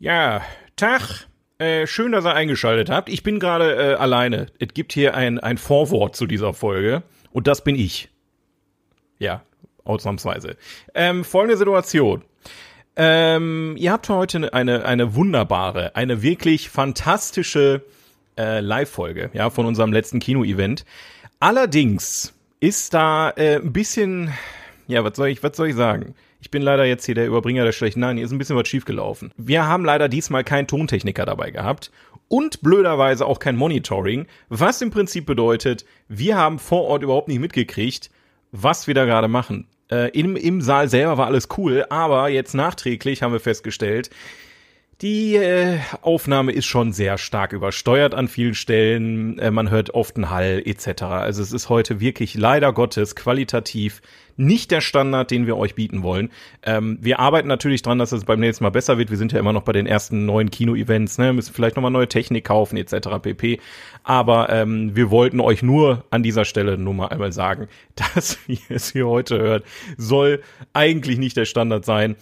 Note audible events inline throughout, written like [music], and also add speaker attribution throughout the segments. Speaker 1: Ja, Tag. Äh, schön, dass ihr eingeschaltet habt. Ich bin gerade äh, alleine. Es gibt hier ein, ein Vorwort zu dieser Folge. Und das bin ich. Ja, ausnahmsweise. Ähm, folgende Situation. Ähm, ihr habt heute eine, eine wunderbare, eine wirklich fantastische äh, Live-Folge ja, von unserem letzten Kino-Event. Allerdings ist da äh, ein bisschen, ja, was soll, ich, was soll ich sagen? Ich bin leider jetzt hier der Überbringer der schlechten Nein, hier ist ein bisschen was schiefgelaufen. Wir haben leider diesmal keinen Tontechniker dabei gehabt und blöderweise auch kein Monitoring, was im Prinzip bedeutet, wir haben vor Ort überhaupt nicht mitgekriegt, was wir da gerade machen. Äh, im, Im Saal selber war alles cool, aber jetzt nachträglich haben wir festgestellt, die äh, Aufnahme ist schon sehr stark übersteuert an vielen Stellen. Äh, man hört oft einen Hall etc. Also es ist heute wirklich leider Gottes qualitativ nicht der Standard, den wir euch bieten wollen. Ähm, wir arbeiten natürlich dran, dass es beim nächsten Mal besser wird. Wir sind ja immer noch bei den ersten neuen Kino-Events, ne? müssen vielleicht nochmal neue Technik kaufen etc. pp. Aber ähm, wir wollten euch nur an dieser Stelle nur mal einmal sagen, [laughs] dass ihr es hier heute hört, soll eigentlich nicht der Standard sein.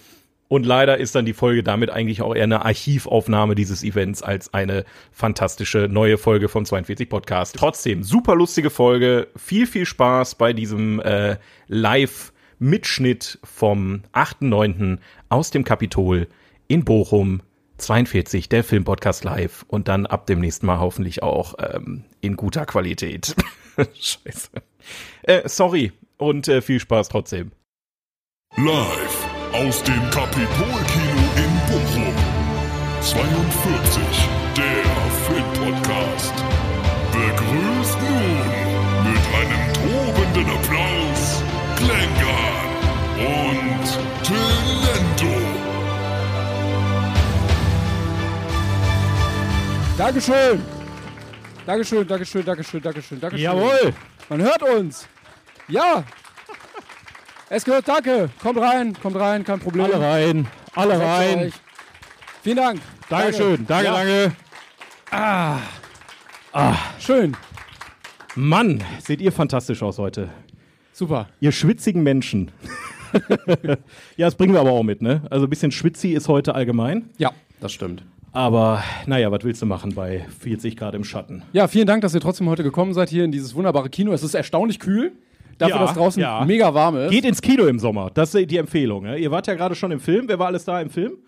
Speaker 1: Und leider ist dann die Folge damit eigentlich auch eher eine Archivaufnahme dieses Events als eine fantastische neue Folge vom 42 Podcast. Trotzdem, super lustige Folge. Viel, viel Spaß bei diesem äh, Live-Mitschnitt vom 8.9. aus dem Kapitol in Bochum. 42, der Filmpodcast live und dann ab dem nächsten Mal hoffentlich auch ähm, in guter Qualität. [laughs] Scheiße. Äh, sorry und äh, viel Spaß trotzdem.
Speaker 2: Live aus dem Kapitolkino in Bochum. 42, der Filmpodcast. Begrüßt nun mit einem tobenden Applaus Klängern und Telento.
Speaker 3: Dankeschön. Dankeschön, Dankeschön, Dankeschön, Dankeschön, Dankeschön.
Speaker 4: Jawohl.
Speaker 3: Man hört uns. Ja. Es gehört Danke. Kommt rein, kommt rein, kein Problem.
Speaker 4: Alle rein, alle
Speaker 3: Danke
Speaker 4: rein.
Speaker 3: euch. Vielen Dank.
Speaker 4: Dankeschön, danke,
Speaker 3: Ja. Ah.
Speaker 4: danke.
Speaker 3: Schön.
Speaker 4: Mann, seht ihr fantastisch aus heute.
Speaker 3: Super.
Speaker 4: Ihr schwitzigen Menschen. [laughs] ja, das bringen wir aber auch mit, ne? Also ein bisschen schwitzi ist heute allgemein.
Speaker 3: Ja.
Speaker 5: Das stimmt.
Speaker 4: Aber naja, was willst du machen bei 40 Grad im Schatten?
Speaker 3: Ja, vielen Dank, dass ihr trotzdem heute gekommen seid hier in dieses wunderbare Kino. Es ist erstaunlich kühl. Dafür,
Speaker 4: Ja,
Speaker 3: dass draußen
Speaker 4: ja.
Speaker 3: mega warm ist.
Speaker 4: Geht ins Kino im Sommer, das ist die Empfehlung. Ne? Ihr wart ja gerade schon im Film. Wer war alles da im Film?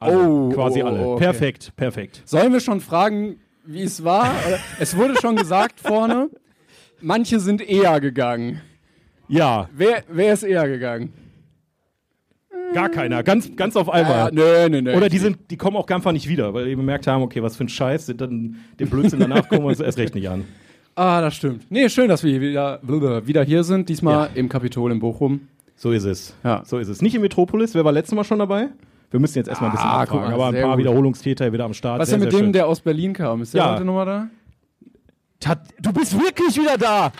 Speaker 4: Alle,
Speaker 3: Oh,
Speaker 4: quasi
Speaker 3: oh,
Speaker 4: alle.
Speaker 3: oh, okay.
Speaker 4: Perfekt, perfekt.
Speaker 3: Sollen wir schon fragen, wie es war? Oder- es wurde schon gesagt vorne, manche sind eher gegangen.
Speaker 4: Ja,
Speaker 3: Wer, wer ist eher gegangen?
Speaker 4: gar keiner. Ganz, ganz auf einmal.
Speaker 3: Ah, nö, nö, nö.
Speaker 4: Oder die, sind, die kommen auch einfach nicht wieder, weil die bemerkt haben, okay, was für ein Scheiß, dann den Blödsinn danach kommen wir uns erst recht nicht an.
Speaker 3: Ah, das stimmt. Nee, schön, dass wir hier wieder, blub, wieder hier sind. Diesmal
Speaker 4: Ja.
Speaker 3: im Kapitol in Bochum.
Speaker 4: So ist es.
Speaker 3: Ja.
Speaker 4: So ist es. Nicht in Metropolis, wer war letztes Mal schon dabei? Wir müssen jetzt erstmal ein bisschen
Speaker 3: Ah,
Speaker 4: abfragen,
Speaker 3: guck mal,
Speaker 4: aber ein
Speaker 3: sehr
Speaker 4: paar
Speaker 3: gut.
Speaker 4: Wiederholungstäter wieder am Start.
Speaker 3: Was ist denn mit dem, der aus Berlin kam? Ist der
Speaker 4: Ja.
Speaker 3: heute nochmal da?
Speaker 4: der Du bist wirklich wieder da!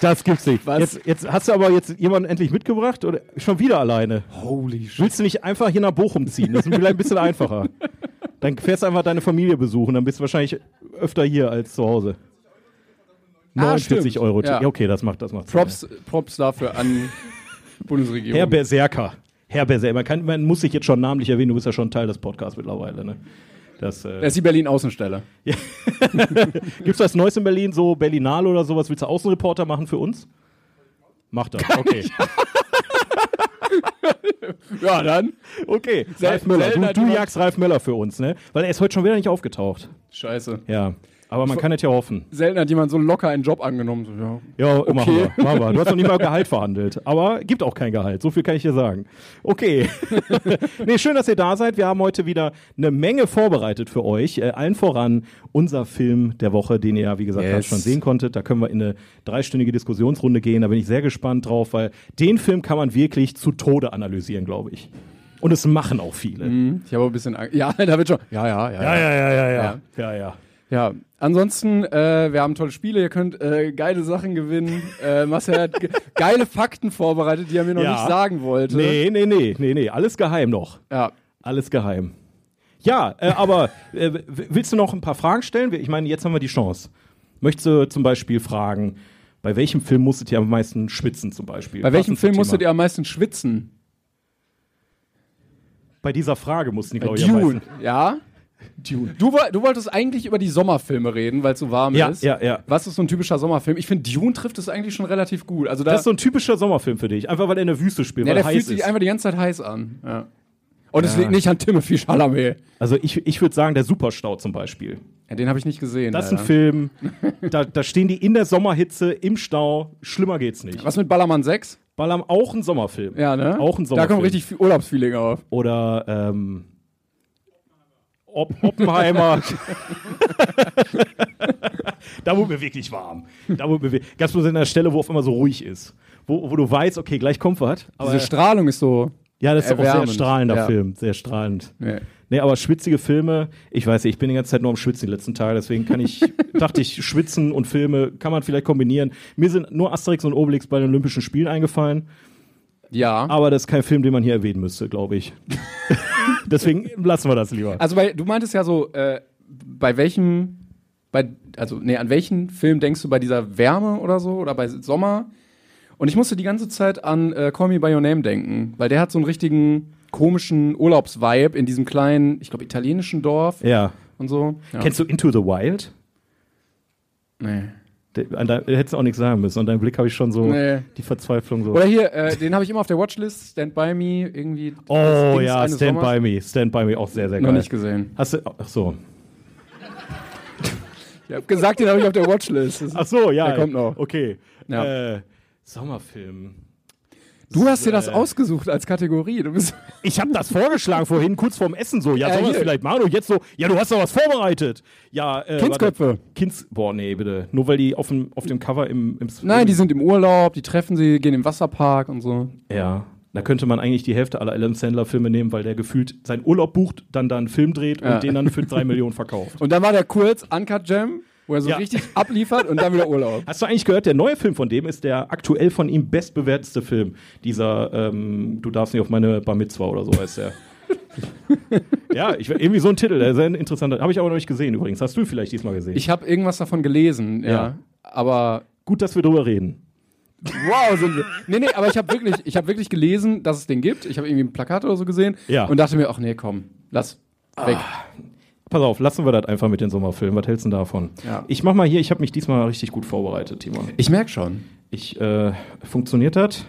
Speaker 4: Das gibt's nicht.
Speaker 3: Was?
Speaker 4: Jetzt, jetzt hast du aber jetzt jemanden endlich mitgebracht oder schon wieder alleine.
Speaker 3: Holy shit.
Speaker 4: Willst du nicht einfach hier nach Bochum ziehen? Das ist vielleicht ein bisschen
Speaker 3: [laughs]
Speaker 4: einfacher. Dann fährst du einfach deine Familie besuchen, dann bist du wahrscheinlich öfter hier als zu Hause.
Speaker 3: Ah,
Speaker 4: 49
Speaker 3: stimmt.
Speaker 4: Euro.
Speaker 3: Ja.
Speaker 4: Ja. Okay, das macht das macht. Sinn.
Speaker 3: Props, Props dafür an Bundesregierung.
Speaker 4: Herr Berserker. Herr Berserker. Man, kann, man muss sich jetzt schon namentlich erwähnen, du bist ja schon Teil des Podcasts mittlerweile. Ne? Das,
Speaker 3: Das
Speaker 4: äh,
Speaker 3: ist die Berlin-Außenstelle.
Speaker 4: gibt's was Neues in Berlin, so Berlinale oder sowas? Willst du Außenreporter machen für uns? Mach das, okay.
Speaker 3: Ja, dann.
Speaker 4: [laughs] Okay,
Speaker 3: Sel-
Speaker 4: Ralf Möller.
Speaker 3: selten
Speaker 4: Du,
Speaker 3: hat
Speaker 4: du
Speaker 3: jemand-
Speaker 4: jagst Ralf Möller für uns, ne? Weil er ist heute schon wieder nicht aufgetaucht.
Speaker 3: Scheiße.
Speaker 4: Ja.
Speaker 1: Aber man kann es ja hoffen.
Speaker 3: Selten hat jemand so locker einen Job angenommen. So, ja.
Speaker 1: Ja, machen wir. Machen wir. Du hast noch nicht mal Gehalt verhandelt. Aber gibt auch kein Gehalt. So viel kann ich dir sagen. Okay. [laughs] nee, schön, dass ihr da seid. Wir haben heute wieder eine Menge vorbereitet für euch. Äh, allen voran unser Film der Woche, den ihr ja, wie gesagt, gerade
Speaker 6: Yes.
Speaker 1: schon sehen konntet. Da können wir in eine dreistündige Diskussionsrunde gehen. Da bin ich sehr gespannt drauf, weil den Film kann man wirklich zu Tode analysieren, glaube ich. Und es machen auch viele.
Speaker 3: Ich habe ein bisschen Angst. Ja, [laughs] da wird schon. Ja, ja, ja. Ja, ja.
Speaker 1: ja, ja, ja. Ja, ja.
Speaker 3: ja. Ansonsten, äh, wir haben tolle Spiele. Ihr könnt äh, geile Sachen gewinnen. äh, Marcel hat ge
Speaker 1: [laughs]
Speaker 3: geile Fakten vorbereitet, die er mir noch
Speaker 1: Ja.
Speaker 3: nicht sagen wollte.
Speaker 1: Nee, nee, nee, nee, nee. Alles geheim noch.
Speaker 3: Ja.
Speaker 1: Alles geheim. Ja, äh, aber äh, w- willst du noch ein paar Fragen stellen? Ich meine, jetzt haben wir die Chance. Möchtest du zum Beispiel fragen, bei welchem Film musstet ihr am meisten schwitzen zum Beispiel?
Speaker 3: Bei welchem
Speaker 1: Passend zum
Speaker 3: Film musstet
Speaker 1: Thema.
Speaker 3: ihr am meisten schwitzen?
Speaker 1: Bei dieser Frage mussten die, glaube ich, am
Speaker 3: Dune,
Speaker 1: meisten.
Speaker 3: ja? Dune. Du, woll- du wolltest eigentlich über die Sommerfilme reden, weil es so warm
Speaker 1: Ja,
Speaker 3: ist.
Speaker 1: ja, ja.
Speaker 3: Was ist so ein typischer Sommerfilm? Ich finde, Dune trifft es eigentlich schon relativ gut. Also da,
Speaker 1: Das ist so ein typischer Sommerfilm für dich, einfach weil er in der Wüste spielt,
Speaker 3: ja,
Speaker 1: weil
Speaker 3: der
Speaker 1: er heiß
Speaker 3: fühlt sich
Speaker 1: ist.
Speaker 3: einfach die ganze Zeit heiß an. Ja. Und es liegt nicht an Timothy Chalamet.
Speaker 1: Also ich, ich würde sagen, der Superstau zum Beispiel.
Speaker 3: Ja, den habe ich nicht gesehen.
Speaker 1: Das ist ein
Speaker 3: leider. [laughs]
Speaker 1: Film, da, da stehen die in der Sommerhitze, im Stau, schlimmer geht's nicht.
Speaker 3: Was mit Ballermann 6?
Speaker 1: Ballam, auch ein Sommerfilm.
Speaker 3: Ja, ne?
Speaker 1: Auch ein
Speaker 3: Da
Speaker 1: Sommerfilm.
Speaker 3: kommt richtig viel Urlaubsfeeling auf.
Speaker 1: oder ähm, Op Oppenheimer. [laughs] da wurde mir wirklich warm. Da wurde mir wirklich, ganz bloß an der Stelle, wo auf einmal so ruhig ist. Wo, wo du weißt, okay, gleich kommt was. Aber,
Speaker 3: Diese Strahlung ist so.
Speaker 1: ja, das ist auch sehr
Speaker 3: erwärmend.
Speaker 1: strahlender
Speaker 3: Ja.
Speaker 1: Film. Sehr strahlend.
Speaker 3: Nee.
Speaker 1: Nee, aber schwitzige Filme, ich weiß nicht, ich bin die ganze Zeit nur am Schwitzen die letzten Tage, deswegen kann ich,
Speaker 3: [laughs]
Speaker 1: dachte ich, Schwitzen und Filme kann man vielleicht kombinieren. Mir sind nur Asterix und Obelix bei den Olympischen Spielen eingefallen.
Speaker 3: Ja.
Speaker 1: Aber das ist kein Film, den man hier erwähnen müsste, glaube [laughs] ich. Deswegen lassen wir das lieber.
Speaker 3: Also bei, du meintest ja so, äh, bei welchem, bei, also nee, an welchen Film denkst du bei dieser Wärme oder so oder bei Sommer? Und ich musste die ganze Zeit an äh, Call Me By Your Name denken, weil der hat so einen richtigen komischen Urlaubsvibe in diesem kleinen, ich glaube, italienischen Dorf
Speaker 1: ja.
Speaker 3: und so. Ja.
Speaker 1: Kennst du Into the Wild?
Speaker 3: nee.
Speaker 1: De- an dein- Hättest du auch nichts sagen müssen. Und dein Blick habe ich schon so
Speaker 3: Nee.
Speaker 1: die Verzweiflung so.
Speaker 3: Oder hier, äh, den habe ich immer auf der Watchlist, Stand By Me, irgendwie. das
Speaker 1: oh
Speaker 3: Dings
Speaker 1: ja,
Speaker 3: eines
Speaker 1: Stand
Speaker 3: Sommers.
Speaker 1: by Me. Stand by Me auch sehr, sehr geil.
Speaker 3: Noch nicht gesehen.
Speaker 1: Hast du, ach so.
Speaker 3: Ich habe gesagt, den habe ich auf der Watchlist. Das-
Speaker 1: Ach so, ja.
Speaker 3: Der kommt noch.
Speaker 1: Okay.
Speaker 3: Ja.
Speaker 1: Äh, Sommerfilm.
Speaker 3: Du hast dir das ausgesucht als Kategorie. Du bist
Speaker 1: Ich habe das vorgeschlagen vorhin, kurz vorm Essen so. Ja, soll
Speaker 3: Äh,
Speaker 1: man das
Speaker 3: hier.
Speaker 1: vielleicht machen? Und jetzt so, ja, du hast doch was vorbereitet. Ja, äh,
Speaker 3: Kindsköpfe.
Speaker 1: warte. Kinds, boah, nee, bitte. Nur weil die auf dem, auf dem Cover im, im
Speaker 3: [laughs] Nein, die sind im Urlaub, die treffen sie, gehen im Wasserpark und so.
Speaker 1: Ja, da könnte man eigentlich die Hälfte aller Adam Sandler-Filme nehmen, weil der gefühlt seinen Urlaub bucht, dann da einen Film dreht und
Speaker 3: Ja.
Speaker 1: den dann für
Speaker 3: [laughs]
Speaker 1: drei Millionen verkauft.
Speaker 3: Und dann war der kurz Uncut Jam, wo er so
Speaker 1: Ja.
Speaker 3: richtig abliefert und dann wieder Urlaub.
Speaker 1: Hast du eigentlich gehört, der neue Film von dem ist der aktuell von ihm bestbewerteste Film. Dieser, ähm, du darfst nicht auf meine Bar Mitzwa oder so heißt
Speaker 3: [laughs]
Speaker 1: der. ja, ich, irgendwie so ein Titel, der ist sehr interessant. Habe ich aber noch nicht gesehen übrigens. Hast du ihn vielleicht diesmal gesehen?
Speaker 3: Ich habe irgendwas davon gelesen, ja.
Speaker 1: Ja.
Speaker 3: Aber
Speaker 1: Gut, dass wir drüber reden.
Speaker 3: wow, sind wir. Nee, nee, aber ich habe wirklich, ich habe wirklich gelesen, dass es den gibt. Ich habe irgendwie ein Plakat oder so gesehen
Speaker 1: Ja.
Speaker 3: und dachte mir, ach nee, komm, lass weg.
Speaker 1: Pass auf, lassen wir das einfach mit den Sommerfilmen. Was hältst du denn davon?
Speaker 3: Ja.
Speaker 1: Ich mach mal hier, ich habe mich diesmal richtig gut vorbereitet, Timon.
Speaker 3: Ich merk schon.
Speaker 1: Ich, äh, funktioniert das?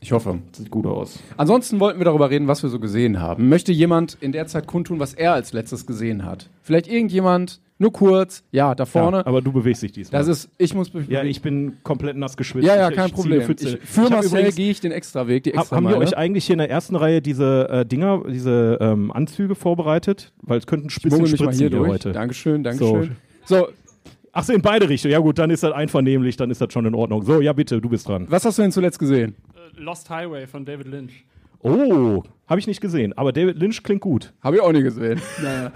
Speaker 3: Ich hoffe.
Speaker 1: Sieht gut aus.
Speaker 3: Ansonsten wollten wir darüber reden, was wir so gesehen haben. Möchte jemand in der Zeit kundtun, was er als letztes gesehen hat? Vielleicht irgendjemand, nur kurz, ja, da vorne.
Speaker 1: Ja, aber du bewegst dich diesmal.
Speaker 3: das ist, ich muss mich
Speaker 1: ja, ich bin komplett nass geschwitzt.
Speaker 3: Ja, ja,
Speaker 1: Ich-
Speaker 3: kein
Speaker 1: ich ziehe eine
Speaker 3: Problem.
Speaker 1: Pfütze.
Speaker 3: Ich, für
Speaker 1: ich hab
Speaker 3: Marcel
Speaker 1: übrigens-
Speaker 3: gehe ich den Extraweg, die
Speaker 1: hab-
Speaker 3: extra
Speaker 1: haben wir
Speaker 3: Meile.
Speaker 1: euch eigentlich hier in der ersten Reihe diese äh, Dinger, diese ähm, Anzüge vorbereitet? Weil es könnten
Speaker 3: Ich
Speaker 1: Spitzen
Speaker 3: murmel mich
Speaker 1: spritzen
Speaker 3: mal hier durch.
Speaker 1: heute.
Speaker 3: Dankeschön, Dankeschön. So.
Speaker 1: Ach so, in beide Richtungen. Ja gut, dann ist das einvernehmlich, dann ist das schon in Ordnung. So, ja bitte, du bist dran.
Speaker 3: was hast du denn zuletzt gesehen?
Speaker 7: Lost Highway von David Lynch.
Speaker 1: Oh, habe ich nicht gesehen. Aber David Lynch klingt gut.
Speaker 3: Habe ich auch
Speaker 1: [laughs]
Speaker 3: nie gesehen. naja.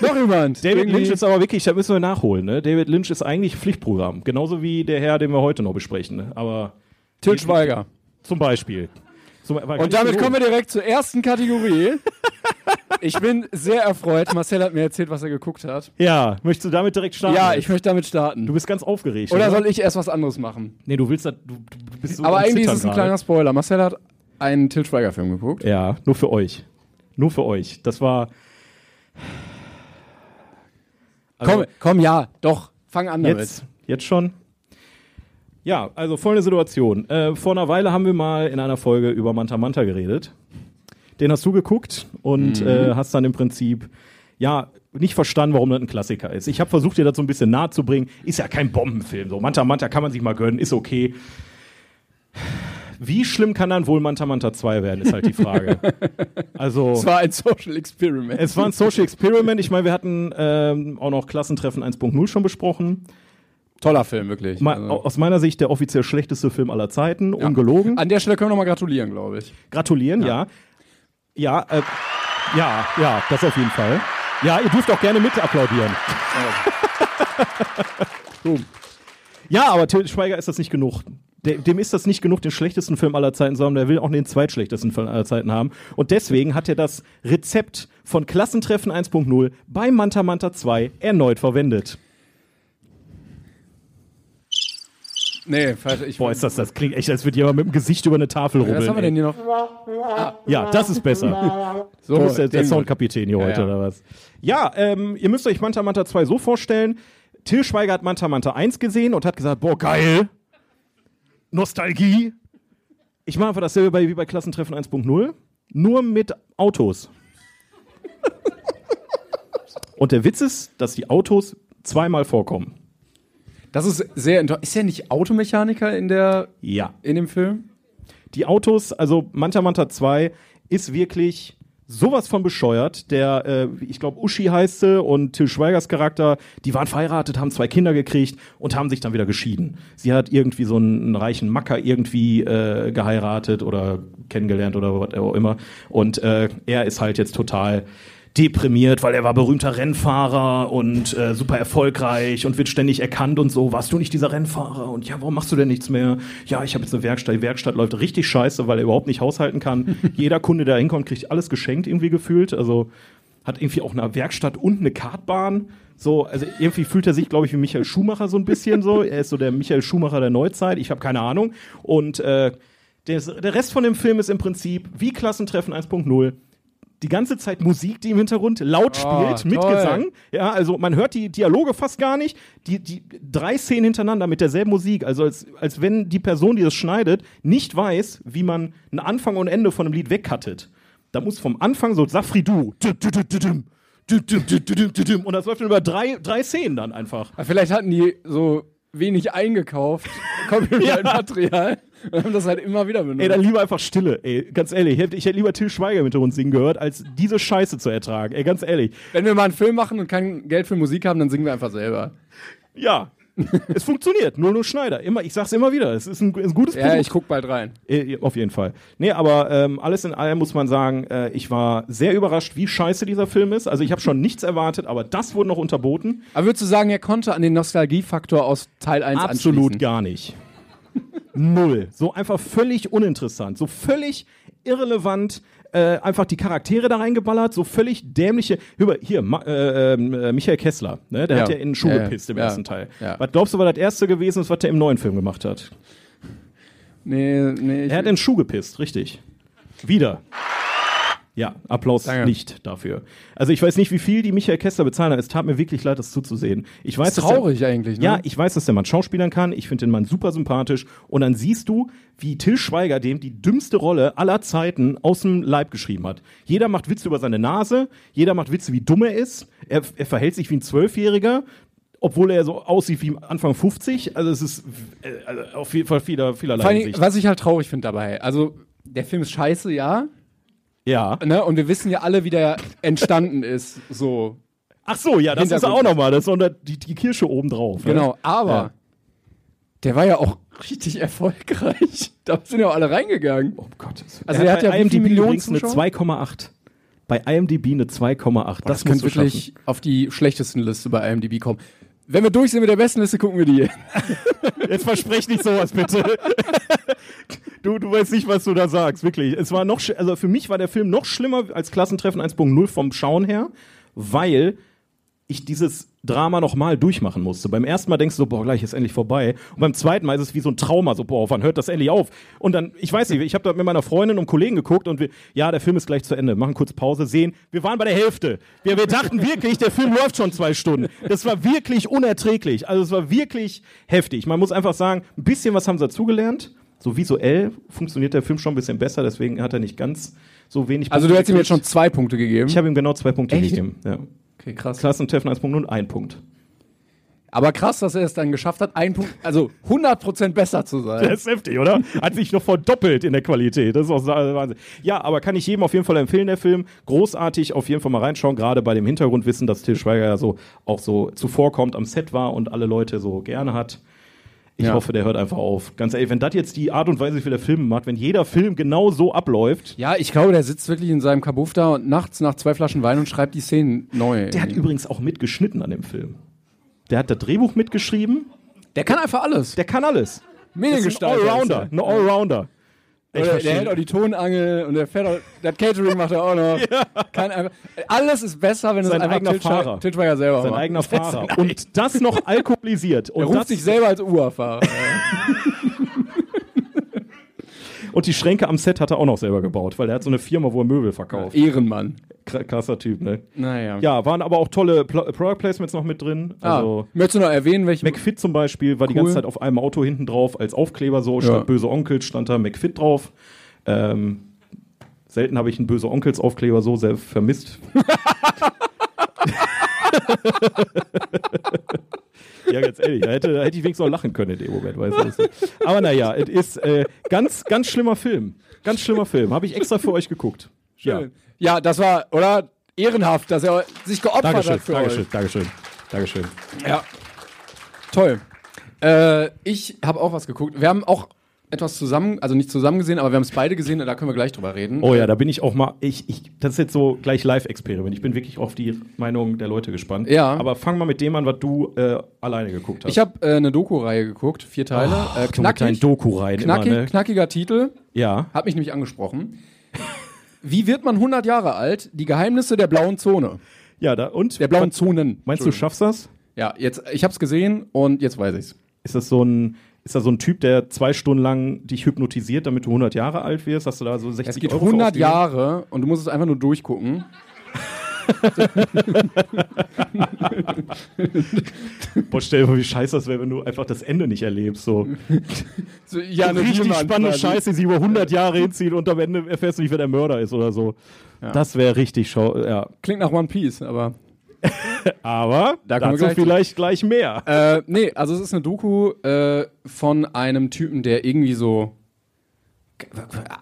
Speaker 3: Noch jemand?
Speaker 1: David
Speaker 3: Irgendwie-
Speaker 1: Lynch ist aber wirklich, da müssen wir nachholen. Ne? David Lynch ist eigentlich Pflichtprogramm. Genauso wie der Herr, den wir heute noch besprechen. Ne? Aber
Speaker 3: Til Schweiger.
Speaker 1: zum Beispiel. Zum,
Speaker 3: Und damit kommen wir direkt zur ersten Kategorie.
Speaker 1: [laughs]
Speaker 3: ich bin sehr erfreut. Marcel hat mir erzählt, was er geguckt hat.
Speaker 1: Ja, möchtest du damit direkt starten?
Speaker 3: Ja, ich möchte damit starten.
Speaker 1: Du bist ganz aufgeregt. ne?
Speaker 3: Oder soll ich erst was anderes machen?
Speaker 1: Nee, du willst das. Du, du bist so
Speaker 3: Aber
Speaker 1: am
Speaker 3: eigentlich ist
Speaker 1: Zittern
Speaker 3: es ein
Speaker 1: gerade.
Speaker 3: kleiner Spoiler. Marcel hat einen Til Schweiger-Film geguckt.
Speaker 1: Ja, nur für euch. Nur für euch. Das war. Also,
Speaker 3: komm, komm, ja, doch. Fang an damit.
Speaker 1: jetzt, jetzt schon. Ja, also folgende Situation. Äh, vor einer Weile haben wir mal in einer Folge über Manta
Speaker 3: Mhm.
Speaker 1: Manta geredet. Den hast du geguckt und äh, hast dann im Prinzip, ja, nicht verstanden, warum das ein Klassiker ist. Ich habe versucht, dir das so ein bisschen nahe zu bringen. Ist ja kein Bombenfilm. So, Manta Manta kann man sich mal gönnen, ist okay. Wie schlimm kann dann wohl Manta Manta 2 werden, ist halt die Frage.
Speaker 3: [laughs]
Speaker 1: Also.
Speaker 3: Es war ein Social Experiment.
Speaker 1: Es war ein Social Experiment. Ich meine, wir hatten ähm, auch noch Klassentreffen 1.0 schon besprochen.
Speaker 3: Toller Film, wirklich.
Speaker 1: Ma oh.
Speaker 3: Also-
Speaker 1: Aus meiner Sicht der offiziell schlechteste Film aller Zeiten. Ungelogen.
Speaker 3: An der Stelle können wir nochmal gratulieren, glaube ich.
Speaker 1: Gratulieren, ja. Ja, äh, ja, ja, das auf jeden Fall. Ja, ihr dürft auch gerne mit
Speaker 3: [laughs]
Speaker 1: applaudieren.
Speaker 3: Boom.
Speaker 1: Ja, aber Till Schweiger ist das nicht genug. De- Dem ist das nicht genug, den schlechtesten Film aller Zeiten zu haben. Der will auch den zweitschlechtesten Film aller Zeiten haben. Und deswegen hat er das Rezept von Klassentreffen 1.0 bei Manta Manta 2 erneut verwendet.
Speaker 3: Nee, falsch. Ich
Speaker 1: Boah, ist das, das klingt echt, als würde jemand mit dem Gesicht über eine Tafel rubbeln.
Speaker 3: Was haben wir denn hier noch?
Speaker 1: ey. Ja, das ist besser.
Speaker 3: So,
Speaker 1: Du bist der, der
Speaker 3: den-
Speaker 1: Soundkapitän hier heute,
Speaker 3: ja.
Speaker 1: oder was? Ja, ähm, ihr müsst euch Manta Manta 2 so vorstellen. Till Schweiger hat Manta Manta 1 gesehen und hat gesagt, boah, geil. Nostalgie. Ich mache einfach dasselbe bei, wie bei Klassentreffen 1.0, nur mit Autos. und der Witz ist, dass die Autos zweimal vorkommen.
Speaker 3: Das ist sehr interessant. Ist er nicht Automechaniker in, der,
Speaker 1: Ja.
Speaker 3: in dem Film?
Speaker 1: die Autos, also Manta Manta 2 ist wirklich sowas von bescheuert. Der, äh, ich glaube, Uschi heißt sie und Till Schweigers Charakter, die waren verheiratet, haben zwei Kinder gekriegt und haben sich dann wieder geschieden. Sie hat irgendwie so einen, einen reichen Macker irgendwie äh, geheiratet oder kennengelernt oder was auch immer. Und äh, er ist halt jetzt total deprimiert, weil er war berühmter Rennfahrer und äh, super erfolgreich und wird ständig erkannt und so. Warst du nicht dieser Rennfahrer? Und ja, warum machst du denn nichts mehr? Ja, ich habe jetzt eine Werkstatt. Die Werkstatt läuft richtig scheiße, weil er überhaupt nicht haushalten kann. Jeder Kunde, der hinkommt, kriegt alles geschenkt irgendwie gefühlt. Also hat irgendwie auch eine Werkstatt und eine Kartbahn. So, also irgendwie fühlt er sich, glaube ich, wie Michael Schumacher so ein bisschen so. Er ist so der Michael Schumacher der Neuzeit. Ich habe keine Ahnung. Und äh, der, der Rest von dem Film ist im Prinzip wie Klassentreffen 1.0 die ganze Zeit Musik, die im Hintergrund laut
Speaker 3: Ah,
Speaker 1: spielt, mit
Speaker 3: toll.
Speaker 1: Gesang. Ja, also man hört die Dialoge fast gar nicht. Die, die drei Szenen hintereinander mit derselben Musik. Also als, als wenn die Person, die das schneidet, nicht weiß, wie man einen Anfang und Ende von einem Lied wegcuttet. Da muss vom Anfang so Safri du. dü- dü- dü- dü- düm, dü- dü- dü- dü- dü- dü- düm. Und das läuft dann über drei, drei Szenen dann einfach.
Speaker 3: Aber Ah, Vielleicht hatten die so
Speaker 1: [laughs]
Speaker 3: wenig eingekauft, Copyright-Material, und haben das halt immer wieder benutzt.
Speaker 1: Ey, dann lieber einfach Stille. Ey, ganz ehrlich, ich hätte, ich hätte lieber Till Schweiger mit uns singen gehört, als diese Scheiße zu ertragen. Ey, ganz ehrlich.
Speaker 3: Wenn wir mal einen Film machen und kein Geld für Musik haben, dann singen wir einfach selber. [laughs]
Speaker 1: Ja. es funktioniert. Nur nur Schneider. Immer, ich sag's immer wieder. Es ist ein, ist ein gutes
Speaker 3: Ja, ich guck bald rein.
Speaker 1: Äh, Auf jeden Fall. Nee, aber ähm, alles in allem muss man sagen, äh, ich war sehr überrascht, wie scheiße dieser Film ist. Also ich habe schon nichts erwartet, aber das wurde noch unterboten.
Speaker 3: Aber würdest du sagen, er konnte an den Nostalgiefaktor aus Teil 1
Speaker 1: Absolut
Speaker 3: anschließen?
Speaker 1: gar nicht. Null. So einfach völlig uninteressant. So völlig irrelevant. Äh, einfach die Charaktere da reingeballert, so völlig dämliche. Hör mal, hier, Ma äh, ähm, äh, Michael Kessler, ne? der
Speaker 3: Ja.
Speaker 1: hat ja in den Schuh
Speaker 3: Ja, ja.
Speaker 1: gepisst im
Speaker 3: Ja.
Speaker 1: ersten Teil.
Speaker 3: Ja.
Speaker 1: Was glaubst du, war das erste gewesen ist, was der im neuen Film gemacht hat?
Speaker 3: Nee, nee. Ich,
Speaker 1: Er hat in den Schuh gepisst, richtig. Wieder. Ja, Applaus
Speaker 3: Danke.
Speaker 1: nicht dafür. Also ich weiß nicht, wie viel die Michael Kessler bezahlen, aber es tat mir wirklich leid, das zuzusehen. Ich weiß,
Speaker 3: ist
Speaker 1: dass der-
Speaker 3: traurig eigentlich, ne?
Speaker 1: Ja, ich weiß, dass der Mann schauspielern kann. Ich finde den Mann super sympathisch. Und dann siehst du, wie Till Schweiger dem die dümmste Rolle aller Zeiten aus dem Leib geschrieben hat. Jeder macht Witze über seine Nase. Jeder macht Witze, wie dumm er ist. Er, er verhält sich wie ein Zwölfjähriger. Obwohl er so aussieht wie Anfang 50. Also es ist äh, also auf jeden Fall vieler, vielerlei
Speaker 3: Vor allen
Speaker 1: Hinsicht.
Speaker 3: Dingen, was ich halt traurig finde dabei, also der Film ist scheiße, ja,
Speaker 1: Ja.
Speaker 3: ne? Und wir wissen ja alle, wie der entstanden ist, so.
Speaker 1: Ach so, ja, das ist
Speaker 3: Hintergrund.
Speaker 1: auch nochmal, das ist noch die, die Kirsche oben drauf. ne?
Speaker 3: Genau, aber
Speaker 1: Ja.
Speaker 3: der war ja auch richtig erfolgreich. [laughs] Da sind ja auch alle reingegangen.
Speaker 1: Um Gottes Willen.
Speaker 3: Also er hat ja wie
Speaker 1: IMDb
Speaker 3: viele Millionen
Speaker 1: übrigens eine
Speaker 3: Zuschauer? Oh,
Speaker 1: 2,8. Bei IMDb eine 2,8. Das, muss
Speaker 3: wirklich
Speaker 1: wirklich.
Speaker 3: auf die schlechtesten Liste bei IMDb kommen. Wenn wir durch sind mit der besten Liste, gucken wir die.
Speaker 1: Jetzt versprech nicht sowas,
Speaker 3: [laughs]
Speaker 1: bitte. du, du weißt nicht, was du da sagst, wirklich. Es war noch, sch- also für mich war der Film noch schlimmer als Klassentreffen 1.0 vom Schauen her, weil ich dieses Drama nochmal durchmachen musste. Beim ersten Mal denkst du so, boah, gleich ist endlich vorbei. Und beim zweiten Mal ist es wie so ein Trauma, so, boah, wann hört das endlich auf? Und dann, ich weiß nicht, ich habe da mit meiner Freundin und Kollegen geguckt und wir, ja, der Film ist gleich zu Ende. Machen kurz Pause, sehen, wir waren bei der Hälfte. Wir, wir dachten wirklich, der Film läuft schon zwei Stunden. Das war wirklich unerträglich. Also es war wirklich heftig. Man muss einfach sagen, ein bisschen was haben sie dazugelernt. So visuell funktioniert der Film schon ein bisschen besser, deswegen hat er nicht ganz so wenig.
Speaker 3: Also du
Speaker 1: Punkte [laughs]
Speaker 3: hättest ihm jetzt schon
Speaker 1: gekriegt.
Speaker 3: zwei Punkte gegeben.
Speaker 1: Ich habe ihm genau zwei Punkte
Speaker 3: Echt?
Speaker 1: gegeben. Ja.
Speaker 3: Okay, krass.
Speaker 1: Klassentreffen 1.0 und ein Punkt.
Speaker 3: Aber krass, dass er es dann geschafft hat, einen Punkt, also 100% besser zu sein.
Speaker 1: Das ist heftig, oder? Hat sich noch verdoppelt in der Qualität. Das ist auch Wahnsinn. Ja, aber kann ich jedem auf jeden Fall empfehlen, der Film. Großartig, auf jeden Fall mal reinschauen. Gerade bei dem Hintergrundwissen, dass Til Schweiger ja so auch so zuvorkommt, am Set war und alle Leute so gerne hat. Ich
Speaker 3: Ja.
Speaker 1: hoffe, der hört einfach auf. Ganz ehrlich, wenn das jetzt die Art und Weise, wie der Film macht, wenn jeder Film genau so abläuft.
Speaker 3: Ja, ich glaube, der sitzt wirklich in seinem Kabuff da und nachts nach zwei Flaschen Wein und schreibt die Szenen neu.
Speaker 1: Der hat übrigens auch mitgeschnitten an dem Film. Der hat das Drehbuch mitgeschrieben.
Speaker 3: Der kann einfach alles.
Speaker 1: Der kann alles. Das ist ein
Speaker 3: Mediengestalter.
Speaker 1: Allrounder.
Speaker 3: ist
Speaker 1: Ein Allrounder.
Speaker 3: er. Oder der hält auch die Tonangel und der fährt auch, das Catering macht er
Speaker 1: [laughs]
Speaker 3: auch noch. Kann einfach, alles ist besser, wenn es
Speaker 1: Sein
Speaker 3: einfach
Speaker 1: eigener
Speaker 3: Til Schweiger-
Speaker 1: Fahrer.
Speaker 3: Til Schweiger selber
Speaker 1: Sein
Speaker 3: macht.
Speaker 1: eigener Fahrer. Und das noch alkoholisiert. Und
Speaker 3: Er ruft
Speaker 1: das
Speaker 3: sich selber als
Speaker 1: [laughs]
Speaker 3: Uhrfahrer.
Speaker 1: Und die Schränke am Set hat er auch noch selber gebaut, weil er hat so eine Firma, wo er Möbel verkauft.
Speaker 3: Ehrenmann.
Speaker 1: Kr- Krasser Typ, ne?
Speaker 3: Naja.
Speaker 1: Ja, waren aber auch tolle Pl Product Placements noch mit drin. Also
Speaker 3: ah, möchtest du noch erwähnen, welche?
Speaker 1: McFit zum Beispiel war die
Speaker 3: Cool.
Speaker 1: ganze Zeit auf einem Auto hinten drauf als Aufkleber so, statt
Speaker 3: Ja.
Speaker 1: Böse Onkels stand da McFit drauf. Ähm, selten habe ich einen Böse Onkels Aufkleber so sehr vermisst.
Speaker 3: [laughs]
Speaker 1: ja, ganz ehrlich, da hätte, da hätte ich wenigstens auch lachen können in dem Moment, weißt du. Aber naja, es ist äh, ganz, ganz schlimmer Film. Ganz schlimmer Film. Habe ich extra für euch geguckt. Ja.
Speaker 3: ja. ja, das war, oder? Ehrenhaft, dass er sich geopfert
Speaker 1: Dankeschön,
Speaker 3: hat für
Speaker 1: Dankeschön, Dankeschön, Dankeschön.
Speaker 3: euch. Ja. Toll. Äh, ich habe auch was geguckt. Wir haben auch etwas zusammen, also nicht zusammen gesehen, aber wir haben es beide gesehen, da können wir gleich drüber reden.
Speaker 1: Oh ja, da bin ich auch mal. Ich, ich, das ist jetzt so gleich Live-Experiment. Ich bin wirklich auf die Meinung der Leute gespannt.
Speaker 3: Ja.
Speaker 1: Aber fang mal mit dem an, was du äh, alleine geguckt hast.
Speaker 3: Ich habe äh, eine Doku-Reihe geguckt, vier Teile.
Speaker 1: Oh,
Speaker 3: äh,
Speaker 1: dein
Speaker 3: knackig,
Speaker 1: Doku rein.
Speaker 3: knackig
Speaker 1: immer, ne?
Speaker 3: knackiger Titel,
Speaker 1: Ja.
Speaker 3: hat mich nämlich angesprochen. Wie wird man 100 Jahre alt? Die Geheimnisse der blauen Zone.
Speaker 1: Ja, da und.
Speaker 3: Der blauen Zonen.
Speaker 1: Meinst du, schaffst das?
Speaker 3: Ja, jetzt, ich habe es gesehen und jetzt weiß ich's.
Speaker 1: Ist das so ein. Ist da so ein Typ, der zwei Stunden lang dich hypnotisiert, damit du 100 Jahre alt wirst? Hast du da so 60
Speaker 3: Es geht
Speaker 1: Euro
Speaker 3: 100
Speaker 1: ausgegeben?
Speaker 3: Jahre und du musst es einfach nur durchgucken.
Speaker 1: Boah, stell dir vor, wie scheiße das wäre, wenn du einfach das Ende nicht erlebst. So.
Speaker 3: So, [laughs] ja,
Speaker 1: eine richtig spannende Scheiße, die sie über 100 Jahre hinzieht und am Ende erfährst du nicht, wer der Mörder ist oder so. Das wäre richtig schau. Ja.
Speaker 3: Klingt nach One Piece, aber.
Speaker 1: Aber
Speaker 3: Da kommen wir
Speaker 1: dazu
Speaker 3: gleich zu.
Speaker 1: vielleicht gleich mehr.
Speaker 3: Äh, nee, also es ist eine Doku äh, von einem Typen, der irgendwie so.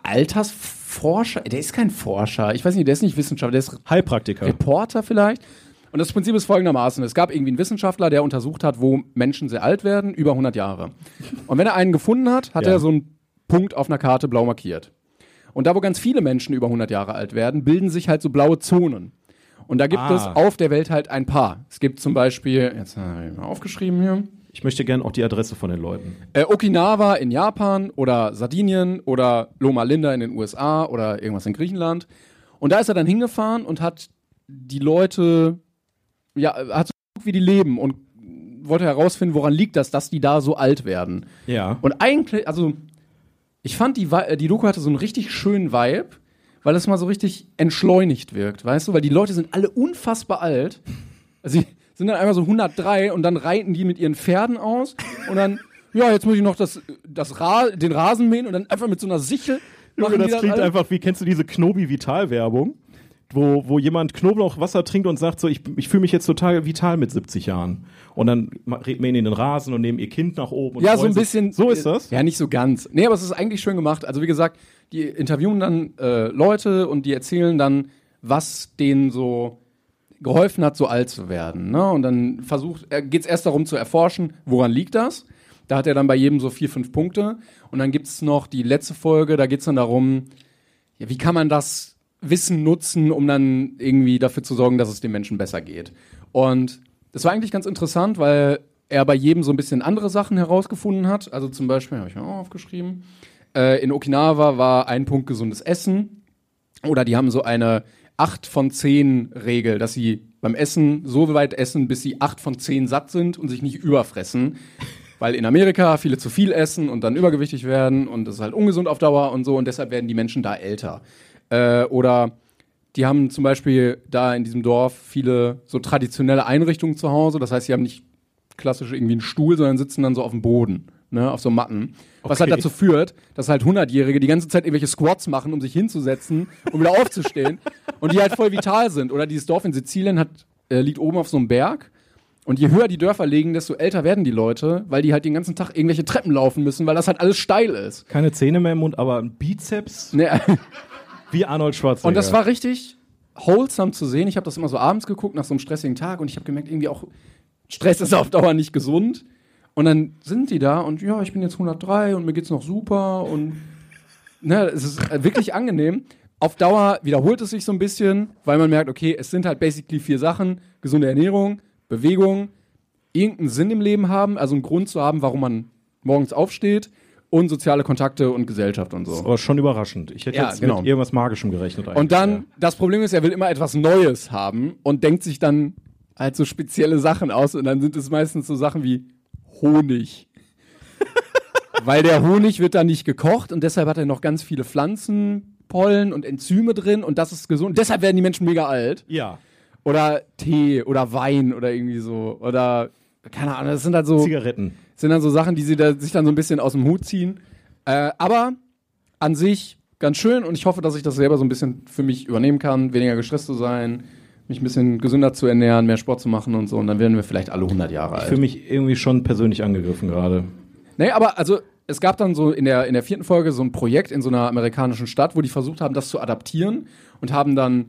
Speaker 3: Altersforscher? Der ist kein Forscher. Ich weiß nicht, der ist nicht Wissenschaftler, der ist
Speaker 1: Heilpraktiker.
Speaker 3: Reporter vielleicht. Und das Prinzip ist folgendermaßen. Es gab irgendwie einen Wissenschaftler, der untersucht hat, wo Menschen sehr alt werden, über 100 Jahre. Und wenn er einen gefunden hat, hat
Speaker 1: Ja.
Speaker 3: er so einen Punkt auf einer Karte blau markiert. Und da, wo ganz viele Menschen über 100 Jahre alt werden, bilden sich halt so blaue Zonen. Und da gibt
Speaker 1: Ah.
Speaker 3: es auf der Welt halt ein paar. Es gibt zum Beispiel, jetzt habe ich mal aufgeschrieben hier,
Speaker 1: Ich möchte gerne auch die Adresse von den Leuten.
Speaker 3: äh, Okinawa in Japan oder Sardinien oder Loma Linda in den USA oder irgendwas in Griechenland. Und da ist er dann hingefahren und hat die Leute, ja, äh, hat so geguckt, wie die leben und wollte herausfinden, woran liegt das, dass die da so alt werden.
Speaker 1: Ja.
Speaker 3: Und eigentlich, also, ich fand die, Vi- äh, die Doku hatte so einen richtig schönen Vibe, weil es mal so richtig entschleunigt wirkt, weißt du? Weil die Leute sind alle unfassbar alt. Also, sie sind dann einmal so 103 und dann reiten die mit ihren Pferden aus und dann, ja, jetzt muss ich noch das, das Ra den Rasen mähen und dann einfach mit so einer Sichel.
Speaker 1: Junge,
Speaker 3: machen die
Speaker 1: das klingt
Speaker 3: alles.
Speaker 1: einfach wie, kennst du diese Knobi-Vital-Werbung? Wo, wo jemand Knoblauchwasser trinkt und sagt so, ich, ich fühle mich jetzt total vital mit 70 Jahren. Und dann reden wir in den Rasen und nehmen ihr Kind nach oben. Und
Speaker 3: Ja, so
Speaker 1: freuen
Speaker 3: ein
Speaker 1: sich.
Speaker 3: bisschen. äh,
Speaker 1: So ist das.
Speaker 3: Ja, nicht so ganz. Nee, aber es ist eigentlich schön gemacht. Also, wie gesagt, die interviewen dann äh, Leute und die erzählen dann, was denen so geholfen hat, so alt zu werden. Ne? Und dann versucht, geht es erst darum zu erforschen, woran liegt das? Da hat er dann bei jedem so vier, fünf Punkte. Und dann gibt es noch die letzte Folge, da geht es dann darum, ja, wie kann man das Wissen nutzen, um dann irgendwie dafür zu sorgen, dass es den Menschen besser geht. Und das war eigentlich ganz interessant, weil er bei jedem so ein bisschen andere Sachen herausgefunden hat. Also zum Beispiel, habe ich mir auch aufgeschrieben, äh, in Okinawa war ein Punkt gesundes Essen. Oder die haben so eine 8 von 10 Regel, dass sie beim Essen so weit essen, bis sie 8 von 10 satt sind und sich nicht überfressen. Weil in Amerika viele zu viel essen und dann übergewichtig werden und das ist halt ungesund auf Dauer und so und deshalb werden die Menschen da älter. Äh, oder die haben zum Beispiel da in diesem Dorf viele so traditionelle Einrichtungen zu Hause. Das heißt, sie haben nicht klassisch irgendwie einen Stuhl, sondern sitzen dann so auf dem Boden, ne, auf so Matten. Was
Speaker 1: Okay.
Speaker 3: halt dazu führt, dass halt 100-Jährige die ganze Zeit irgendwelche Squats machen, um sich hinzusetzen, um wieder aufzustehen und die halt voll vital sind. Oder dieses Dorf in Sizilien hat äh, liegt oben auf so einem Berg. Und je höher die Dörfer liegen, desto älter werden die Leute, weil die halt den ganzen Tag irgendwelche Treppen laufen müssen, weil das halt alles steil ist.
Speaker 1: Keine Zähne mehr im Mund, aber ein Bizeps
Speaker 3: Ne,
Speaker 1: wie Arnold Schwarzenegger.
Speaker 3: Und das war richtig wholesome zu sehen. Ich habe das immer so abends geguckt nach so einem stressigen Tag und ich habe gemerkt, irgendwie auch Stress ist auf Dauer nicht gesund. Und dann sind die da und ja, ich bin jetzt 103 und mir geht's noch super und ne, es ist äh, wirklich angenehm. Auf Dauer wiederholt es sich so ein bisschen, weil man merkt, okay, es sind halt basically vier Sachen: gesunde Ernährung, Bewegung, irgendeinen Sinn im Leben haben, also einen Grund zu haben, warum man morgens aufsteht und soziale Kontakte und Gesellschaft und so.
Speaker 1: aber schon überraschend. Ich hätte
Speaker 3: Ja,
Speaker 1: jetzt
Speaker 3: genau.
Speaker 1: mit irgendwas Magischem gerechnet. eigentlich.
Speaker 3: Und dann,
Speaker 1: Ja.
Speaker 3: das Problem ist, er will immer etwas Neues haben und denkt sich dann halt so spezielle Sachen aus und dann sind es meistens so Sachen wie
Speaker 1: [laughs]
Speaker 3: Honig. Weil der Honig wird dann nicht gekocht und deshalb hat er noch ganz viele Pflanzen, Pollen und Enzyme drin und das ist gesund. Deshalb werden die Menschen mega alt.
Speaker 1: Ja.
Speaker 3: Oder Tee oder Wein oder irgendwie so. Oder keine Ahnung, das sind halt so
Speaker 1: Zigaretten.
Speaker 3: sind dann so Sachen, die sie da, sich dann so ein bisschen aus dem Hut ziehen. Äh, aber an sich ganz schön und ich hoffe, dass ich das selber so ein bisschen für mich übernehmen kann, weniger gestresst zu sein, mich ein bisschen gesünder zu ernähren, mehr Sport zu machen und so. Und dann werden wir vielleicht alle 100 Jahre alt.
Speaker 1: Für mich irgendwie schon persönlich angegriffen gerade.
Speaker 3: Nee, aber also es gab dann so in der, in der vierten Folge so ein Projekt in so einer amerikanischen Stadt, wo die versucht haben, das zu adaptieren und haben dann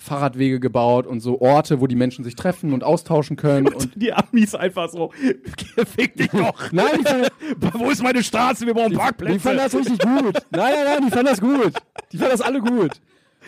Speaker 3: Fahrradwege gebaut und so Orte, wo die Menschen sich treffen und austauschen können. Und
Speaker 1: Die Amis einfach so, fick
Speaker 3: [laughs]
Speaker 1: dich doch.
Speaker 3: Nein, ich fand-
Speaker 1: Wo ist meine Straße? Wir brauchen
Speaker 3: Die fanden das richtig gut. Nein, nein, nein, die fanden das gut. Die fanden das alle gut.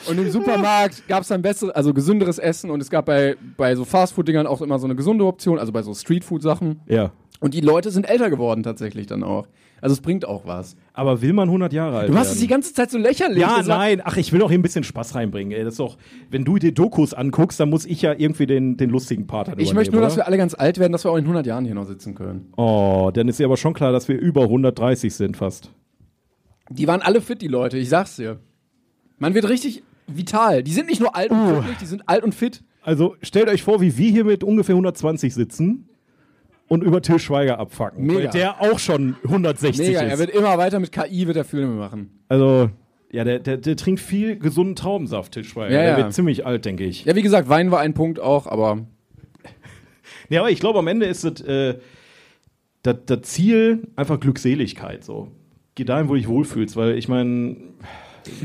Speaker 3: Und im Supermarkt gab es dann besseres, also gesünderes Essen und es gab bei, bei so Fastfood-Dingern auch immer so eine gesunde Option, also bei so Streetfood-Sachen.
Speaker 1: Ja.
Speaker 3: Und die Leute sind älter geworden tatsächlich dann auch. Also es bringt auch was.
Speaker 1: Aber will man 100 Jahre alt
Speaker 3: Du machst es
Speaker 1: werden?
Speaker 3: die ganze Zeit so lächerlich.
Speaker 1: Ja,
Speaker 3: Das war-
Speaker 1: nein, ach, ich will auch hier ein bisschen Spaß reinbringen. Ey, das ist doch, wenn du dir Dokus anguckst, dann muss ich ja irgendwie den, den lustigen Part dann
Speaker 3: Ich möchte nur, dass
Speaker 1: übernehmen,
Speaker 3: wir alle ganz alt werden, dass wir auch in 100 Jahren hier noch sitzen können.
Speaker 1: oder? Oh, dann ist ja aber schon klar, dass wir über 130 sind fast.
Speaker 3: Die waren alle fit, die Leute, ich sag's dir. Man wird richtig vital. Die sind nicht nur alt und glücklich, die sind alt und fit.
Speaker 1: Also stellt euch vor, wie wir hier mit ungefähr 120 sitzen und über Till Schweiger abfacken.
Speaker 3: Mega.
Speaker 1: Weil Der auch schon 160
Speaker 3: Mega,
Speaker 1: ist.
Speaker 3: er wird immer weiter mit KI, wird er Filme machen.
Speaker 1: also, ja, der, der, der trinkt viel gesunden Traubensaft, Till Schweiger.
Speaker 3: Ja,
Speaker 1: der
Speaker 3: ja.
Speaker 1: wird ziemlich alt, denke ich.
Speaker 3: Ja, wie gesagt, Wein war ein Punkt auch, aber
Speaker 1: Ja, aber ich glaube, am Ende ist das, äh, das, das Ziel einfach Glückseligkeit. So. Geh dahin, wo du dich wohlfühlst, weil ich meine,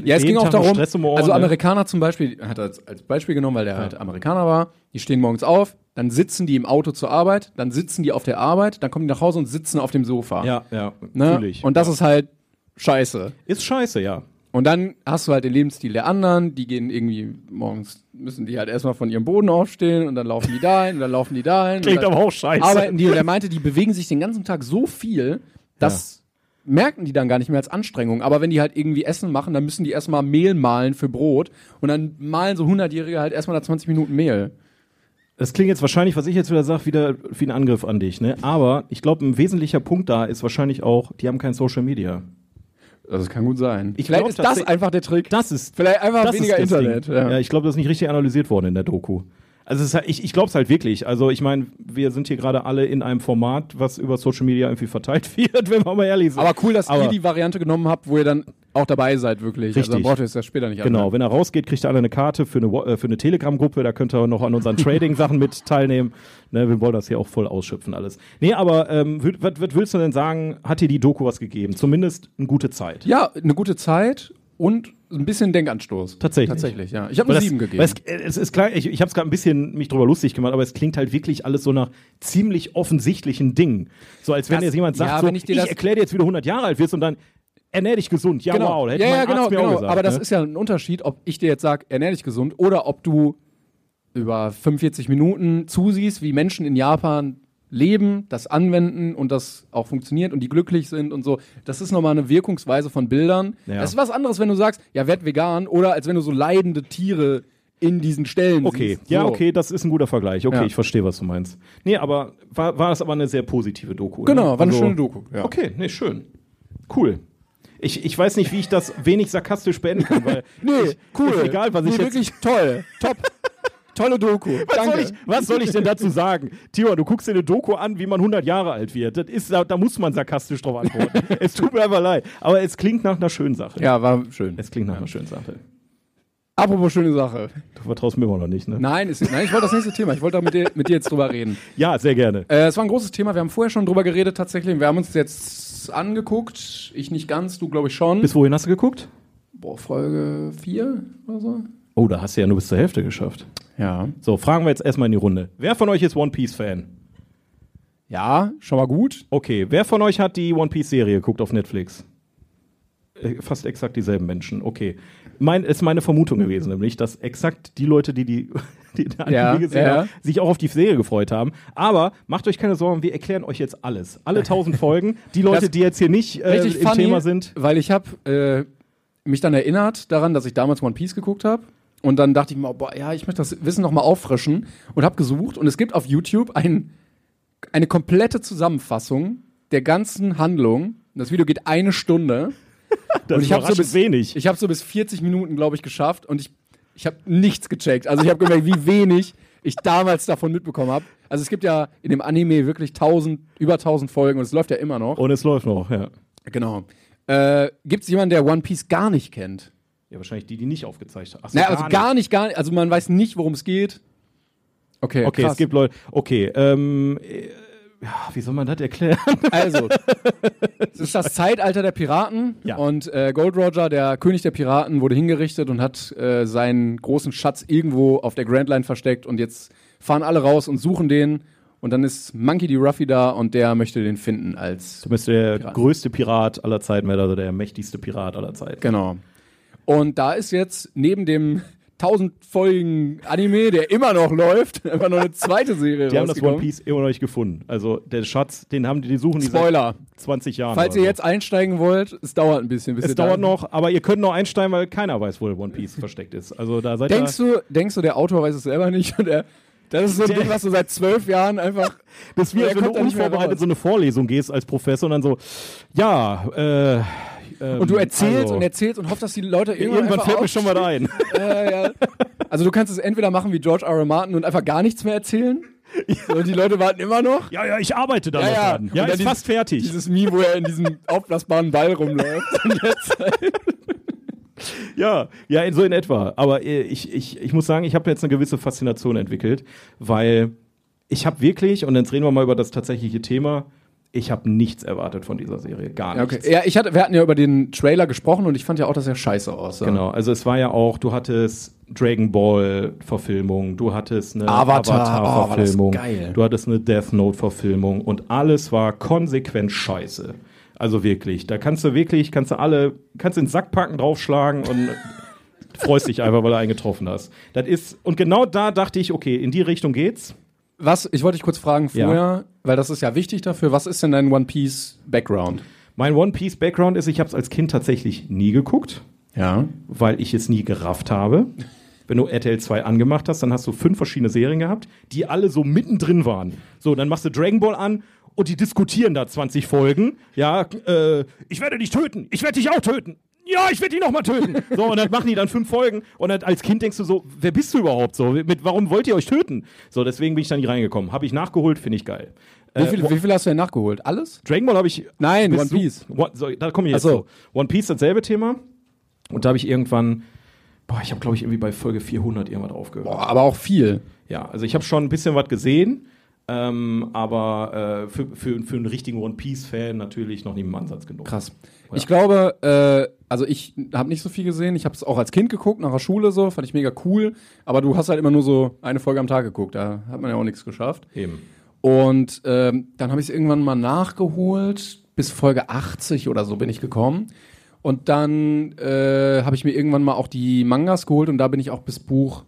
Speaker 3: ja, es
Speaker 1: Jeden
Speaker 3: ging auch
Speaker 1: Tag
Speaker 3: darum,
Speaker 1: Stress um die Ohren,
Speaker 3: also
Speaker 1: ne?
Speaker 3: Amerikaner zum Beispiel, hat er als, als Beispiel genommen, weil der halt Amerikaner war, die stehen morgens auf, dann sitzen die im Auto zur Arbeit, dann sitzen die auf der Arbeit, dann kommen die nach Hause und sitzen auf dem Sofa.
Speaker 1: ja, ja,
Speaker 3: ne?
Speaker 1: natürlich.
Speaker 3: Und das ist halt scheiße.
Speaker 1: ist scheiße, ja.
Speaker 3: Und dann hast du halt den Lebensstil der anderen, die gehen irgendwie morgens, müssen die halt erstmal von ihrem Boden aufstehen und dann laufen die dahin und dann laufen die dahin. und
Speaker 1: Klingt
Speaker 3: dann
Speaker 1: aber auch scheiße.
Speaker 3: Arbeiten die und er meinte, die bewegen sich den ganzen Tag so viel, dass merken die dann gar nicht mehr als Anstrengung. Aber wenn die halt irgendwie Essen machen, dann müssen die erstmal Mehl mahlen für Brot und dann malen so 100-Jährige halt erstmal da 20 Minuten Mehl.
Speaker 1: Das klingt jetzt wahrscheinlich, was ich jetzt wieder sage, wieder wie ein Angriff an dich, ne? Aber ich glaube, ein wesentlicher Punkt da ist wahrscheinlich auch, die haben kein Social Media.
Speaker 3: Also das kann gut sein.
Speaker 1: Ich
Speaker 3: Vielleicht
Speaker 1: glaub
Speaker 3: ist das
Speaker 1: tatsächlich-
Speaker 3: einfach der Trick.
Speaker 1: Das ist
Speaker 3: Vielleicht einfach
Speaker 1: das
Speaker 3: weniger
Speaker 1: ist das
Speaker 3: Internet.
Speaker 1: Ding.
Speaker 3: Ja.
Speaker 1: Ja. ich glaube, das ist nicht richtig analysiert worden in der Doku. Also es ist halt, ich, ich glaube es halt wirklich. Also ich meine, wir sind hier gerade alle in einem Format, was über Social Media irgendwie verteilt [laughs] wird, wenn wir mal ehrlich sind.
Speaker 3: Aber cool, dass
Speaker 1: Aber-
Speaker 3: ihr die Variante genommen habt, wo ihr dann auch dabei seid, wirklich. Also dann
Speaker 1: Richtig.
Speaker 3: braucht ihr es ja später nicht
Speaker 1: Genau, wenn er rausgeht, kriegt er alle eine Karte für eine, Wa- äh, für eine Telegram-Gruppe, da könnt ihr noch an
Speaker 3: [laughs]
Speaker 1: unseren Trading-Sachen mit teilnehmen. Ne, wir wollen das hier auch voll ausschöpfen alles. Nee, aber ähm, wür- was was willst du denn sagen, hat dir die Doku was gegeben? Zumindest eine gute Zeit.
Speaker 3: Ja, eine gute Zeit und ein bisschen Denkanstoß.
Speaker 1: Tatsächlich.
Speaker 3: Tatsächlich, ja. Ich habe
Speaker 1: Weil
Speaker 3: eine
Speaker 1: das-
Speaker 3: 7 gegeben.
Speaker 1: weil Es, äh, es ist klar, ich, ich habe es gerade ein bisschen mich drüber lustig gemacht, aber es klingt halt wirklich alles so nach ziemlich offensichtlichen Dingen. So als wenn
Speaker 3: Das-
Speaker 1: jetzt jemand sagt,
Speaker 3: ja,
Speaker 1: so,
Speaker 3: wenn ich
Speaker 1: ich,
Speaker 3: dir das-
Speaker 1: erkläre dir jetzt, wie du 100 Jahre alt wirst und dann ernähr dich gesund. Ja,
Speaker 3: genau.
Speaker 1: wow, da hätte
Speaker 3: ja,
Speaker 1: mein
Speaker 3: ja,
Speaker 1: Arzt
Speaker 3: genau,
Speaker 1: mir
Speaker 3: genau.
Speaker 1: auch gesagt.
Speaker 3: Aber das
Speaker 1: ne?
Speaker 3: ist ja ein Unterschied, ob ich dir jetzt sage, ernähr dich gesund oder ob du über 45 Minuten zusiehst, wie Menschen in Japan leben, das anwenden und das auch funktioniert und die glücklich sind und so. Das ist nochmal eine Wirkungsweise von Bildern.
Speaker 1: Ja.
Speaker 3: Das ist was anderes, wenn du sagst, ja, werd vegan oder als wenn du so leidende Tiere in diesen Stellen
Speaker 1: Okay,
Speaker 3: siehst.
Speaker 1: ja,
Speaker 3: so.
Speaker 1: okay, das ist ein guter Vergleich. Okay,
Speaker 3: Ja.
Speaker 1: ich verstehe, was du meinst. Nee, aber war, war das aber eine sehr positive Doku. ne?
Speaker 3: Genau, war eine
Speaker 1: Also-
Speaker 3: schöne Doku. Ja.
Speaker 1: Okay, nee, schön. Cool. Ich, ich weiß nicht, wie ich das wenig sarkastisch beenden kann, weil
Speaker 3: [laughs] Nee,
Speaker 1: ich,
Speaker 3: cool.
Speaker 1: ist egal, was
Speaker 3: nee,
Speaker 1: ich jetzt
Speaker 3: wirklich toll. Top. Tolle [laughs] Doku.
Speaker 1: Was
Speaker 3: Danke.
Speaker 1: soll, ich, was soll ich denn dazu sagen? Timon, du guckst dir eine Doku an, wie man 100 Jahre alt wird. Das ist, da, da muss man sarkastisch drauf antworten. [laughs] es tut mir einfach leid. Aber es klingt nach einer schönen Sache.
Speaker 3: Ja, war schön.
Speaker 1: Es klingt nach einer schönen Sache.
Speaker 3: Apropos schöne Sache.
Speaker 1: Du vertraust mir immer noch nicht, ne?
Speaker 3: Nein, ist, nein ich wollte das nächste Thema. Ich wollte da mit dir, mit dir jetzt drüber reden.
Speaker 1: Ja, sehr gerne.
Speaker 3: Äh, es war ein großes Thema. Wir haben vorher schon drüber geredet tatsächlich. Wir haben uns jetzt angeguckt. Ich nicht ganz, du glaube ich schon.
Speaker 1: Bis wohin hast du geguckt?
Speaker 3: Boah, Folge 4 oder so?
Speaker 1: Oh, da hast du ja nur bis zur Hälfte geschafft.
Speaker 3: Ja.
Speaker 1: So, fragen wir jetzt erstmal in die Runde. Wer von euch ist One Piece-Fan?
Speaker 3: Ja, schon mal gut.
Speaker 1: Okay, wer von euch hat die One Piece-Serie geguckt auf Netflix? Äh, Fast exakt dieselben Menschen, okay. Mein, ist meine Vermutung gewesen, nämlich, dass exakt die Leute, die [laughs] die, die den Anime
Speaker 3: Ja,
Speaker 1: gesehen
Speaker 3: ja.
Speaker 1: haben, sich auch auf die Serie gefreut haben. Aber macht euch keine Sorgen, wir erklären euch jetzt alles. Alle tausend Folgen. Die Leute,
Speaker 3: Das-
Speaker 1: die jetzt hier nicht äh, im
Speaker 3: Richtig funny,
Speaker 1: Thema sind,
Speaker 3: weil ich habe äh, mich dann erinnert daran, dass ich damals One Piece geguckt habe. Und dann dachte ich mir, boah, ja, ich möchte das Wissen nochmal auffrischen und habe gesucht. Und es gibt auf YouTube ein, eine komplette Zusammenfassung der ganzen Handlung. Das Video geht eine Stunde.
Speaker 1: das
Speaker 3: Und ich hab so
Speaker 1: überrascht
Speaker 3: bis-
Speaker 1: wenig.
Speaker 3: Ich habe so bis 40 Minuten, glaube ich, geschafft und ich, ich habe nichts gecheckt. Also ich habe gemerkt, wie wenig ich damals davon mitbekommen habe. Also es gibt ja in dem Anime wirklich 1000, über 1000 Folgen und es läuft ja immer noch.
Speaker 1: Und es läuft noch, ja.
Speaker 3: Genau. Äh, gibt es jemanden, der One Piece gar nicht kennt?
Speaker 1: Ja, wahrscheinlich die, die nicht aufgezeigt haben. Ach so,
Speaker 3: Naja, also gar nicht, gar nicht. Also man weiß nicht, worum es geht. Okay,
Speaker 1: Okay,
Speaker 3: krass.
Speaker 1: es gibt Leute. Okay, ähm, äh, ja, wie soll man das erklären? [laughs]
Speaker 3: Also, es ist das Zeitalter der Piraten
Speaker 1: Ja.
Speaker 3: und äh, Gold Roger, der König der Piraten, wurde hingerichtet und hat äh, seinen großen Schatz irgendwo auf der Grand Line versteckt und jetzt fahren alle raus und suchen den und dann ist Monkey D. Ruffy da und der möchte den finden als
Speaker 1: Zumindest der
Speaker 3: Pirat.
Speaker 1: größte Pirat aller Zeiten, wäre also der mächtigste Pirat aller Zeiten.
Speaker 3: genau. Und da ist jetzt neben dem tausendfolgigen Anime, der immer noch läuft, [laughs] immer noch eine zweite Serie
Speaker 1: Die haben das One
Speaker 3: rausgekommen.
Speaker 1: Piece immer noch nicht gefunden. Also der Schatz, den haben die, die suchen die
Speaker 3: Spoiler.
Speaker 1: seit 20 Jahren.
Speaker 3: Falls
Speaker 1: oder
Speaker 3: ihr
Speaker 1: so.
Speaker 3: jetzt einsteigen wollt, es dauert ein bisschen. Bis
Speaker 1: Es
Speaker 3: ihr da-
Speaker 1: dauert noch, aber ihr könnt noch einsteigen, weil keiner weiß, wo der One Piece versteckt ist. Also da seid
Speaker 3: Denkst du, denkst du, der Autor weiß es selber nicht? [laughs] Und er, das ist so ein
Speaker 1: Der-
Speaker 3: Ding, was du seit zwölf
Speaker 1: [laughs]
Speaker 3: Jahren einfach.
Speaker 1: du, dass wir
Speaker 3: der
Speaker 1: so eine
Speaker 3: kommt da nicht mehr
Speaker 1: unvorbereitet
Speaker 3: raus.
Speaker 1: so eine Vorlesung gehst als Professor und dann so, ja, äh, ähm,
Speaker 3: Und du erzählst
Speaker 1: also,
Speaker 3: und erzählst und hoffst, dass die Leute irgendwann.
Speaker 1: Irgendwann
Speaker 3: einfach
Speaker 1: fällt mir schon mal
Speaker 3: aufstehen.
Speaker 1: ein.
Speaker 3: Ja, ja. Also, du kannst es entweder machen wie George R. R. Martin und einfach gar nichts mehr erzählen.
Speaker 1: [laughs]
Speaker 3: So, Und die Leute warten immer noch.
Speaker 1: Ja, ja, ich arbeite da
Speaker 3: Ja,
Speaker 1: noch
Speaker 3: ja.
Speaker 1: dran.
Speaker 3: Und
Speaker 1: Ja,
Speaker 3: dann
Speaker 1: ist
Speaker 3: dieses-
Speaker 1: fast fertig.
Speaker 3: Dieses Meme, wo er in [laughs] diesem aufblasbaren Ball rumläuft. Und jetzt,
Speaker 1: Ja, ja, in- so in etwa. Aber äh, ich, ich, ich muss sagen, ich habe jetzt eine gewisse Faszination entwickelt, weil ich habe wirklich, und jetzt reden wir mal über das tatsächliche Thema, ich habe nichts erwartet von dieser Serie. Gar
Speaker 3: ja,
Speaker 1: nichts.
Speaker 3: okay. ja, ich hatte, wir hatten ja über den Trailer gesprochen und ich fand ja auch, dass er scheiße aussah.
Speaker 1: Genau, also es war ja auch, du hattest Dragon Ball Verfilmung, du hattest eine
Speaker 3: Avatar,
Speaker 1: Avatar Verfilmung,
Speaker 3: oh, war das geil.
Speaker 1: du hattest eine Death Note Verfilmung und alles war konsequent scheiße. Also wirklich, da kannst du wirklich, kannst du alle, kannst in den Sack packen, draufschlagen
Speaker 3: [laughs]
Speaker 1: und freust dich einfach, weil du einen getroffen hast. Das ist und genau da dachte ich, okay, in die Richtung geht's.
Speaker 3: Was, ich wollte dich kurz fragen
Speaker 1: Ja.
Speaker 3: vorher, weil das ist ja wichtig dafür. Was ist denn dein One Piece Background?
Speaker 1: Mein One Piece Background ist, ich habe es als Kind tatsächlich nie geguckt.
Speaker 3: Ja.
Speaker 1: weil ich es nie gerafft habe. Wenn du RTL 2 angemacht hast, dann hast du fünf verschiedene Serien gehabt, die alle so mittendrin waren. So, dann machst du Dragon Ball an und die diskutieren da 20 Folgen. Ja, äh, ich werde dich töten, ich werde dich auch töten. Ja, ich werde dich nochmal töten. So, und dann machen die dann fünf Folgen. Und dann als Kind denkst du so, wer bist du überhaupt so? Mit, warum wollt ihr euch töten? So, deswegen bin ich da nicht reingekommen. Habe ich nachgeholt, finde ich geil.
Speaker 3: Wie viel, wie viel hast du denn nachgeholt? Alles?
Speaker 1: Dragon Ball habe ich.
Speaker 3: Nein,
Speaker 1: bis
Speaker 3: One
Speaker 1: zu-
Speaker 3: Piece.
Speaker 1: One- so, da komme ich jetzt
Speaker 3: Ach so.
Speaker 1: zu. One Piece, dasselbe Thema. Und da habe ich irgendwann. Boah, ich habe, glaube ich, irgendwie bei Folge 400 irgendwas aufgehört.
Speaker 3: Boah, aber auch viel.
Speaker 1: Ja, also ich habe schon ein bisschen was gesehen. Ähm, aber äh, für, für, für einen richtigen One Piece-Fan natürlich noch nicht im Ansatz genug.
Speaker 3: Krass. Ich glaube, äh, also ich habe nicht so viel gesehen. Ich habe es auch als Kind geguckt, nach der Schule so, fand ich mega cool. Aber du hast halt immer nur so eine Folge am Tag geguckt. Da hat man ja auch nichts geschafft.
Speaker 1: Eben.
Speaker 3: Und ähm, dann habe ich es irgendwann mal nachgeholt. Bis Folge 80 oder so bin ich gekommen. Und dann äh, habe ich mir irgendwann mal auch die Mangas geholt und da bin ich auch bis Buch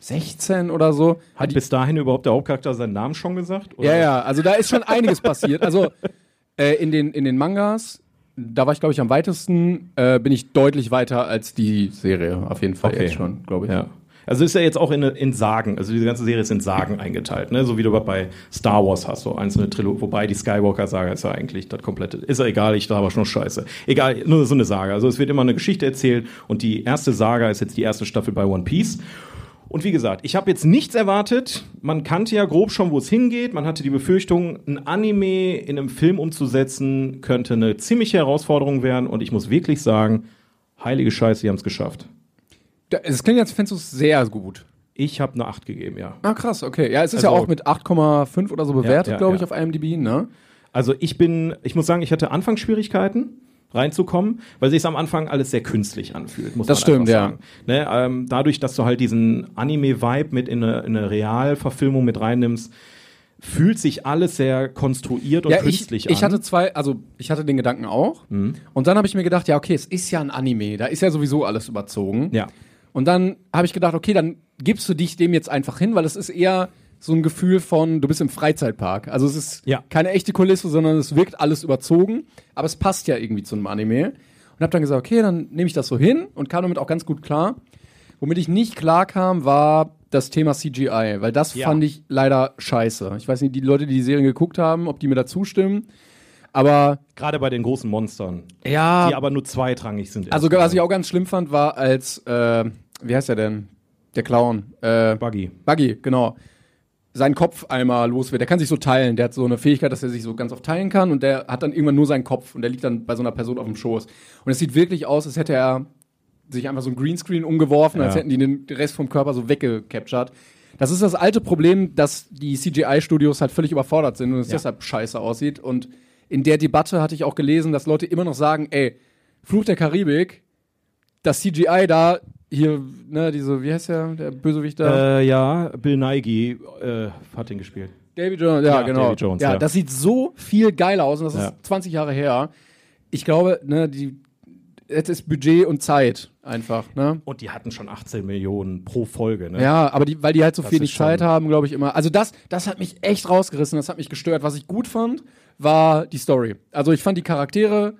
Speaker 3: 16 oder so.
Speaker 1: Hat bis dahin überhaupt der Hauptcharakter seinen Namen schon gesagt? Oder? [laughs]
Speaker 3: Ja, ja, also da ist schon einiges passiert. Also äh, in, den, in den Mangas, da war ich, glaube ich, am weitesten, äh, bin ich deutlich weiter als die Serie, auf jeden Fall
Speaker 1: Okay.
Speaker 3: jetzt schon, glaube ich.
Speaker 1: Ja. Also ist ja jetzt auch in, in Sagen, also diese ganze Serie ist in Sagen eingeteilt, ne? so wie du bei Star Wars hast, so einzelne Trilogien, wobei die Skywalker-Saga ist ja eigentlich das komplette, ist ja egal, ich laber schon scheiße. Egal, nur so eine Saga, also es wird immer eine Geschichte erzählt und die erste Saga ist jetzt die erste Staffel bei One Piece und wie gesagt, ich habe jetzt nichts erwartet. Man kannte ja grob schon, wo es hingeht. Man hatte die Befürchtung, ein Anime in einem Film umzusetzen, könnte eine ziemliche Herausforderung werden. Und ich muss wirklich sagen, heilige Scheiße, die haben es geschafft.
Speaker 3: Da- Es klingt, als fändest du es sehr gut.
Speaker 1: Ich habe eine 8 gegeben, ja.
Speaker 3: Ah, krass, okay. Ja, es ist
Speaker 1: Also-
Speaker 3: ja auch mit 8,5 oder so bewertet,
Speaker 1: ja,
Speaker 3: glaube
Speaker 1: ja.
Speaker 3: ich, auf IMDb, ne?
Speaker 1: Also ich bin, ich muss sagen, ich hatte Anfangsschwierigkeiten reinzukommen, weil sich am Anfang alles sehr künstlich anfühlt, muss
Speaker 3: Das
Speaker 1: man
Speaker 3: stimmt, ja.
Speaker 1: einfach sagen. Ne, ähm, dadurch, dass du halt diesen Anime-Vibe mit in eine, in eine Realverfilmung mit reinnimmst, fühlt sich alles sehr konstruiert und
Speaker 3: Ja, ich,
Speaker 1: künstlich an. Mhm.
Speaker 3: ich hatte zwei, also ich hatte den Gedanken auch. Und dann habe ich mir gedacht, ja, okay, es ist ja ein Anime, da ist ja sowieso alles überzogen.
Speaker 1: ja.
Speaker 3: Und dann habe ich gedacht, okay, dann gibst du dich dem jetzt einfach hin, weil es ist eher so ein Gefühl von, du bist im Freizeitpark. Also es ist
Speaker 1: Ja.
Speaker 3: keine echte Kulisse, sondern es wirkt alles überzogen, aber es passt ja irgendwie zu einem Anime. Und habe dann gesagt, okay, dann nehme ich das so hin und kam damit auch ganz gut klar. Womit ich nicht klar kam, war das Thema CGI, weil das
Speaker 1: Ja.
Speaker 3: fand ich leider scheiße. Ich weiß nicht, die Leute, die die Serien geguckt haben, ob die mir da zustimmen. Aber
Speaker 1: Gerade bei den großen Monstern,
Speaker 3: ja,
Speaker 1: die aber nur zweitrangig sind.
Speaker 3: Ah. also
Speaker 1: erstmal.
Speaker 3: was ich auch ganz schlimm fand, war als, äh, wie heißt er denn? Der Clown. Äh,
Speaker 1: Buggy.
Speaker 3: Buggy, genau. Sein Kopf einmal los wird. Der kann sich so teilen. Der hat so eine Fähigkeit, dass er sich so ganz oft teilen kann und der hat dann irgendwann nur seinen Kopf und der liegt dann bei so einer Person auf dem Schoß. Und es sieht wirklich aus, als hätte er sich einfach so ein Greenscreen umgeworfen, als
Speaker 1: Ja.
Speaker 3: hätten die den Rest vom Körper so weggecaptured. Das ist das alte Problem, dass die CGI-Studios halt völlig überfordert sind und es deshalb scheiße aussieht. Und in der Debatte hatte ich auch gelesen, dass Leute immer noch sagen, ey, Fluch der Karibik, das CGI da, hier, ne, diese, wie heißt der, der Bösewicht da?
Speaker 1: Äh, ja, Bill Nighy äh, hat den gespielt.
Speaker 3: David Jones, ja,
Speaker 1: Ja,
Speaker 3: genau.
Speaker 1: Davy Jones,
Speaker 3: ja,
Speaker 1: ja.
Speaker 3: das sieht so viel geiler aus und das
Speaker 1: Ja.
Speaker 3: ist 20 Jahre her. Ich glaube, ne, die, jetzt ist Budget und Zeit einfach, ne?
Speaker 1: Und die hatten schon 18 Millionen pro Folge. Ne?
Speaker 3: Ja, aber die, weil die halt so
Speaker 1: ist
Speaker 3: wenig
Speaker 1: schon-
Speaker 3: Zeit haben, glaube ich immer. Also das, das hat mich echt rausgerissen, das hat mich gestört. Was ich gut fand, war die Story. Also ich fand die Charaktere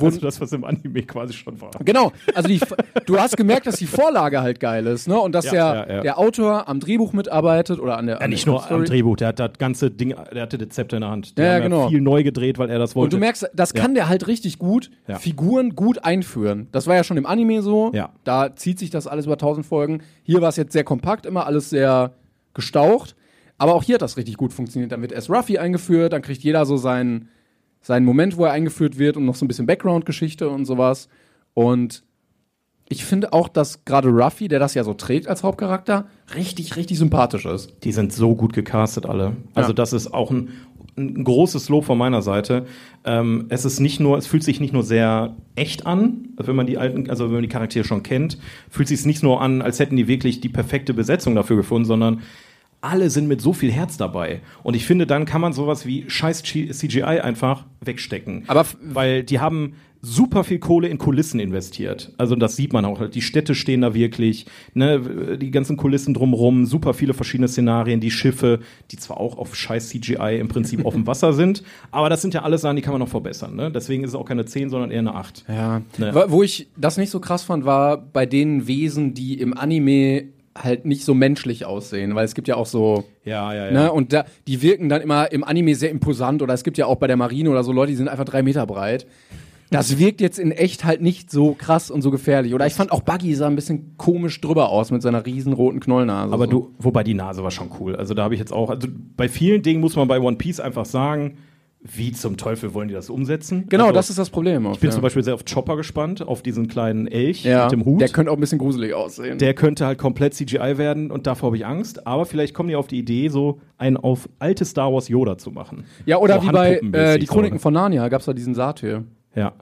Speaker 1: Also das, was im Anime quasi schon war.
Speaker 3: Genau, also die, [laughs] du hast gemerkt, dass die Vorlage halt geil ist, ne? Und dass
Speaker 1: Ja,
Speaker 3: der,
Speaker 1: ja, ja.
Speaker 3: der Autor am Drehbuch mitarbeitet oder an der.
Speaker 1: Ja,
Speaker 3: an
Speaker 1: nicht
Speaker 3: der
Speaker 1: nur am
Speaker 3: Story.
Speaker 1: Drehbuch, der hat das ganze Ding, der hatte das Zepter in der Hand. Der
Speaker 3: Ja,
Speaker 1: haben
Speaker 3: ja, genau.
Speaker 1: viel neu gedreht, weil er das wollte.
Speaker 3: Und du merkst, das kann der halt richtig gut,
Speaker 1: Ja.
Speaker 3: Figuren gut einführen. Das war ja schon im Anime so.
Speaker 1: Ja.
Speaker 3: Da zieht sich das alles über tausend Folgen. Hier war es jetzt sehr kompakt, immer alles sehr gestaucht. Aber auch hier hat das richtig gut funktioniert. Dann wird erst Ruffy eingeführt, dann kriegt jeder so seinen, seinen Moment, wo er eingeführt wird und noch so ein bisschen Background-Geschichte und sowas. Und ich finde auch, dass gerade Ruffy, der das ja so trägt als Hauptcharakter, richtig, richtig sympathisch ist.
Speaker 1: die sind so gut gecastet alle. Also
Speaker 3: Ja.
Speaker 1: das ist auch ein, ein großes Lob von meiner Seite. Ähm, es ist nicht nur, es fühlt sich nicht nur sehr echt an, wenn man die alten, also wenn man die Charaktere schon kennt, fühlt sich es nicht nur an, als hätten die wirklich die perfekte Besetzung dafür gefunden, sondern alle sind mit so viel Herz dabei. Und ich finde, dann kann man sowas wie scheiß G- CGI einfach wegstecken.
Speaker 3: Aber f-
Speaker 1: weil die haben super viel Kohle in Kulissen investiert. Also das sieht man auch. halt. Die Städte stehen da wirklich, ne, die ganzen Kulissen drumrum, super viele verschiedene Szenarien, die Schiffe, die zwar auch auf scheiß CGI im Prinzip
Speaker 3: [laughs]
Speaker 1: auf dem Wasser sind, aber das sind ja alles Sachen, die kann man noch verbessern. Ne? Deswegen ist es auch keine 10, sondern eher eine 8.
Speaker 3: Ja.
Speaker 1: Ne.
Speaker 3: Wa- Wo ich das nicht so krass fand, war bei den Wesen, die im Anime halt nicht so menschlich aussehen, weil es gibt ja auch so,
Speaker 1: Ja, ja, ja.
Speaker 3: ne, und da, die wirken dann immer im Anime sehr imposant oder es gibt ja auch bei der Marine oder so Leute, die sind einfach drei Meter breit. Das wirkt jetzt in echt halt nicht so krass und so gefährlich. Oder ich fand auch Buggy sah ein bisschen komisch drüber aus mit seiner riesen roten Knollnase.
Speaker 1: Aber
Speaker 3: so.
Speaker 1: du, wobei die Nase war schon cool. Also da habe ich jetzt auch, also bei vielen Dingen muss man bei One Piece einfach sagen, wie zum Teufel wollen die das umsetzen?
Speaker 3: Genau,
Speaker 1: also,
Speaker 3: das ist das Problem.
Speaker 1: Ich bin zum Beispiel sehr auf Chopper gespannt, auf diesen kleinen Elch
Speaker 3: ja,
Speaker 1: mit dem Hut.
Speaker 3: Der könnte auch ein bisschen gruselig aussehen.
Speaker 1: der könnte halt komplett CGI werden und davor habe ich Angst. Aber vielleicht kommen die auf die Idee, so einen auf alte Star Wars Yoda zu machen.
Speaker 3: ja, oder
Speaker 1: so
Speaker 3: wie bei äh,
Speaker 1: handpuppenmäßig,
Speaker 3: die Chroniken
Speaker 1: so,
Speaker 3: von Narnia gab's da diesen Satyr.
Speaker 1: ne? Ja.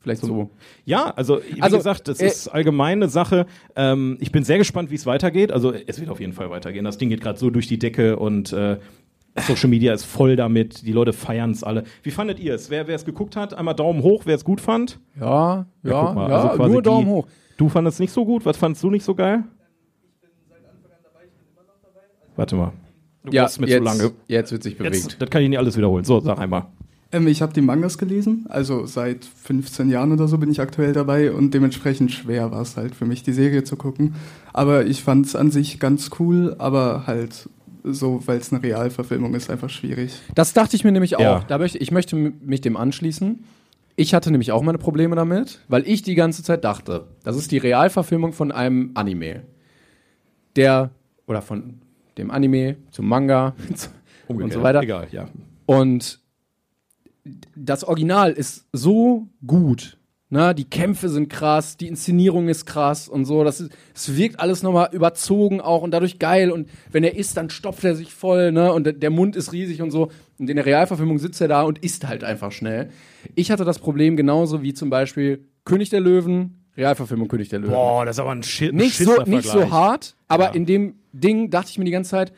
Speaker 3: Vielleicht so.
Speaker 1: Ja, also wie
Speaker 3: Also,
Speaker 1: gesagt, das
Speaker 3: äh,
Speaker 1: ist allgemeine Sache. Ähm, ich bin sehr gespannt, wie es weitergeht. Also es wird auf jeden Fall weitergehen. Das Ding geht gerade so durch die Decke und äh, Social Media ist voll damit. Die Leute feiern es alle. Wie fandet ihr es? Wer wer es geguckt hat, einmal Daumen hoch, wer es gut fand.
Speaker 3: Ja, ja, ja,
Speaker 1: Guck mal, also quasi
Speaker 3: nur
Speaker 1: die-
Speaker 3: Daumen hoch.
Speaker 1: Du fandest es nicht so gut. Was fandest du nicht so geil? Warte mal. Du
Speaker 3: Ja,
Speaker 1: warst mir
Speaker 3: jetzt,
Speaker 1: zu lange.
Speaker 3: jetzt wird sich bewegt.
Speaker 1: Jetzt, das kann ich nicht alles wiederholen. So, sag einmal.
Speaker 6: Ähm, ich habe die Mangas gelesen, also seit 15 Jahren oder so bin ich aktuell dabei und dementsprechend schwer war es halt für mich, die Serie zu gucken. Aber ich fand es an sich ganz cool, aber halt so, weil es eine Realverfilmung ist, einfach schwierig.
Speaker 3: Das dachte ich mir nämlich auch.
Speaker 1: Ja.
Speaker 3: Da möchte, ich möchte m- mich dem anschließen. Ich hatte nämlich auch meine Probleme damit, weil ich die ganze Zeit dachte, das ist die Realverfilmung von einem Anime. Der, oder von dem Anime zum Manga und so weiter.
Speaker 1: Egal, ja.
Speaker 3: Und das Original ist so gut, Na, die Kämpfe sind krass, die Inszenierung ist krass und so. Das, ist, es wirkt alles nochmal überzogen auch und dadurch geil. Und wenn er isst, dann stopft er sich voll, ne? Und der- der Mund ist riesig und so. Und in der Realverfilmung sitzt er da und isst halt einfach schnell. Ich hatte das Problem genauso wie zum Beispiel König der Löwen, Realverfilmung König der Löwen
Speaker 1: Boah, das ist aber ein Shit.
Speaker 3: nicht
Speaker 1: ein
Speaker 3: so,
Speaker 1: Schissner
Speaker 3: nicht so
Speaker 1: Vergleich.
Speaker 3: hart, aber in dem Ding dachte ich mir die ganze Zeit,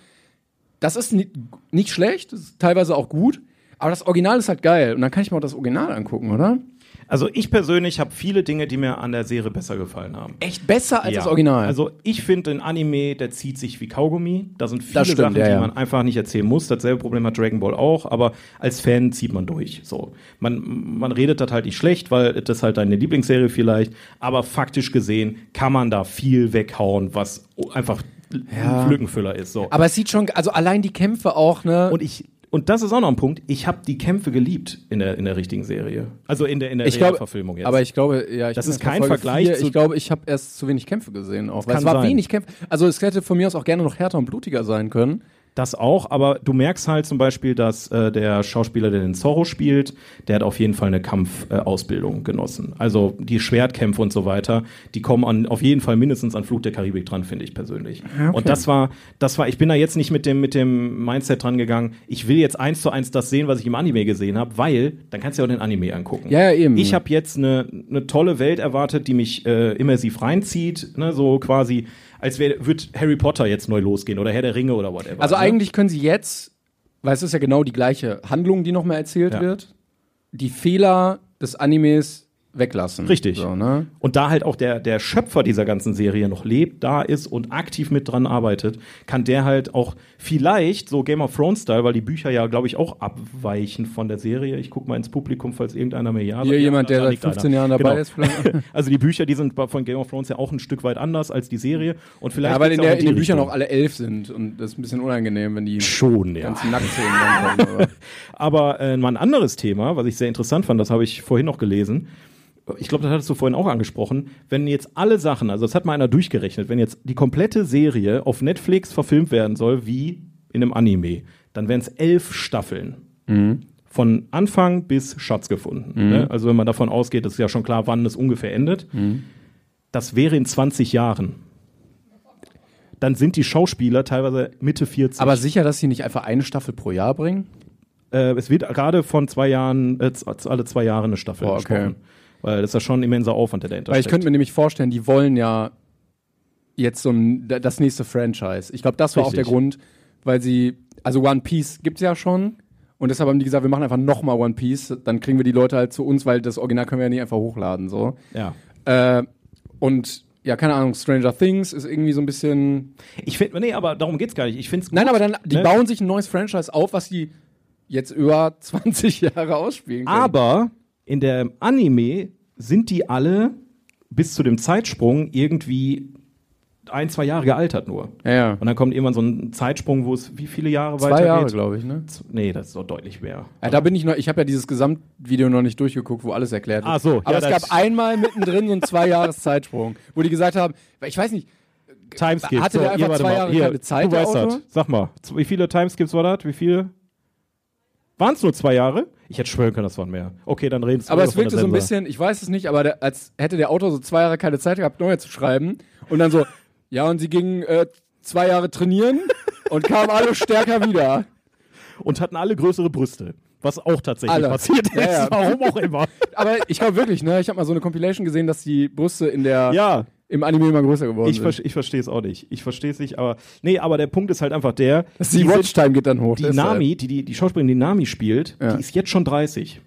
Speaker 3: das ist ni nicht schlecht, das ist teilweise auch gut, aber das Original ist halt geil. Und dann kann ich mir auch das Original angucken, oder?
Speaker 8: Also ich persönlich habe viele Dinge, die mir an der Serie besser gefallen haben.
Speaker 3: Echt besser als
Speaker 8: Ja.
Speaker 3: das Original.
Speaker 8: Also ich finde den Anime, der zieht sich wie Kaugummi. Da sind viele
Speaker 3: Das stimmt,
Speaker 8: Sachen,
Speaker 3: ja, ja.
Speaker 8: die man einfach nicht erzählen muss. Dasselbe Problem hat Dragon Ball auch, aber als Fan zieht man durch. So, man, man redet das halt nicht schlecht, weil das ist halt deine Lieblingsserie vielleicht. Aber faktisch gesehen kann man da viel weghauen, was einfach ein Lückenfüller ist. So.
Speaker 3: aber es sieht schon, also allein die Kämpfe auch, ne?
Speaker 8: und ich und das ist auch noch ein Punkt. Ich habe die Kämpfe geliebt in der in der richtigen Serie. Also in der in der
Speaker 3: ich glaube,
Speaker 8: Realverfilmung jetzt.
Speaker 3: aber ich glaube, ja, ich
Speaker 1: Das
Speaker 3: bin
Speaker 1: ist
Speaker 3: erst bei
Speaker 1: kein
Speaker 3: Folge
Speaker 1: Vergleich
Speaker 3: vier.
Speaker 1: zu-
Speaker 3: Ich glaube, ich habe erst zu wenig Kämpfe gesehen auch. Weil
Speaker 1: kann
Speaker 3: es war
Speaker 1: sein.
Speaker 3: wenig Kämpfe. Also es hätte von mir aus auch gerne noch härter und blutiger sein können.
Speaker 1: Das auch, aber du merkst halt zum Beispiel, dass äh, der Schauspieler, der den Zorro spielt, der hat auf jeden Fall eine Kampfausbildung äh, Ausbildung genossen. Also die Schwertkämpfe und so weiter, die kommen an, auf jeden Fall mindestens an Flug der Karibik dran, finde ich persönlich. Und das war, das war, ich bin da jetzt nicht mit dem, mit dem Mindset dran gegangen, ich will jetzt eins zu eins das sehen, was ich im Anime gesehen habe, weil dann kannst du ja auch den Anime angucken.
Speaker 3: Ja, ja, eben.
Speaker 1: Ich habe jetzt eine, eine tolle Welt erwartet, die mich äh, immersiv reinzieht, ne, so quasi, als wäre wird Harry Potter jetzt neu losgehen oder Herr der Ringe oder whatever.
Speaker 3: Also
Speaker 1: ne?
Speaker 3: eigentlich können sie jetzt, weil es ist ja genau die gleiche Handlung, die nochmal erzählt
Speaker 1: Ja.
Speaker 3: wird, die Fehler des Animes weglassen.
Speaker 1: Richtig.
Speaker 3: So, ne?
Speaker 1: Und da halt auch der, der Schöpfer dieser ganzen Serie noch lebt, da ist und aktiv mit dran arbeitet, kann der halt auch vielleicht so Game of Thrones-Style, weil die Bücher ja, glaube ich, auch abweichen von der Serie. Ich gucke mal ins Publikum, falls irgendeiner mir ja sagt.
Speaker 3: Hier
Speaker 1: Ja,
Speaker 3: jemand,
Speaker 1: da-
Speaker 3: der
Speaker 1: da
Speaker 3: seit
Speaker 1: nickt einer.
Speaker 3: 15 Jahren dabei
Speaker 1: Genau.
Speaker 3: ist. Vielleicht.
Speaker 1: [laughs] Also die Bücher, die sind von Game of Thrones ja auch ein Stück weit anders als die Serie. Und vielleicht
Speaker 3: ja, weil in,
Speaker 1: geht's auch
Speaker 3: der, in den Büchern
Speaker 1: Richtung.
Speaker 3: auch alle elf sind und das ist ein bisschen unangenehm, wenn die
Speaker 1: schon, ja.
Speaker 3: ganzen Nacktszenen dann [laughs] kommen. Aber.
Speaker 1: Aber äh, mal ein anderes Thema, was ich sehr interessant fand, das habe ich vorhin noch gelesen. Ich glaube, das hattest du vorhin auch angesprochen. Wenn jetzt alle Sachen, also das hat mal einer durchgerechnet, wenn jetzt die komplette Serie auf Netflix verfilmt werden soll, wie in einem Anime, dann wären es elf Staffeln. Von Anfang bis Schatz gefunden. Ne? Also wenn man davon ausgeht, ist ja schon klar, wann es ungefähr endet. Das wäre in 20 Jahren. Dann sind die Schauspieler teilweise Mitte 40.
Speaker 3: aber sicher, dass sie nicht einfach eine Staffel pro Jahr bringen?
Speaker 1: Äh, es wird gerade von zwei Jahren, äh, z- alle zwei Jahre eine Staffel
Speaker 3: Oh, okay.
Speaker 1: gesprochen. Weil das ist ja schon ein immenser Aufwand, der dahinter
Speaker 3: Weil ich
Speaker 1: steckt.
Speaker 3: könnte mir nämlich vorstellen, die wollen ja jetzt so ein, da- das nächste Franchise. Ich glaube, das war auch
Speaker 1: Richtig.
Speaker 3: der Grund, weil sie, also One Piece gibt's ja schon. Und deshalb haben die gesagt, wir machen einfach nochmal One Piece, dann kriegen wir die Leute halt zu uns, weil das Original können wir ja nicht einfach hochladen. So.
Speaker 1: ja.
Speaker 3: Äh, und ja, keine Ahnung, Stranger Things ist irgendwie so ein bisschen.
Speaker 1: Ich finde, nee, aber darum geht's gar nicht. Ich finde es
Speaker 3: Nein, aber dann, die
Speaker 1: Ne?
Speaker 3: bauen sich ein neues Franchise auf, was die jetzt über [laughs] 20 Jahre ausspielen können.
Speaker 1: Aber in der Anime sind die alle bis zu dem Zeitsprung irgendwie ein, zwei Jahre gealtert nur.
Speaker 3: Ja, ja.
Speaker 1: Und dann kommt irgendwann so ein Zeitsprung, wo es wie viele Jahre
Speaker 3: Zwei
Speaker 1: weitergeht?
Speaker 3: Jahre, glaube ich, ne?
Speaker 1: Z- Nee, das ist doch deutlich mehr.
Speaker 3: Ja, da bin ich noch, ich habe ja dieses Gesamtvideo noch nicht durchgeguckt, wo alles erklärt wird.
Speaker 1: Ach Ah, so,
Speaker 3: Aber
Speaker 1: ja,
Speaker 3: es
Speaker 1: das-
Speaker 3: gab einmal mittendrin so einen Zwei-Jahres-Zeitsprung, wo die gesagt haben, ich weiß nicht,
Speaker 1: Timeskip.
Speaker 3: Hatte der einfach
Speaker 1: hier, warte
Speaker 3: zwei
Speaker 1: mal.
Speaker 3: Jahre
Speaker 1: hier,
Speaker 3: keine Zeit,
Speaker 1: Du
Speaker 3: der
Speaker 1: weißt das.
Speaker 3: Autor?
Speaker 1: Sag mal, z- wie viele Timeskips war das? Wie viele? Waren es nur zwei Jahre? Ich hätte schwören können, das waren mehr. Okay, dann reden
Speaker 3: aber es wirkte so ein bisschen, ich weiß es nicht, aber der, als hätte der Autor so zwei Jahre keine Zeit gehabt, neue zu schreiben. Und dann so, ja, und sie gingen äh, zwei Jahre trainieren und kamen alle stärker wieder.
Speaker 1: Und hatten alle größere Brüste. Was auch tatsächlich
Speaker 3: Alle.
Speaker 1: passiert ist.
Speaker 3: Ja, ja.
Speaker 1: Warum auch
Speaker 3: [laughs]
Speaker 1: immer.
Speaker 3: Aber ich glaube wirklich, ne, ich habe mal so eine Compilation gesehen, dass die Brüste in der,
Speaker 1: ja,
Speaker 3: im Anime immer größer geworden
Speaker 1: ich,
Speaker 3: sind.
Speaker 1: verste- ich verstehe es auch nicht. Ich verstehe es nicht, aber. Nee, aber der Punkt ist halt einfach der.
Speaker 3: Dass die
Speaker 1: diese-
Speaker 3: Watchtime geht dann hoch.
Speaker 1: die
Speaker 3: deshalb.
Speaker 1: Nami, die, die, die Schauspielerin, die Nami spielt,
Speaker 3: Ja.
Speaker 1: die ist jetzt schon 30.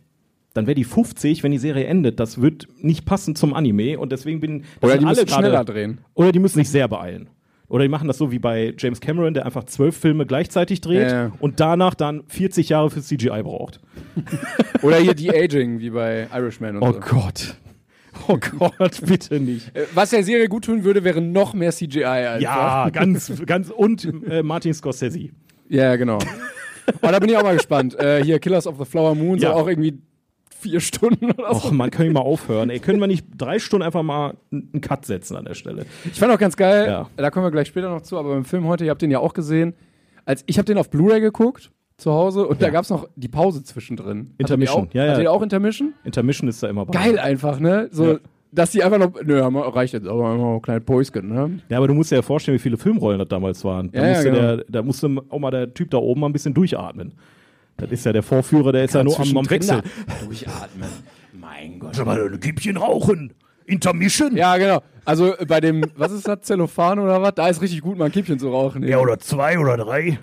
Speaker 1: Dann wäre die 50, wenn die Serie endet. Das wird nicht passen zum Anime und deswegen bin das
Speaker 3: Oder
Speaker 1: sind
Speaker 3: die müssen
Speaker 1: gerade-
Speaker 3: schneller drehen.
Speaker 1: Oder die müssen sich sehr beeilen. Oder die machen das so wie bei James Cameron, der einfach zwölf Filme gleichzeitig dreht
Speaker 3: Ja, ja.
Speaker 1: und danach dann 40 Jahre für CGI braucht.
Speaker 3: Oder hier die Aging, wie bei Irishman und
Speaker 1: Oh
Speaker 3: so.
Speaker 1: Gott. [laughs] Oh Gott, bitte nicht.
Speaker 3: Äh, Was der Serie gut tun würde, wäre noch mehr CGI. Einfach.
Speaker 1: Ja, ganz, ganz. Und äh, Martin Scorsese.
Speaker 3: Ja, genau. Aber da bin ich auch mal gespannt. Äh, hier, Killers of the Flower Moon
Speaker 1: Ja.
Speaker 3: soll auch irgendwie vier Stunden oder so.
Speaker 1: Och, man, können wir mal aufhören. Ey, können wir nicht drei Stunden einfach mal einen Cut setzen an der Stelle?
Speaker 3: Ich fand auch ganz geil,
Speaker 1: Ja.
Speaker 3: da kommen wir gleich später noch zu, aber beim Film heute, ihr habt den ja auch gesehen. Als ich habe den auf Blu-ray geguckt zu Hause und da gab es noch die Pause zwischendrin. Hattet ihr
Speaker 1: Intermission,
Speaker 3: auch,
Speaker 1: ja, ja.
Speaker 3: Hattet ihr auch Intermission?
Speaker 1: Intermission ist da immer bei.
Speaker 3: Geil einfach, ne? So,
Speaker 1: Ja.
Speaker 3: dass die einfach noch, nö, haben wir- reicht jetzt, aber haben wir noch ein kleines Päuschen, ne?
Speaker 1: Ja, aber du musst dir ja vorstellen, wie viele Filmrollen das damals waren. Da,
Speaker 3: Ja, ja,
Speaker 1: musste,
Speaker 3: genau.
Speaker 1: der, da musste auch mal der Typ da oben mal ein bisschen durchatmen. Das ist ja der Vorführer, der ist ja nur am, am Wechsel. [laughs]
Speaker 3: Durchatmen. Mein Gott.
Speaker 1: Mal ein Kippchen rauchen. Intermission.
Speaker 3: Ja, genau. Also äh, bei dem, was ist das, Zellophan oder was? Da ist richtig gut, mal ein Kippchen zu rauchen. Ja,
Speaker 1: oder zwei oder drei.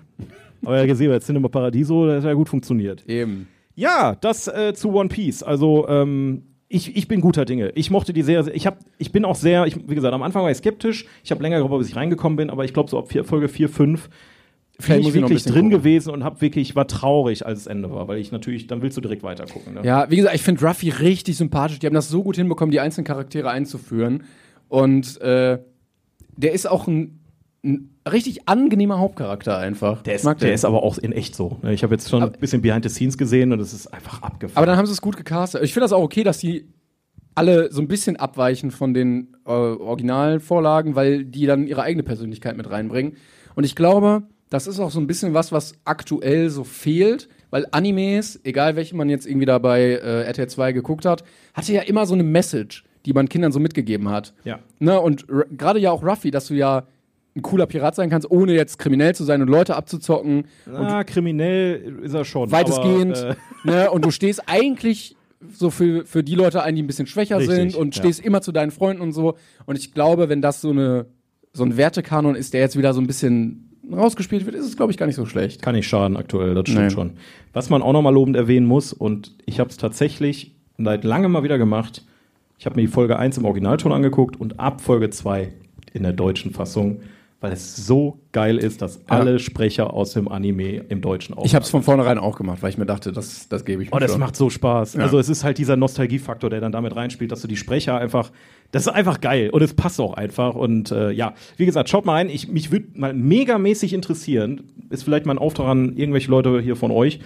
Speaker 1: Aber ja, gesehen, bei Cinema Paradiso, das hat ja gut funktioniert.
Speaker 3: Eben.
Speaker 1: Ja, das äh, zu One Piece. Also, ähm, ich, ich bin guter Dinge. Ich mochte die Serie. Ich, hab, ich bin auch sehr, ich, wie gesagt, am Anfang war ich skeptisch. Ich habe länger gebraucht, bis ich reingekommen bin, aber ich glaube, so ab vier, Folge 4, 5 bin ich
Speaker 3: muss ich noch ein
Speaker 1: wirklich
Speaker 3: bisschen
Speaker 1: drin
Speaker 3: gucken.
Speaker 1: gewesen und hab wirklich, war traurig, als es Ende war, weil ich natürlich, dann willst du direkt weitergucken. Ne?
Speaker 3: Ja, wie gesagt, ich finde Ruffy richtig sympathisch. Die haben das so gut hinbekommen, die einzelnen Charaktere einzuführen. Und äh, der ist auch ein, ein richtig angenehmer Hauptcharakter einfach.
Speaker 1: Der, ist,
Speaker 3: Ich mag
Speaker 1: der
Speaker 3: den.
Speaker 1: ist aber auch in echt so. ne? Ich habe jetzt schon ein bisschen behind the scenes gesehen und es ist einfach abgefahren.
Speaker 3: Aber dann haben sie es gut gecastet. Ich finde das auch okay, dass die alle so ein bisschen abweichen von den äh, Originalvorlagen, weil die dann ihre eigene Persönlichkeit mit reinbringen. Und ich glaube, das ist auch so ein bisschen was, was aktuell so fehlt, weil Animes, egal welche man jetzt irgendwie da bei äh, RTL 2 geguckt hat, hatte ja immer so eine Message, die man Kindern so mitgegeben hat.
Speaker 1: Ja.
Speaker 3: Ne? Und r- gerade ja auch Ruffy, dass du ja ein cooler Pirat sein kannst, ohne jetzt kriminell zu sein und Leute abzuzocken
Speaker 1: ah, kriminell ist er schon.
Speaker 3: weitestgehend.
Speaker 1: Aber, äh,
Speaker 3: ne? Und du stehst eigentlich so für, für die Leute ein, die ein bisschen schwächer
Speaker 1: Richtig,
Speaker 3: sind und
Speaker 1: ja.
Speaker 3: stehst immer zu deinen Freunden und so. Und ich glaube, wenn das so, eine, so ein Wertekanon ist, der jetzt wieder so ein bisschen rausgespielt wird, ist es, glaube ich, gar nicht so schlecht.
Speaker 1: Kann nicht schaden aktuell, das stimmt
Speaker 3: Nee.
Speaker 1: schon. Was man auch nochmal lobend erwähnen muss, und ich habe es tatsächlich seit langem mal wieder gemacht, ich habe mir die Folge 1 im Originalton angeguckt und ab Folge 2 in der deutschen Fassung, weil es so geil ist, dass alle Sprecher aus dem Anime im Deutschen auch.
Speaker 3: Ich habe es von vornherein auch gemacht, weil ich mir dachte, das, das gebe ich mir.
Speaker 1: Oh, das
Speaker 3: schon.
Speaker 1: macht so Spaß. Also es ist halt dieser Nostalgiefaktor, der dann damit reinspielt, dass du die Sprecher einfach, das ist einfach geil und es passt auch einfach und äh, ja, wie gesagt, schaut mal ein, ich, mich würde mal megamäßig interessieren, ist vielleicht mal ein Auftrag an irgendwelche Leute hier von euch,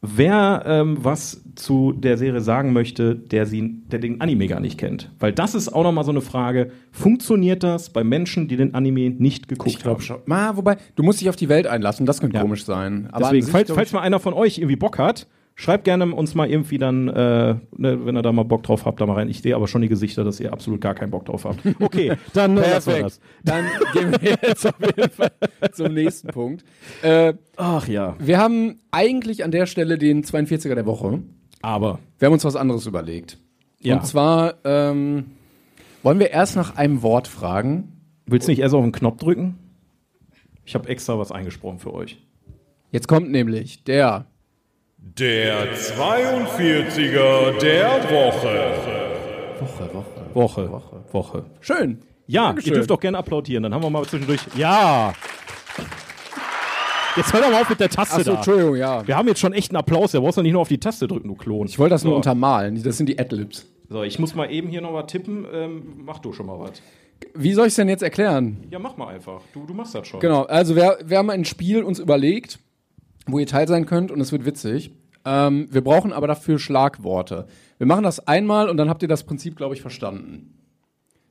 Speaker 1: wer ähm, was zu der Serie sagen möchte, der, sie, der den Anime gar nicht kennt. Weil das ist auch nochmal so eine Frage, funktioniert das bei Menschen, die den Anime nicht geguckt
Speaker 3: Ich glaube
Speaker 1: haben?
Speaker 3: schon. Ma, wobei, du musst dich auf die Welt einlassen, das könnte komisch sein. Aber
Speaker 1: Deswegen,
Speaker 3: an sich,
Speaker 1: falls,
Speaker 3: glaub
Speaker 1: falls mal einer von euch irgendwie Bock hat, schreibt gerne uns mal irgendwie dann, äh, ne, wenn ihr da mal Bock drauf habt, da mal rein. Ich sehe aber schon die Gesichter, dass ihr absolut gar keinen Bock drauf habt.
Speaker 3: [laughs]
Speaker 1: Okay, dann äh, lassen wir das.
Speaker 3: Perfekt. Dann gehen wir jetzt auf jeden Fall zum nächsten Punkt. Äh,
Speaker 1: Ach ja.
Speaker 3: wir haben eigentlich an der Stelle den 42er der Woche.
Speaker 1: Aber.
Speaker 3: Wir haben uns was anderes überlegt.
Speaker 1: Ja.
Speaker 3: Und zwar ähm, wollen wir erst nach einem Wort fragen.
Speaker 1: Willst du nicht erst auf den Knopf drücken? Ich habe extra was eingesprochen für euch.
Speaker 3: Jetzt kommt nämlich der.
Speaker 2: Der 42er der Woche.
Speaker 3: Woche, Woche.
Speaker 1: Woche. Woche.
Speaker 3: Schön.
Speaker 1: Ja,
Speaker 3: Dankeschön.
Speaker 1: ihr dürft auch gerne applaudieren. Dann haben wir mal zwischendurch. Ja. Jetzt hör doch mal auf mit der Taste
Speaker 3: Achso,
Speaker 1: da. Genau.
Speaker 3: Entschuldigung, ja.
Speaker 1: Wir haben jetzt schon echt einen Applaus. Da brauchst du nicht nur auf die Taste drücken, du Klon.
Speaker 3: Ich wollte das nur
Speaker 1: so.
Speaker 3: untermalen. Das sind die Adlibs.
Speaker 1: So, ich muss mal eben hier noch was tippen. Ähm, mach du schon mal was.
Speaker 3: Wie soll ich es denn jetzt erklären?
Speaker 1: Ja, mach mal einfach. Du, du machst das schon.
Speaker 3: Genau, also wir, wir haben ein Spiel uns überlegt, wo ihr teil sein könnt und es wird witzig. Ähm, wir brauchen aber dafür Schlagworte. Wir machen das einmal und dann habt ihr das Prinzip, glaube ich, verstanden.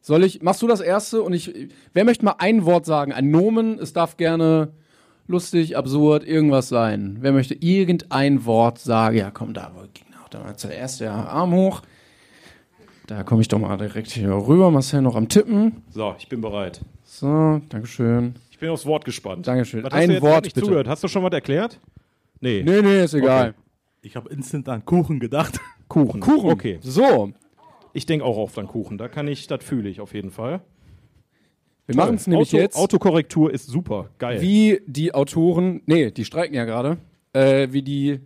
Speaker 3: Soll ich, machst du das erste und ich, wer möchte mal ein Wort sagen? Ein Nomen, es darf gerne lustig, absurd, irgendwas sein. Wer möchte irgendein Wort sagen? Ja, komm, da ging auch da mal zuerst der Arm hoch. Da komme ich doch mal direkt hier rüber. Marcel noch am Tippen.
Speaker 1: So, ich bin bereit.
Speaker 3: So, Dankeschön.
Speaker 1: Ich bin aufs Wort gespannt.
Speaker 3: Dankeschön.
Speaker 1: Was
Speaker 3: Ein
Speaker 1: hast du jetzt
Speaker 3: Wort,
Speaker 1: grad nicht
Speaker 3: bitte.
Speaker 1: zugehört? Hast du schon was erklärt? Nee.
Speaker 3: Nee, nee, ist egal.
Speaker 9: Ich habe instant an Kuchen
Speaker 3: [laughs]
Speaker 9: gedacht.
Speaker 1: Kuchen. Kuchen. Okay.
Speaker 3: So,
Speaker 1: Ich denke auch oft an Kuchen. Da kann ich, das fühle ich auf jeden Fall.
Speaker 3: wir machen es nämlich
Speaker 1: Auto,
Speaker 3: jetzt,
Speaker 1: Autokorrektur ist super. Geil.
Speaker 3: wie die Autoren, nee, die streiken ja gerade, äh, wie die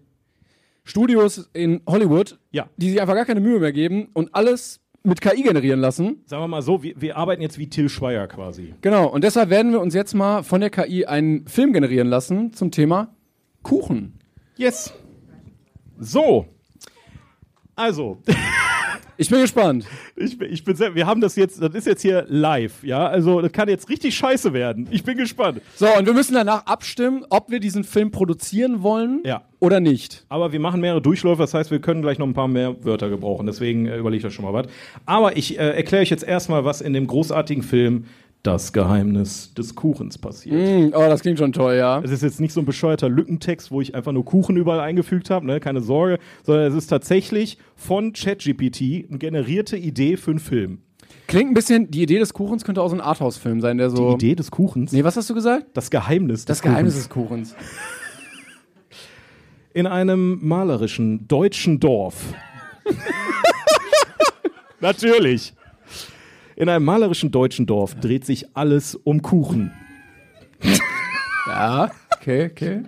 Speaker 3: Studios in Hollywood,
Speaker 1: Ja.
Speaker 3: die sich einfach gar keine Mühe mehr geben und alles mit KI generieren lassen.
Speaker 1: Sagen wir mal so, wir, wir arbeiten jetzt wie Till Schweiger quasi.
Speaker 3: Genau, und deshalb werden wir uns jetzt mal von der KI einen Film generieren lassen zum Thema Kuchen.
Speaker 1: Yes. So. Also,
Speaker 3: Ich bin gespannt.
Speaker 1: Ich, bin- ich bin sehr, wir haben das jetzt, das ist jetzt hier live, ja. Also das kann jetzt richtig scheiße werden. Ich bin gespannt.
Speaker 3: So, und wir müssen danach abstimmen, ob wir diesen Film produzieren wollen
Speaker 1: Ja.
Speaker 3: oder nicht.
Speaker 1: Aber wir machen mehrere Durchläufe, das heißt, wir können gleich noch ein paar mehr Wörter gebrauchen. Deswegen äh, überlege ich euch schon mal was. Aber ich äh, erkläre euch jetzt erstmal, was in dem großartigen Film das Geheimnis des Kuchens passiert.
Speaker 3: Mm, oh, das klingt schon toll, ja.
Speaker 1: Es ist jetzt nicht so ein bescheuerter Lückentext, wo ich einfach nur Kuchen überall eingefügt habe, ne? keine Sorge, sondern es ist tatsächlich von ChatGPT eine generierte Idee für einen Film.
Speaker 3: Klingt ein bisschen, die Idee des Kuchens könnte auch so ein Arthouse-Film sein, der so.
Speaker 1: Die Idee des Kuchens?
Speaker 3: Nee, was hast du gesagt?
Speaker 1: Das Geheimnis
Speaker 3: Das
Speaker 1: des
Speaker 3: Geheimnis
Speaker 1: Kuchens.
Speaker 3: des Kuchens.
Speaker 1: In einem malerischen deutschen Dorf. [laughs] Natürlich. In einem malerischen deutschen Dorf dreht sich alles um Kuchen.
Speaker 3: Ja, okay, okay.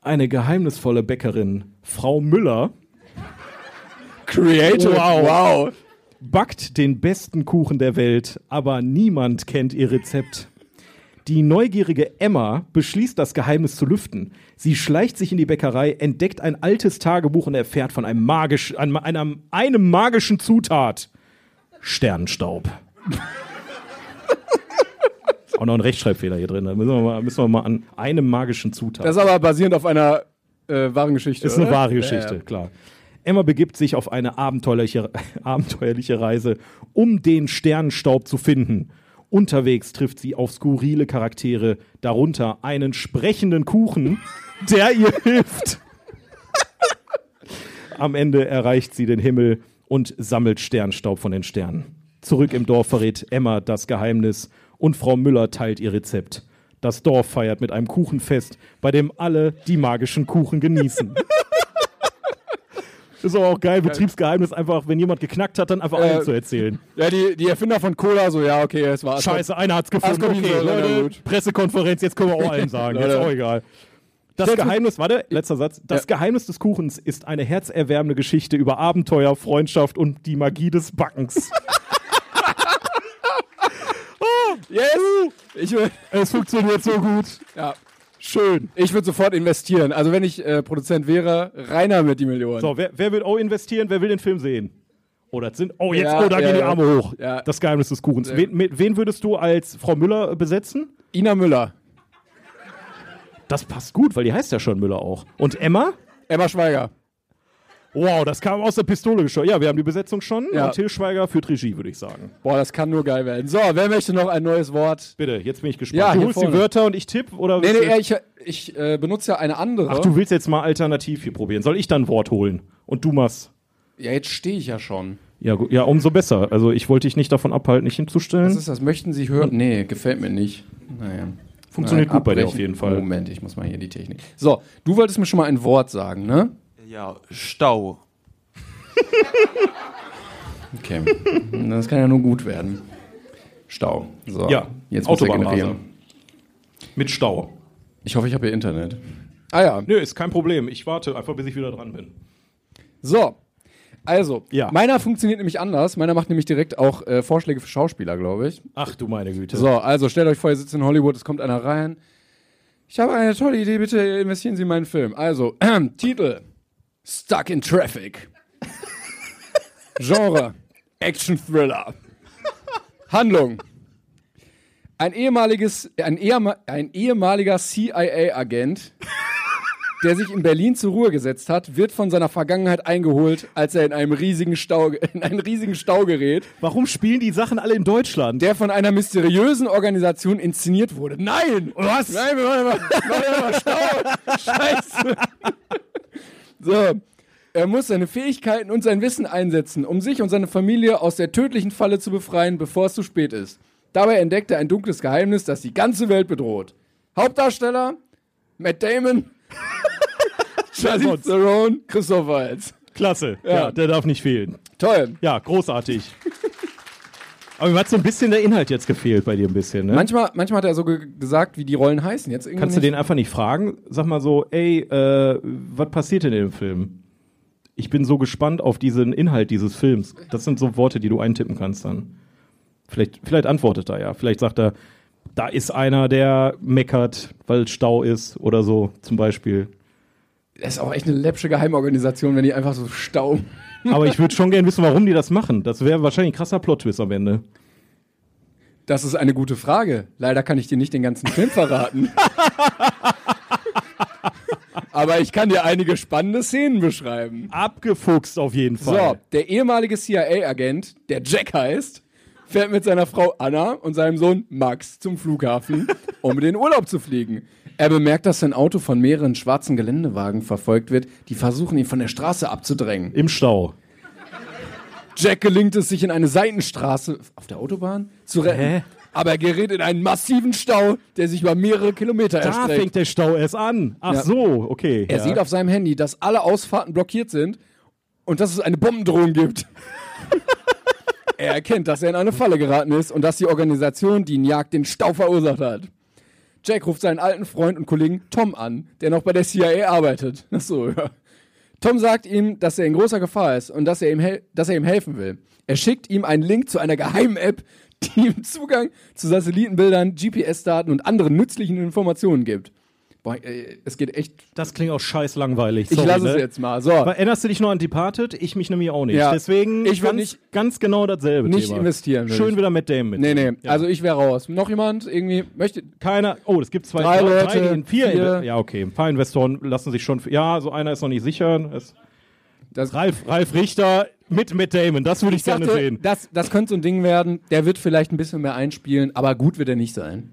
Speaker 1: Eine geheimnisvolle Bäckerin, Frau Müller. Creator. [laughs] Wow. Backt den besten Kuchen der Welt, aber niemand kennt ihr Rezept. Die neugierige Emma beschließt, das Geheimnis zu lüften. Sie schleicht sich in die Bäckerei, entdeckt ein altes Tagebuch und erfährt von einem, magisch, einem, einem, einem magischen Zutat. Sternenstaub. [laughs] Auch noch ein Rechtschreibfehler hier drin. Da müssen wir mal, müssen wir mal an einem magischen Zutat.
Speaker 3: Das ist aber basierend auf einer äh, wahren Geschichte.
Speaker 1: Ist eine
Speaker 3: oder?
Speaker 1: wahre Geschichte, klar. Emma begibt sich auf eine abenteuerliche, [laughs] abenteuerliche Reise, um den Sternenstaub zu finden. Unterwegs trifft sie auf skurrile Charaktere, darunter einen sprechenden Kuchen, der ihr [laughs] hilft. Am Ende erreicht sie den Himmel und sammelt Sternstaub von den Sternen. Zurück im Dorf verrät Emma das Geheimnis und Frau Müller teilt ihr Rezept. Das Dorf feiert mit einem Kuchenfest, bei dem alle die magischen Kuchen genießen. Ist aber auch geil, Betriebsgeheimnis einfach, wenn jemand geknackt hat, dann einfach
Speaker 3: Äh,
Speaker 1: allen zu erzählen.
Speaker 3: Ja, die, die Erfinder von Cola, so, ja, okay, es war.
Speaker 1: Scheiße, einer hat's gefunden.
Speaker 3: Ascorbin
Speaker 1: Okay,
Speaker 3: soll, na
Speaker 1: Leute,
Speaker 3: gut.
Speaker 1: Pressekonferenz, jetzt können wir auch allen sagen. jetzt
Speaker 3: Leute.
Speaker 1: auch egal. Das Geheimnis, warte, letzter Satz. Das
Speaker 3: Ja.
Speaker 1: Geheimnis des Kuchens ist eine herzerwärmende Geschichte über Abenteuer, Freundschaft und die Magie des
Speaker 3: [laughs]
Speaker 1: Backens.
Speaker 3: Yes! Ich würde
Speaker 1: es funktioniert so gut.
Speaker 3: ja,
Speaker 1: Schön.
Speaker 3: ich würd sofort investieren. Also, wenn ich äh, Produzent wäre, reiner mit die Millionen.
Speaker 1: So, wer, wer will auch investieren? Wer will den Film sehen? Oh, das sind. Oh, jetzt,
Speaker 3: Ja,
Speaker 1: oh, da
Speaker 3: ja,
Speaker 1: gehen die
Speaker 3: ja.
Speaker 1: Arme hoch.
Speaker 3: Ja.
Speaker 1: Das Geheimnis des Kuchens. Wen, mit, wen würdest du als Frau Müller äh, besetzen?
Speaker 3: Ina Müller,
Speaker 1: Das passt gut, weil die heißt ja schon Müller auch. Und Emma?
Speaker 3: Emma Schweiger.
Speaker 1: Wow, das kam aus der Pistole geschossen. Ja, wir haben die Besetzung schon.
Speaker 3: Ja.
Speaker 1: Und Til Schweiger führt Regie, würde ich sagen.
Speaker 3: Boah, das kann nur geil werden. So, wer möchte noch ein neues Wort?
Speaker 1: Bitte, jetzt bin ich gespannt.
Speaker 3: Ja,
Speaker 1: du
Speaker 3: hier
Speaker 1: holst die
Speaker 3: vorne.
Speaker 1: Wörter und ich tippe oder
Speaker 3: Nee,
Speaker 1: willst
Speaker 3: nee,
Speaker 1: du-
Speaker 3: ich, ich äh, benutze ja eine andere.
Speaker 1: Ach, du willst jetzt mal alternativ hier probieren. Soll ich dann ein Wort holen? Und du machst.
Speaker 3: Ja, jetzt stehe ich ja schon.
Speaker 1: Ja, gut, ja, umso besser. Also ich wollte dich nicht davon abhalten, dich
Speaker 3: Was
Speaker 1: hinzustellen.
Speaker 3: ist das? Möchten Sie hören? Nee, gefällt mir nicht. Naja.
Speaker 1: Funktioniert gut bei dir auf
Speaker 3: abbrechen.
Speaker 1: jeden Fall.
Speaker 3: Moment, ich muss mal hier die Technik. So, du wolltest mir schon mal ein Wort sagen, ne?
Speaker 9: Ja, Stau.
Speaker 3: [laughs] Okay. das kann ja nur gut werden. Stau. So,
Speaker 1: Ja,
Speaker 3: jetzt muss er
Speaker 1: Autobahnraser.
Speaker 3: generieren.
Speaker 1: Mit Stau.
Speaker 3: Ich hoffe, ich habe hier Internet. Ah ja.
Speaker 1: Nö, ist kein Problem. Ich warte einfach, bis ich wieder dran bin.
Speaker 3: So. Also,
Speaker 1: Ja.
Speaker 3: meiner funktioniert nämlich anders. Meiner macht nämlich direkt auch äh, Vorschläge für Schauspieler, glaube ich.
Speaker 1: Ach du meine Güte.
Speaker 3: So, also stellt euch vor, ihr sitzt in Hollywood, es kommt einer rein. Ich habe eine tolle Idee, bitte investieren Sie in meinen Film. Also, [clears throat] Titel: Stuck in Traffic. Genre: Action Thriller. Handlung: Ein ehemaliges, ein, ehema, ein ehemaliger CIA-Agent, der sich in Berlin zur Ruhe gesetzt hat, wird von seiner Vergangenheit eingeholt, als er in einem riesigen Stau, in einen riesigen Stau gerät
Speaker 1: Warum spielen die Sachen alle in Deutschland?
Speaker 3: der von einer mysteriösen Organisation inszeniert wurde. Nein!
Speaker 1: Was?
Speaker 3: Nein, wir machen einfach, wir machen einfach Stau. Scheiße. So. Er muss seine Fähigkeiten und sein Wissen einsetzen, um sich und seine Familie aus der tödlichen Falle zu befreien, bevor es zu spät ist. Dabei entdeckt er ein dunkles Geheimnis, das die ganze Welt bedroht. Hauptdarsteller
Speaker 1: [laughs]
Speaker 3: Matt Damon, Charlize
Speaker 1: sonst?
Speaker 3: Theron, Christoph Waltz.
Speaker 1: Klasse. Ja. der darf nicht fehlen.
Speaker 3: Toll.
Speaker 1: Ja,
Speaker 3: [laughs]
Speaker 1: großartig. Aber mir hat so ein bisschen der Inhalt jetzt gefehlt bei dir ein bisschen, ne?
Speaker 3: Manchmal, manchmal hat er so ge gesagt, wie die Rollen heißen. Jetzt irgendwie
Speaker 1: Kannst du
Speaker 3: nicht.
Speaker 1: den einfach nicht fragen? Sag mal so, ey, äh, was passiert denn in dem Film? Ich bin so gespannt auf diesen Inhalt dieses Films. Das sind so Worte, die du eintippen kannst dann. Vielleicht, vielleicht antwortet er ja. Vielleicht sagt er, da ist einer, der meckert, weil Stau ist oder so zum Beispiel.
Speaker 3: Das ist auch echt eine läppsche Geheimorganisation, wenn die einfach so Stau.
Speaker 1: Aber ich würde schon gerne wissen, warum die das machen. Das wäre wahrscheinlich ein krasser Plot-Twist am Ende.
Speaker 3: Das ist eine gute Frage. Leider kann ich dir nicht den ganzen Film verraten. [laughs] Aber ich kann dir einige spannende Szenen beschreiben.
Speaker 1: Abgefuchst auf jeden
Speaker 3: So,
Speaker 1: Fall.
Speaker 3: der ehemalige CIA-Agent, der Jack heißt, fährt mit seiner Frau Anna und seinem Sohn Max zum Flughafen, um in den Urlaub zu fliegen. Er bemerkt, dass sein Auto von mehreren schwarzen Geländewagen verfolgt wird, die versuchen, ihn von der Straße abzudrängen.
Speaker 1: Im Stau.
Speaker 3: Jack gelingt es, sich in eine Seitenstraße auf der Autobahn zu retten.
Speaker 1: Hä?
Speaker 3: Aber er gerät in einen massiven Stau, der sich über mehrere Kilometer
Speaker 1: Da
Speaker 3: erstreckt.
Speaker 1: fängt der Stau erst an. Ach
Speaker 3: Ja.
Speaker 1: so, okay.
Speaker 3: Er
Speaker 1: ja.
Speaker 3: sieht auf seinem Handy, dass alle Ausfahrten blockiert sind und dass es eine
Speaker 1: [laughs]
Speaker 3: Bombendrohung gibt. er erkennt, dass er in eine Falle geraten ist und dass die Organisation, die ihn jagt, den Stau verursacht hat. Jack ruft seinen alten Freund und Kollegen Tom an, der noch bei der CIA arbeitet. Ach so, ja. Tom sagt ihm, dass er in großer Gefahr ist und dass er ihm, hel dass er ihm helfen will. Er schickt ihm einen Link zu einer geheimen App, die ihm Zugang zu Satellitenbildern, GPS-Daten und anderen nützlichen Informationen gibt. Boah, äh, es geht echt
Speaker 1: das klingt auch scheiß langweilig.
Speaker 3: ich
Speaker 1: sorry,
Speaker 3: lasse es
Speaker 1: ne?
Speaker 3: jetzt mal. So,
Speaker 1: Aber erinnerst du dich noch an Departed? Ich mich nämlich auch nicht.
Speaker 3: Ja.
Speaker 1: Deswegen
Speaker 3: Ich will
Speaker 1: ganz,
Speaker 3: nicht-
Speaker 1: ganz genau dasselbe
Speaker 3: nicht
Speaker 1: Thema.
Speaker 3: investieren, will
Speaker 1: Schön
Speaker 3: ich.
Speaker 1: wieder Matt Damon mit.
Speaker 3: nee, nee, also ich wäre raus. Noch jemand irgendwie möchte
Speaker 1: Keiner. Oh, es gibt zwei.
Speaker 3: Drei
Speaker 1: drei,
Speaker 3: Leute,
Speaker 1: die in- vier.
Speaker 3: vier.
Speaker 1: Ja, okay. Ein paar Investoren lassen sich schon. Ja, so einer ist noch nicht sicher. Es,
Speaker 3: das
Speaker 1: Ralf, Ralf Richter mit Matt Damon. Das würde ich, gerne
Speaker 3: dachte,
Speaker 1: sehen.
Speaker 3: Das, das könnte so ein Ding werden. Der wird vielleicht ein bisschen mehr einspielen, aber gut wird er nicht sein.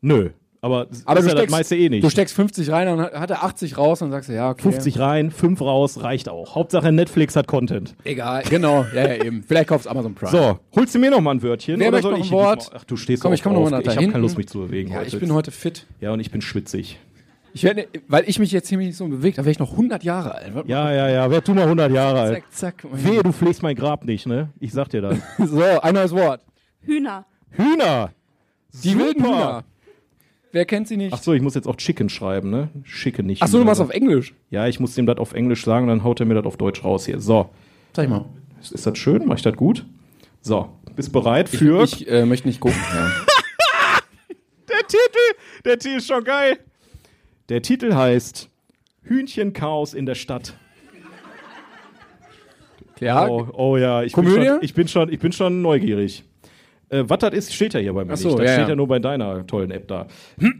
Speaker 1: Nö. Aber, s-
Speaker 3: Aber
Speaker 1: ist
Speaker 3: du
Speaker 1: ja
Speaker 3: steckst,
Speaker 1: das meiste eh nicht.
Speaker 3: du steckst 50 rein und hat er 80 raus und sagst du, ja, okay.
Speaker 1: 50 rein, 5 raus, reicht auch. Hauptsache Netflix hat Content.
Speaker 3: Egal, genau, ja, ja, eben. Vielleicht kaufst du Amazon Prime.
Speaker 1: So, holst du mir noch mal ein Wörtchen?
Speaker 3: Wer möchte noch ein
Speaker 1: diesmal-
Speaker 3: Wort?
Speaker 1: Ach, du stehst
Speaker 3: Komm,
Speaker 1: auch
Speaker 3: ich komm noch mal
Speaker 1: auf.
Speaker 3: nach da
Speaker 1: Ich habe
Speaker 3: hinten.
Speaker 1: keine Lust, mich zu bewegen
Speaker 3: ja,
Speaker 1: heute.
Speaker 3: ich bin heute fit.
Speaker 1: ja, und ich bin schwitzig.
Speaker 3: Ich werde, weil ich mich jetzt hier nicht so bewegt habe, wäre ich noch 100 Jahre alt. Warte mal.
Speaker 1: Ja, ja, ja. Wer tu mal 100 Jahre alt?
Speaker 3: Zack, zack.
Speaker 1: Wehe, du pflegst mein Grab nicht, ne? Ich sag dir
Speaker 3: [laughs]
Speaker 1: das.
Speaker 3: So, ein neues Wort.
Speaker 10: Hühner.
Speaker 1: Hühner!
Speaker 3: Die wilden
Speaker 1: Super.
Speaker 3: Hühner. Wer kennt sie nicht?
Speaker 1: Ach so, ich muss jetzt auch Chicken schreiben, ne? Chicken nicht.
Speaker 3: Ach so, du
Speaker 1: Hühner.
Speaker 3: machst auf Englisch.
Speaker 1: Ja, ich muss dem das auf Englisch sagen, dann haut er mir das auf Deutsch raus hier. So,
Speaker 3: Sag ich mal.
Speaker 1: ist, ist das schön? Mach ich das gut? So, bist bereit für
Speaker 3: Ich äh, möchte nicht gucken.
Speaker 1: Der Titel, der Titel ist schon geil. Der Titel heißt Hühnchenchaos in der Stadt.
Speaker 3: Ja,
Speaker 1: Oh, oh ja, ich
Speaker 3: Komödie?
Speaker 1: bin schon, ich bin schon, ich bin schon neugierig. Äh, was das ist, steht ja hier bei mir
Speaker 3: Ach so,
Speaker 1: nicht. Das
Speaker 3: ja,
Speaker 1: steht
Speaker 3: ja.
Speaker 1: ja nur bei deiner tollen App da. [clears throat]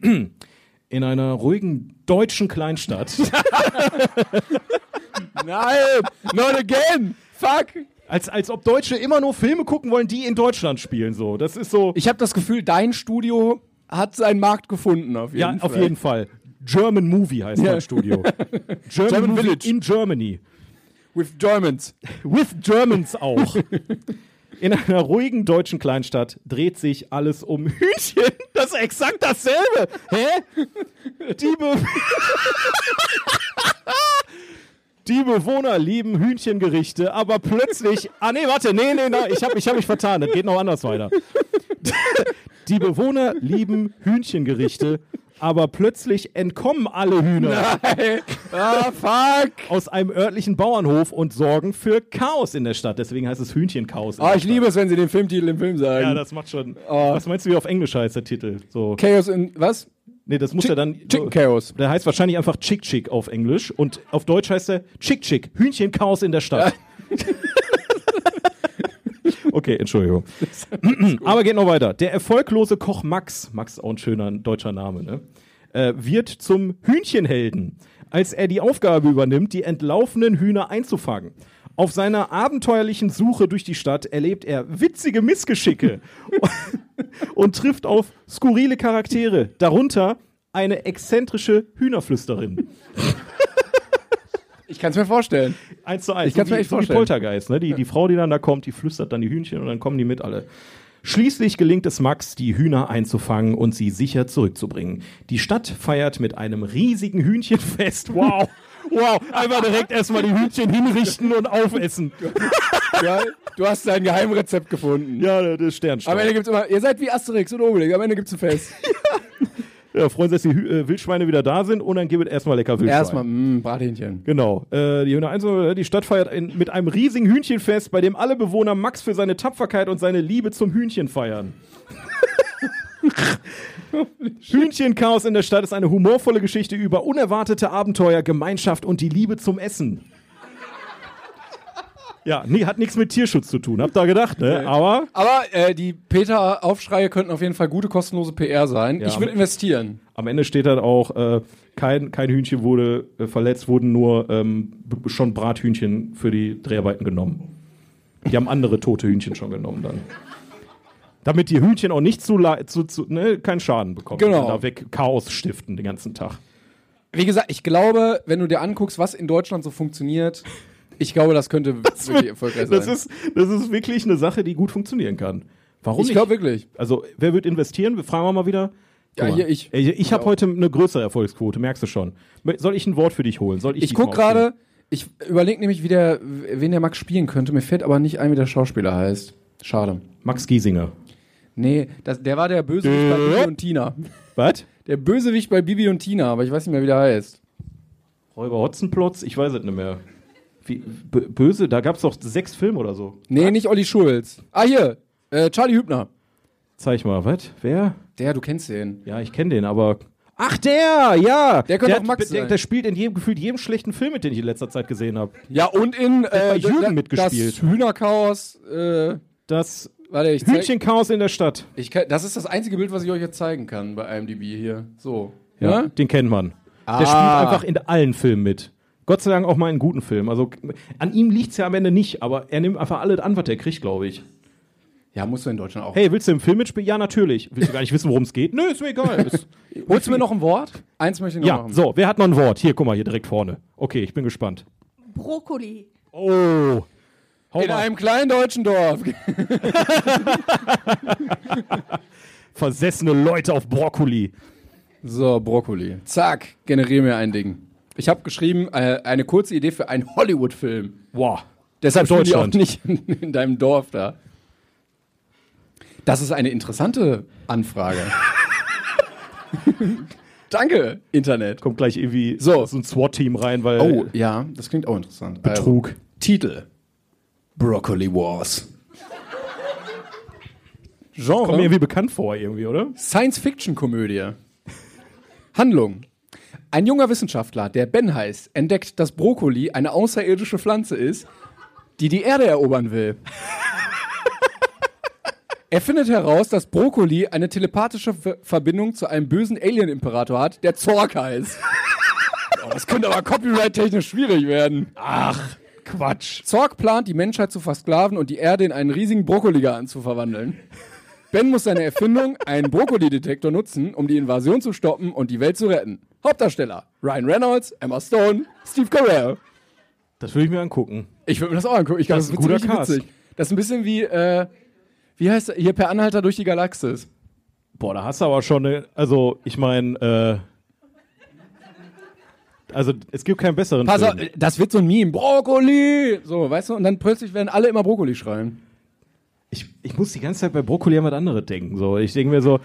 Speaker 1: In einer ruhigen deutschen
Speaker 3: [laughs]
Speaker 1: Kleinstadt.
Speaker 3: Nein! Not again! Fuck!
Speaker 1: als, als ob Deutsche immer nur Filme gucken wollen, die in Deutschland spielen. So, das ist so.
Speaker 3: Ich habe das Gefühl, dein Studio hat seinen Markt gefunden, auf jeden
Speaker 1: ja,
Speaker 3: Fall.
Speaker 1: auf jeden Fall. German Movie heißt
Speaker 3: Ja.
Speaker 1: mein
Speaker 3: [laughs]
Speaker 1: Studio. German, Movie
Speaker 3: Village.
Speaker 1: in Germany.
Speaker 3: With Germans.
Speaker 1: With Germans auch. [laughs] In einer ruhigen deutschen Kleinstadt dreht sich alles um Hühnchen. Das ist exakt dasselbe. Hä? Die, Be [laughs] Die Bewohner lieben Hühnchengerichte, aber plötzlich. Ah, nee, warte. Nee, nee, nee. Ich habe ich hab mich vertan. Das geht noch anders weiter. [laughs] Die Bewohner lieben Hühnchengerichte, aber plötzlich entkommen alle Hühner
Speaker 3: Ah, fuck!
Speaker 1: aus einem örtlichen Bauernhof und sorgen für Chaos in der Stadt. Deswegen heißt es Hühnchenchaos. in
Speaker 3: Ah,
Speaker 1: der
Speaker 3: ich
Speaker 1: Stadt.
Speaker 3: liebe Ah. es, wenn sie den Filmtitel im Film sagen.
Speaker 1: Ja, das macht schon. Was meinst du, wie auf Englisch heißt der Titel? So.
Speaker 3: Chaos in. Was?
Speaker 1: Nee, das muss
Speaker 3: Chick-
Speaker 1: ja dann.
Speaker 3: Chicken Chaos.
Speaker 1: Der heißt wahrscheinlich einfach Chick Chick auf Englisch und auf Deutsch heißt er Chick Chick, Hühnchenchaos in der Stadt. [laughs] okay,
Speaker 3: [laughs]
Speaker 1: Entschuldigung. Aber geht noch weiter. Der erfolglose Koch Max, Max ist auch ein schöner deutscher Name, ne? äh, wird zum Hühnchenhelden, als er die Aufgabe übernimmt, die entlaufenen Hühner einzufangen. Auf seiner abenteuerlichen Suche durch die Stadt erlebt er witzige
Speaker 3: [laughs]
Speaker 1: Missgeschicke und trifft auf skurrile Charaktere, darunter eine exzentrische Hühnerflüsterin.
Speaker 3: Ich kann es mir vorstellen.
Speaker 1: [laughs] Eins zu eins.
Speaker 3: Ich kann's
Speaker 1: So
Speaker 3: mir
Speaker 1: wie-
Speaker 3: echt
Speaker 1: so wie
Speaker 3: vorstellen.
Speaker 1: Poltergeist, ne? Die, die Frau, die dann da kommt, die flüstert dann die Hühnchen und dann kommen die mit alle. Schließlich gelingt es Max, die Hühner einzufangen und sie sicher zurückzubringen. Die Stadt feiert mit einem riesigen [laughs] Hühnchenfest. Wow! Wow! Einfach direkt erstmal die Hühnchen hinrichten und aufessen.
Speaker 3: Du hast, du hast dein Geheimrezept gefunden.
Speaker 1: Ja, das ist Sternstaub.
Speaker 3: Am Ende gibt's immer. Ihr seid wie Asterix und Obelix. Am Ende gibt's ein Fest.
Speaker 1: Ja, freuen sich, dass die Hü äh, Wildschweine wieder da sind und dann gibt es erstmal lecker Wildschwein.
Speaker 3: Erstmal, mh, Brathähnchen.
Speaker 1: Genau. Äh, die Hühner 1, äh, die Stadt feiert ein, mit einem riesigen Hühnchenfest, bei dem alle Bewohner Max für seine Tapferkeit und seine Liebe zum Hühnchen feiern. Hühnchenchaos in der Stadt ist eine humorvolle Geschichte über unerwartete Abenteuer, Gemeinschaft und die Liebe zum Essen. Ja, nee, hat nichts mit Tierschutz zu tun, habt da gedacht, ne? Aber
Speaker 3: Aber äh, die Peter-Aufschreie könnten auf jeden Fall gute kostenlose PR sein. ich würde investieren.
Speaker 1: am Ende steht dann auch, äh, kein, kein Hühnchen wurde äh, verletzt, wurden nur ähm, b- schon Brathühnchen für die Dreharbeiten genommen. Die haben andere tote Hühnchen schon genommen dann. Damit die Hühnchen auch nicht zu, la- zu, zu ne, keinen Schaden bekommen.
Speaker 3: Genau.
Speaker 1: Und Da weg Chaos stiften den ganzen Tag.
Speaker 3: Wie gesagt, ich glaube, wenn du dir anguckst, was in Deutschland so funktioniert, ich glaube, das könnte wirklich erfolgreich
Speaker 1: [laughs]
Speaker 3: sein.
Speaker 1: Das ist, das ist wirklich eine Sache, die gut funktionieren kann. Warum
Speaker 3: ich glaube wirklich.
Speaker 1: Also, wer wird investieren? Wir fragen wir mal wieder.
Speaker 3: Ja,
Speaker 1: Guck mal.
Speaker 3: hier ich.
Speaker 1: Ey, Ich Genau. habe heute eine größere Erfolgsquote, merkst du schon. Soll ich ein Wort für dich holen? Soll ich
Speaker 3: Ich
Speaker 1: diesmal
Speaker 3: guck gerade, ich überlege nämlich, wie der, wen der Max spielen könnte. Mir fällt aber nicht ein, wie der Schauspieler heißt. Schade.
Speaker 1: aufstehen? Max Giesinger.
Speaker 3: Nee, das, der war der Bösewicht bei Bibi und Tina.
Speaker 1: Was?
Speaker 3: Der Bösewicht bei Bibi und Tina, aber ich weiß nicht mehr, wie der heißt.
Speaker 1: Räuber Hotzenplotz? Ich weiß es nicht mehr. Wie, b- böse? Da gab es doch sechs Filme oder so.
Speaker 3: Nee, nicht Olli Schulz. Ah, hier, äh, Charlie Hübner.
Speaker 1: Zeig mal, was? Wer?
Speaker 3: Der, du kennst den.
Speaker 1: Ja, ich kenne den, aber. Ach, der! Ja!
Speaker 3: Der könnte auch
Speaker 1: hat-
Speaker 3: Max
Speaker 1: der,
Speaker 3: sein.
Speaker 1: der spielt in jedem, gefühlt jedem schlechten Film, mit den ich in letzter Zeit gesehen habe.
Speaker 3: Ja, und in äh,
Speaker 1: bei Jürgen
Speaker 3: da-
Speaker 1: mitgespielt.
Speaker 3: Das Hühnerchaos. Äh,
Speaker 1: Das
Speaker 3: warte, ich zeig,
Speaker 1: Hühnchenchaos in der Stadt.
Speaker 3: ich kann, Das ist das einzige Bild, was ich euch jetzt zeigen kann bei IMDb hier. So.
Speaker 1: Ja,
Speaker 3: Ne?
Speaker 1: den kennt man.
Speaker 3: Ah.
Speaker 1: Der spielt einfach in allen Filmen mit. Gott sei Dank auch mal in guten Filmen. Also an ihm liegt es ja am Ende nicht, aber er nimmt einfach alles an, was er kriegt, glaube ich.
Speaker 3: Ja, musst du in Deutschland auch.
Speaker 1: Hey, willst du im Film mitspielen? Ja, natürlich. Willst du gar nicht wissen, worum es geht? Nö, ist mir
Speaker 3: [laughs]
Speaker 1: egal. Ist,
Speaker 3: holst du mir noch ein Wort? Eins möchte ich noch
Speaker 1: ja,
Speaker 3: machen.
Speaker 1: so, wer hat noch ein Wort? Hier, guck mal, hier direkt vorne. Okay, ich bin gespannt.
Speaker 10: Brokkoli.
Speaker 1: Oh. Hau
Speaker 3: In
Speaker 1: mal.
Speaker 3: einem kleinen
Speaker 1: [laughs]
Speaker 3: deutschen Dorf.
Speaker 1: Versessene Leute auf Brokkoli.
Speaker 3: So, Brokkoli. Zack, generiere mir ein Ding. Ich habe geschrieben, äh, eine kurze Idee für einen Hollywood-Film.
Speaker 1: Wow.
Speaker 3: Deshalb spielen die auch
Speaker 1: Deutschland.
Speaker 3: nicht in, in deinem Dorf da. Das ist eine interessante Anfrage.
Speaker 1: [laughs]
Speaker 3: Danke, Internet.
Speaker 1: Kommt gleich irgendwie
Speaker 3: So.
Speaker 1: so, so ein SWAT-Team rein, weil
Speaker 3: Oh, ja, das klingt auch interessant.
Speaker 1: Betrug.
Speaker 3: Also, Titel: Broccoli Wars.
Speaker 1: kommt mir
Speaker 3: Genre:
Speaker 1: irgendwie bekannt vor, irgendwie, oder?
Speaker 3: Science-Fiction-Komödie. Handlung: Ein junger Wissenschaftler, der Ben heißt, entdeckt, dass Brokkoli eine außerirdische Pflanze ist, die die Erde erobern will. Er findet heraus, dass Brokkoli eine telepathische Ver Verbindung zu einem bösen Alien-Imperator hat, der Zork heißt. Oh, das könnte aber copyright-technisch schwierig werden.
Speaker 1: Quatsch.
Speaker 3: Zorg plant, die Menschheit zu versklaven und die Erde in einen riesigen Brokkoligarten zu verwandeln. Ben muss seine Erfindung, einen Brokkolidetektor, nutzen, um die Invasion zu stoppen und die Welt zu retten. Hauptdarsteller: Ryan Reynolds, Emma Stone, Steve Carell.
Speaker 1: Das will ich mir angucken.
Speaker 3: Ich würde mir das auch angucken. Ich glaube, das,
Speaker 1: Das ist
Speaker 3: ist
Speaker 1: ein
Speaker 3: wird ziemlich
Speaker 1: guter Cast.
Speaker 3: witzig. Das ist ein bisschen wie, äh, wie heißt der? hier per Anhalter durch die Galaxis.
Speaker 1: Boah, da hast du aber schon eine, also ich meine, äh, also es gibt keinen besseren
Speaker 3: Pass auf,
Speaker 1: Film.
Speaker 3: das wird so ein Meme. Brokkoli! So, weißt du? Und dann plötzlich werden alle immer Brokkoli schreien.
Speaker 1: Ich, ich muss die ganze Zeit bei Brokkoli an was anderes denken. So. Ich denke mir so,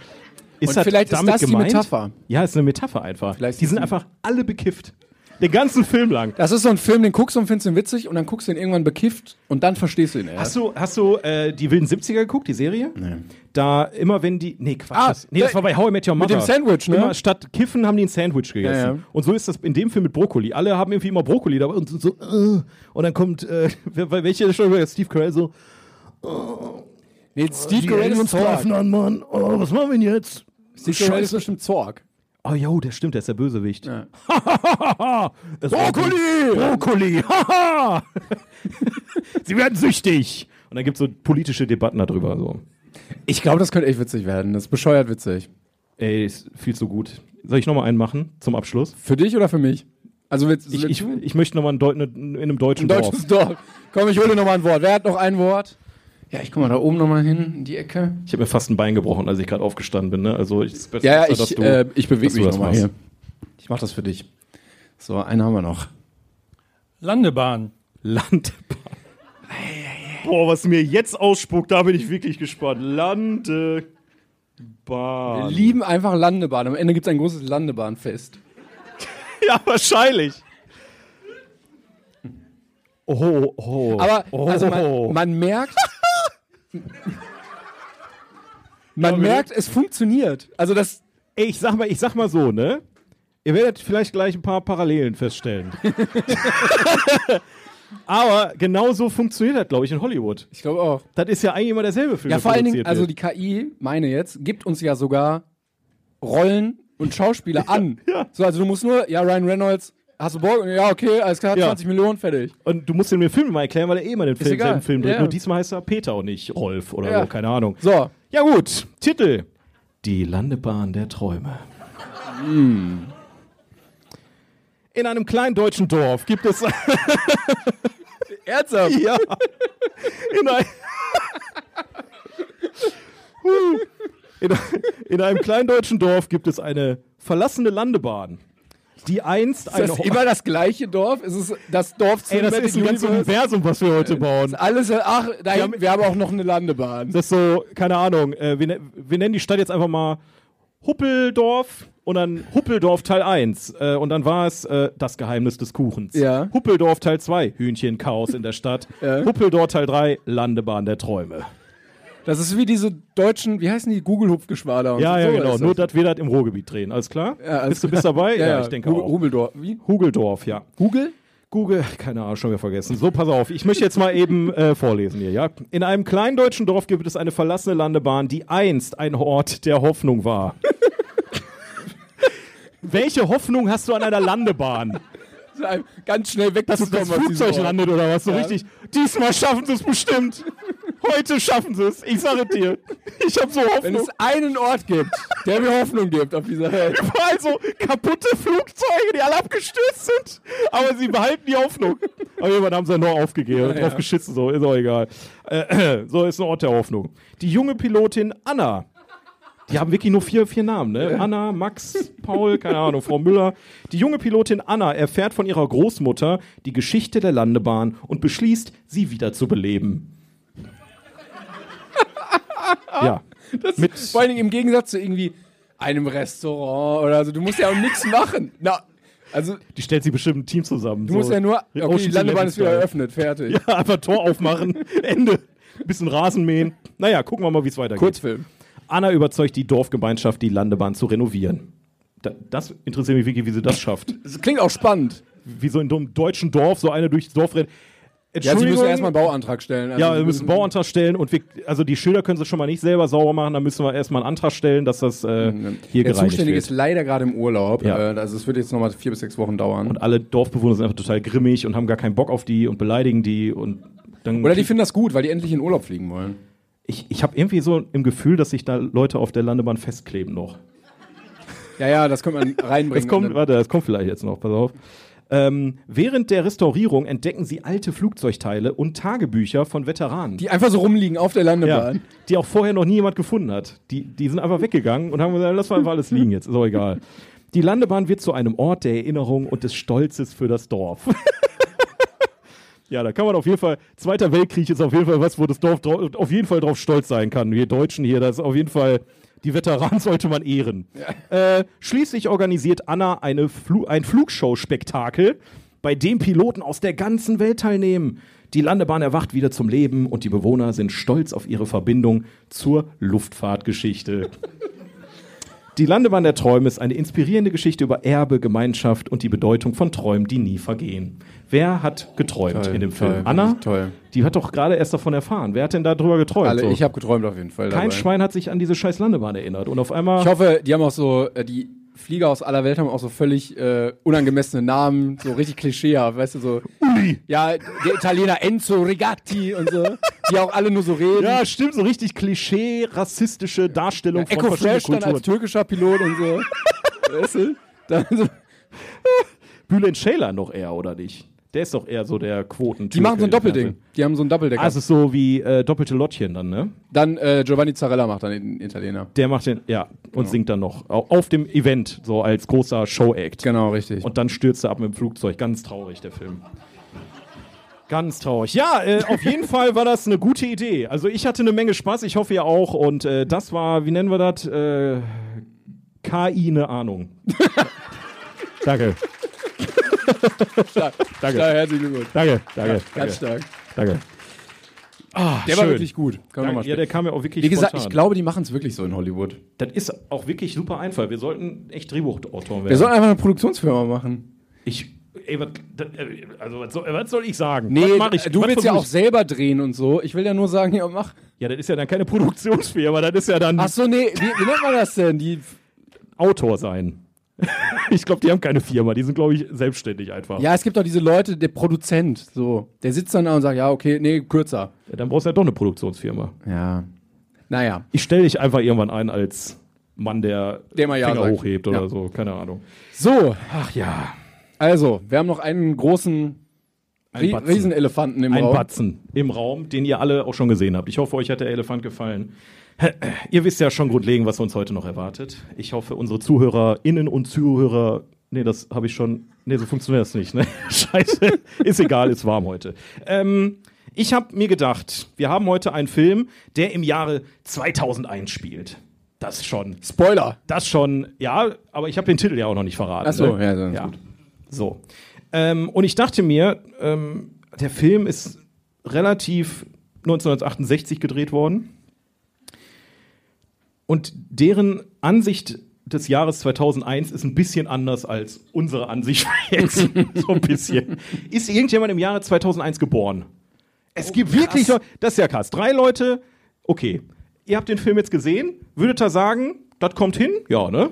Speaker 1: ist
Speaker 3: Und
Speaker 1: das
Speaker 3: vielleicht ist
Speaker 1: damit
Speaker 3: das die
Speaker 1: gemeint?
Speaker 3: Metapher.
Speaker 1: Ja, ist eine Metapher einfach.
Speaker 3: Vielleicht
Speaker 1: die
Speaker 3: ist
Speaker 1: sind
Speaker 3: die-
Speaker 1: einfach alle bekifft. Den ganzen Film lang.
Speaker 3: Das ist so ein Film, den guckst du und findest ihn witzig und dann guckst du ihn irgendwann bekifft und dann verstehst du ihn erst.
Speaker 1: Hast du, hast du äh, die Wilden 70er geguckt, die Serie? Nee. Da immer wenn die. Nee, Quatsch.
Speaker 3: Ah,
Speaker 1: das, nee, das
Speaker 3: da-
Speaker 1: war bei How I Met Your Mother.
Speaker 3: dem Sandwich, ne?
Speaker 1: Immer statt Kiffen haben die ein Sandwich gegessen.
Speaker 3: Ja, ja.
Speaker 1: Und so ist das in dem Film mit Brokkoli. Alle haben irgendwie immer Brokkoli dabei und sind so. Äh, und dann kommt. Äh, [laughs] wer- wer- welche schon Steve Carell so.
Speaker 3: Nee, Steve Carell ist Zorg.
Speaker 1: an, Mann. Oh, was machen wir denn jetzt?
Speaker 3: Steve Carell ist
Speaker 1: Scheiße.
Speaker 3: bestimmt Zorg.
Speaker 1: Oh, jo, der stimmt, der ist der Bösewicht. [laughs]
Speaker 3: Ja.
Speaker 1: Es war gut. Brokkoli! [laughs] Haha! Sie werden süchtig! Und dann gibt es so politische Debatten darüber. So.
Speaker 3: Ich glaube, das könnte echt witzig werden. Das ist bescheuert witzig.
Speaker 1: Ey, ist viel zu gut. Soll ich nochmal einen machen zum Abschluss?
Speaker 3: Für dich oder für mich? Also willst,
Speaker 1: Ich, ich, ich möchte nochmal ne, in einem deutschen
Speaker 3: ein
Speaker 1: Dorf.
Speaker 3: deutsches Dorf. Komm, ich hole dir nochmal ein Wort. Wer hat noch ein Wort? Ja, ich guck mal da oben nochmal hin, in die Ecke.
Speaker 1: Ich habe mir fast ein Bein gebrochen, als ich gerade aufgestanden bin. Ne? Also, ich, das
Speaker 3: Ja, ja,
Speaker 1: dass
Speaker 3: ich,
Speaker 1: du-
Speaker 3: äh, ich
Speaker 1: dass
Speaker 3: bewege
Speaker 1: du
Speaker 3: mich
Speaker 1: das
Speaker 3: nochmal
Speaker 1: machst.
Speaker 3: hier. Ich mach das für dich. So, einen haben wir noch.
Speaker 7: Landebahn.
Speaker 1: Landebahn. Boah, was mir jetzt ausspuckt, da bin ich wirklich gespannt. Landebahn.
Speaker 3: Wir lieben einfach Landebahn. Am Ende gibt es ein großes Landebahnfest.
Speaker 1: [laughs] Ja, wahrscheinlich. Oh, oh.
Speaker 3: Aber
Speaker 1: oh.
Speaker 3: also man, man [laughs] merkt. man merkt, es funktioniert. Also das,
Speaker 1: Ey, ich sag mal, ich sag mal so, ne? Ihr werdet vielleicht gleich ein paar Parallelen
Speaker 3: [laughs]
Speaker 1: feststellen. Aber genau so funktioniert das, glaube ich, in Hollywood.
Speaker 3: ich glaube auch.
Speaker 1: Das ist ja eigentlich immer derselbe Film.
Speaker 3: Ja,
Speaker 1: der
Speaker 3: vor allen Dingen,
Speaker 1: produziert
Speaker 3: also
Speaker 1: wird.
Speaker 3: die KI, meine jetzt, gibt uns ja sogar Rollen und Schauspieler an.
Speaker 1: [laughs] ja.
Speaker 3: So, also du musst nur, ja, Ryan Reynolds, hast du Bock? Ja, okay, alles klar,
Speaker 1: Ja.
Speaker 3: 20 Millionen, fertig.
Speaker 1: Und du musst den Film mal erklären, weil er eh immer den Film,
Speaker 3: egal.
Speaker 1: selben Film dreht.
Speaker 3: Ja.
Speaker 1: Nur diesmal heißt er Peter und nicht Rolf oder
Speaker 3: Ja.
Speaker 1: so, keine Ahnung.
Speaker 3: So,
Speaker 1: Ja gut, Titel. Die Landebahn der Träume. Hm. In einem kleinen deutschen Dorf gibt [laughs] es...
Speaker 3: Ernsthaft?
Speaker 1: ja. In, ein, Huh. in, in einem kleinen deutschen Dorf gibt es eine verlassene Landebahn, die einst
Speaker 3: Ist das
Speaker 1: eine...
Speaker 3: immer das gleiche Dorf? Ist es das Dorf zu
Speaker 1: Ey, das ist Äh, ein ganzes Universum, was wir heute bauen.
Speaker 3: Alles, ach, da hinten, wir haben auch noch eine Landebahn.
Speaker 1: Das ist so, keine Ahnung, äh, wir, ne- wir nennen die Stadt jetzt einfach mal Huppeldorf und dann Huppeldorf Teil 1. Äh, und dann war es äh, das Geheimnis des Kuchens.
Speaker 3: Ja.
Speaker 1: Huppeldorf Teil 2, Hühnchenchaos in der
Speaker 3: [laughs]
Speaker 1: Stadt. Huppeldorf Teil 3, Landebahn der Träume.
Speaker 3: Das ist wie diese deutschen, wie heißen die, Google-Hupfgeschwader. und
Speaker 1: Ja,
Speaker 3: so.
Speaker 1: ja,
Speaker 3: So
Speaker 1: genau.
Speaker 3: ist
Speaker 1: Nur,
Speaker 3: das.
Speaker 1: dass wir das im Ruhrgebiet drehen. Alles klar?
Speaker 3: alles
Speaker 1: bist du bist dabei?
Speaker 3: ja, ja,
Speaker 1: ich denke
Speaker 3: Hu-
Speaker 1: auch.
Speaker 3: Hubeldorf, wie?
Speaker 1: Hugeldorf, ja.
Speaker 3: Google?
Speaker 1: Google, [laughs] keine Ahnung, schon wieder vergessen. So, pass auf, ich möchte jetzt mal eben äh, vorlesen hier, ja. In einem kleinen deutschen Dorf gibt es eine verlassene Landebahn, die einst ein Ort der Hoffnung
Speaker 3: [laughs]
Speaker 1: war. Welche Hoffnung hast du an einer
Speaker 3: [laughs]
Speaker 1: Landebahn?
Speaker 3: So ein- Ganz schnell
Speaker 1: Dass
Speaker 3: wegzukommen.
Speaker 1: das
Speaker 3: aus diesem
Speaker 1: Flugzeug
Speaker 3: Ort.
Speaker 1: landet oder was? So richtig. Diesmal schaffen sie es
Speaker 3: [laughs]
Speaker 1: bestimmt. Heute schaffen sie es. Ich sage dir. Ich habe so
Speaker 3: Wenn
Speaker 1: Hoffnung.
Speaker 3: es einen Ort gibt, der mir Hoffnung gibt auf
Speaker 1: [laughs]
Speaker 3: dieser Welt.
Speaker 1: Überall so Also, kaputte Flugzeuge, die alle abgestürzt sind. Aber sie behalten die Hoffnung. Aber irgendwann haben sie ja nur aufgegeben und drauf geschissen. So, ist auch egal. Äh, [clears throat] so, ist ein Ort der Hoffnung. Die junge Pilotin Anna. Die haben wirklich nur vier, vier Namen, ne? Anna, Max, Paul, keine Ahnung, Frau Müller. Die junge Pilotin Anna erfährt von ihrer Großmutter die Geschichte der Landebahn und beschließt, sie wieder zu beleben. ja. Mit
Speaker 3: Vor allen Dingen im Gegensatz zu irgendwie einem Restaurant oder so. Du musst ja auch nichts machen. Na, also
Speaker 1: Die stellt sich bestimmt ein Team zusammen.
Speaker 3: du musst ja nur. Okay, die Landebahn ist wieder eröffnet, fertig.
Speaker 1: Ja, [laughs] einfach Tor
Speaker 3: [laughs]
Speaker 1: aufmachen, Ende. Bisschen Rasen mähen. Naja, gucken wir mal, wie es weitergeht.
Speaker 3: Kurzfilm.
Speaker 1: Anna überzeugt die Dorfgemeinschaft, die Landebahn zu renovieren. Da, das interessiert mich wirklich, wie sie das schafft.
Speaker 3: Das klingt auch spannend.
Speaker 1: Wie so in einem deutschen Dorf so eine durchs Dorf rennt.
Speaker 3: Ja, sie
Speaker 1: Entschuldigung.
Speaker 3: müssen erstmal einen Bauantrag stellen. Also
Speaker 1: Ja, wir müssen einen Bauantrag stellen und wir, also die Schilder können sie schon mal nicht selber sauber machen, da müssen wir erstmal einen Antrag stellen, dass das äh, hier
Speaker 3: Der
Speaker 1: gereinigt
Speaker 3: Zuständige
Speaker 1: wird.
Speaker 3: ist leider gerade im Urlaub.
Speaker 1: Ja.
Speaker 3: Äh, Also es wird jetzt nochmal vier bis sechs Wochen dauern.
Speaker 1: Und alle Dorfbewohner sind einfach total grimmig und haben gar keinen Bock auf die und beleidigen die und dann
Speaker 3: oder die finden das gut, weil die endlich in Urlaub fliegen wollen.
Speaker 1: Ich, ich habe irgendwie so im Gefühl, dass sich da Leute auf der Landebahn festkleben noch.
Speaker 3: Ja, ja, das
Speaker 1: [laughs]
Speaker 3: könnte man
Speaker 1: Das
Speaker 3: reinbringen.
Speaker 1: kommt, warte, das kommt vielleicht jetzt noch, pass auf. Ähm, während der Restaurierung entdecken sie alte Flugzeugteile und Tagebücher von Veteranen.
Speaker 3: die einfach so rumliegen auf der
Speaker 1: ja,
Speaker 3: Landebahn.
Speaker 1: die auch vorher noch nie jemand gefunden hat. Die, die sind einfach weggegangen und haben gesagt, lass mal einfach alles liegen jetzt, ist auch egal. Die Landebahn wird zu einem Ort der Erinnerung und des Stolzes für das Dorf. ja, da kann man auf jeden Fall, Zweiter Weltkrieg ist auf jeden Fall was, wo das Dorf drau- auf jeden Fall drauf stolz sein kann. Wir Deutschen hier, das ist auf jeden Fall, die Veteranen [laughs] sollte man ehren. Äh, schließlich organisiert Anna eine Flu ein Flugshow-Spektakel, bei dem Piloten aus der ganzen Welt teilnehmen. Die Landebahn erwacht wieder zum Leben und die Bewohner sind stolz auf ihre Verbindung zur Luftfahrtgeschichte. Die Landebahn der Träume ist eine inspirierende Geschichte über Erbe, Gemeinschaft und die Bedeutung von Träumen, die nie vergehen. Wer hat geträumt in dem Film?
Speaker 3: toll,
Speaker 1: Anna?
Speaker 3: toll.
Speaker 1: Die hat doch gerade erst davon erfahren. Wer hat denn darüber geträumt?
Speaker 3: Alle,
Speaker 1: So.
Speaker 3: ich habe geträumt auf jeden Fall.
Speaker 1: Also. Kein
Speaker 3: dabei.
Speaker 1: Schwein hat sich an diese scheiß Landebahn erinnert. Und auf einmal.
Speaker 3: Ich hoffe, die haben auch so, äh, die Flieger aus aller Welt haben auch so völlig äh, unangemessene Namen, so richtig klischeehaft, weißt du, so. Uli! Ja, der Italiener Enzo Rigatti und so, die auch alle nur so reden.
Speaker 1: ja, stimmt, so richtig klischee, rassistische Darstellung von
Speaker 3: Echo
Speaker 1: verschiedenen
Speaker 3: Fresh dann als
Speaker 1: Kulturen.
Speaker 3: türkischer Pilot und
Speaker 1: [laughs]
Speaker 3: so. weißt du? Dann so
Speaker 1: Bülent Schäler noch eher, oder nicht? Der ist doch eher so der Quoten.
Speaker 3: die machen so ein Doppelding. Die haben so ein Doppeldecker.
Speaker 1: Ah, es ist so wie äh, doppelte Lottchen dann, ne?
Speaker 3: dann äh, Giovanni Zarella macht dann den Italiener.
Speaker 1: Der macht den, ja, und
Speaker 3: Genau.
Speaker 1: singt dann noch. Au- Auf dem Event, so als großer Show-Act.
Speaker 3: Genau, richtig.
Speaker 1: Und dann stürzt er ab mit dem Flugzeug. Ganz traurig, der Film. Ganz traurig. Ja, äh, auf jeden Fall war das eine gute Idee. Also ich hatte eine Menge Spaß, ich hoffe ihr auch. Und äh, das war, wie nennen wir das? Äh, KI, eine Ahnung. [laughs] danke,
Speaker 3: stark.
Speaker 1: danke.
Speaker 3: Ja, herzlichen Glückwunsch.
Speaker 1: danke, danke,
Speaker 3: Ganz
Speaker 1: danke,
Speaker 3: stark.
Speaker 1: danke.
Speaker 3: Der war
Speaker 1: schön.
Speaker 3: wirklich gut. Können wir mal
Speaker 1: Ja,
Speaker 3: spielen.
Speaker 1: der kam ja auch wirklich
Speaker 3: Wie gesagt,
Speaker 1: spontan.
Speaker 3: ich glaube, die machen es wirklich so in Hollywood.
Speaker 1: das ist auch wirklich super einfach. Wir sollten echt Drehbuchautor werden.
Speaker 3: Wir sollten einfach eine Produktionsfirma machen.
Speaker 1: ich, ey, was, das, äh, also, was, soll, was soll ich sagen?
Speaker 3: Nee,
Speaker 1: was mach ich?
Speaker 3: du
Speaker 1: was
Speaker 3: willst ja
Speaker 1: versuch
Speaker 3: auch
Speaker 1: ich?
Speaker 3: selber drehen und so. Ich will ja nur sagen, ja, mach.
Speaker 1: Ja, das ist ja dann keine [laughs] Produktionsfirma, das ist ja dann
Speaker 3: Ach so, nee, wie, wie nennt man das denn? Die,
Speaker 1: Autor sein. [laughs] ich glaube, die haben keine Firma, die sind, glaube ich, selbstständig einfach.
Speaker 3: ja, es gibt doch diese Leute, der Produzent, so. Der sitzt dann da und sagt, ja, okay, nee, kürzer.
Speaker 1: Ja, Dann brauchst du ja doch eine Produktionsfirma.
Speaker 3: Ja. Naja.
Speaker 1: Ich stelle dich einfach irgendwann ein als Mann, der,
Speaker 3: Der mal Ja
Speaker 1: Finger
Speaker 3: sagt.
Speaker 1: hochhebt
Speaker 3: Ja.
Speaker 1: oder so. Keine Ahnung.
Speaker 3: So,
Speaker 1: Ach ja.
Speaker 3: also, wir haben noch einen großen
Speaker 1: Ein
Speaker 3: Rie
Speaker 1: Batzen.
Speaker 3: Riesenelefanten im
Speaker 1: Ein
Speaker 3: Raum.
Speaker 1: Batzen im Raum, den ihr alle auch schon gesehen habt. Ich hoffe, euch hat der Elefant gefallen. ihr wisst ja schon grundlegend, was uns heute noch erwartet. Ich hoffe, unsere ZuhörerInnen und Zuhörer. Nee, das habe ich schon. Nee, so funktioniert das nicht. Ne? [laughs] Scheiße. Ist egal, ist warm heute. Ähm, ich habe mir gedacht, wir haben heute einen Film, der im Jahre 2001 spielt. Das schon.
Speaker 3: Spoiler.
Speaker 1: Das schon, ja, aber ich habe den Titel ja auch noch nicht verraten.
Speaker 3: Ach so,
Speaker 1: ne?
Speaker 3: ja, dann ist gut.
Speaker 1: So. Ähm, und ich dachte mir, ähm, der Film ist relativ 1968 gedreht worden. Und deren Ansicht des Jahres 2001 ist ein bisschen anders als unsere Ansicht [laughs] jetzt. so ein bisschen. Ist irgendjemand im Jahre 2001 geboren? Es gibt wirklich Leute, das ist ja krass. Drei Leute, okay. Ihr habt den Film jetzt gesehen, würdet ihr sagen, das kommt hin? Ja, ne?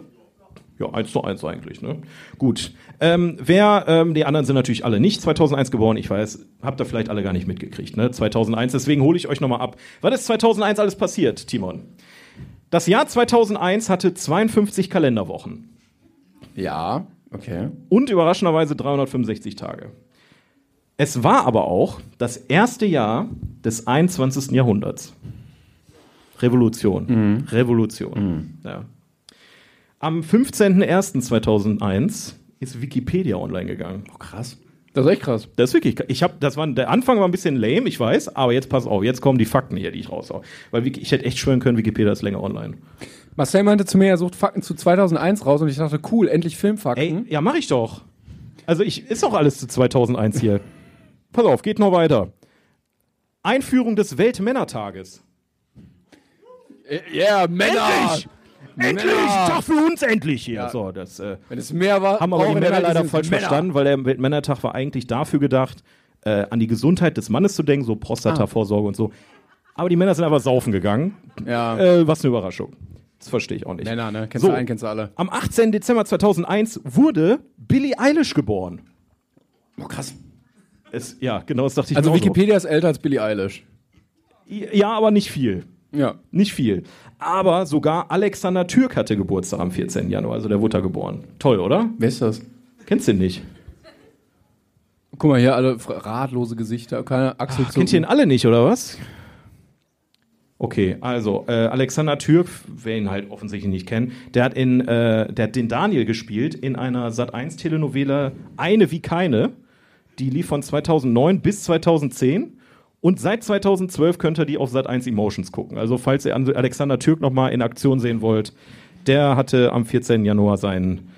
Speaker 1: Ja, eins zu eins eigentlich, ne? Gut. Ähm, wer, ähm, die anderen sind natürlich alle nicht 2001 geboren, ich weiß, habt ihr vielleicht alle gar nicht mitgekriegt, ne? 2001, deswegen hole ich euch nochmal ab. Was ist 2001 alles passiert, Timon? Das Jahr 2001 hatte 52 Kalenderwochen
Speaker 3: Ja, okay.
Speaker 1: und überraschenderweise 365 Tage. Es war aber auch das erste Jahr des 21. Jahrhunderts. Revolution. Revolution. Ja. Am 15.01.2001 ist Wikipedia online gegangen.
Speaker 3: Krass. Das ist echt krass.
Speaker 1: Das ist wirklich. Ich hab, das war, der Anfang war ein bisschen lame, ich weiß, aber jetzt pass auf, jetzt kommen die Fakten hier, die ich raushau. Weil Wiki- ich hätte echt schwören können, Wikipedia ist länger online.
Speaker 3: Marcel meinte zu mir, er sucht Fakten zu 2001 raus und ich dachte, cool, endlich
Speaker 1: Ey,
Speaker 3: Filmfakten.
Speaker 1: ja, mach ich doch. Also ich ist doch alles zu 2001
Speaker 3: [laughs]
Speaker 1: hier. Pass auf, geht noch weiter. Einführung des Weltmännertages.
Speaker 3: Yeah, Männer!
Speaker 1: Endlich! Tag für uns endlich hier. So, das äh,
Speaker 3: Wenn es mehr war,
Speaker 1: haben aber die
Speaker 3: brauchen
Speaker 1: Männer
Speaker 3: wir
Speaker 1: leider
Speaker 3: dieses
Speaker 1: falsch
Speaker 3: Männer.
Speaker 1: verstanden, weil der Weltmännertag war eigentlich dafür gedacht, äh, an die Gesundheit des Mannes zu denken, so Prostatavorsorge und so. Aber die Männer sind einfach saufen gegangen.
Speaker 3: Ah. Ja,
Speaker 1: Äh, was eine Überraschung. Das verstehe ich auch nicht.
Speaker 3: Männer, ne? Kennst
Speaker 1: So.
Speaker 3: du einen, kennst du alle.
Speaker 1: Am 18. Dezember 2001 wurde Billie Eilish geboren.
Speaker 3: Oh, krass.
Speaker 1: Es, ja, genau, das dachte ich
Speaker 3: Also
Speaker 1: mir auch so.
Speaker 3: Wikipedia ist älter als Billie Eilish.
Speaker 1: Ja, aber nicht viel.
Speaker 3: Ja.
Speaker 1: Nicht viel. Aber sogar Alexander Türk hatte Geburtstag am 14. Januar, also der wurde da geboren. Toll, oder?
Speaker 3: Wer ist das?
Speaker 1: Kennst du ihn nicht?
Speaker 3: Guck mal hier, alle fra- ratlose Gesichter, keine Achselzucken.
Speaker 1: Kennt ihr ihn alle nicht, oder was? Okay, also äh, Alexander Türk, wer ihn halt offensichtlich nicht kennt, der hat, in, äh, der hat den Daniel gespielt in einer Sat1-Telenovela Eine wie keine. Die lief von 2009 bis 2010. Und seit 2012 könnt ihr die auf Sat1 Emotions gucken. Also falls ihr Alexander Türk nochmal in Aktion sehen wollt, der hatte am 14. Januar sein,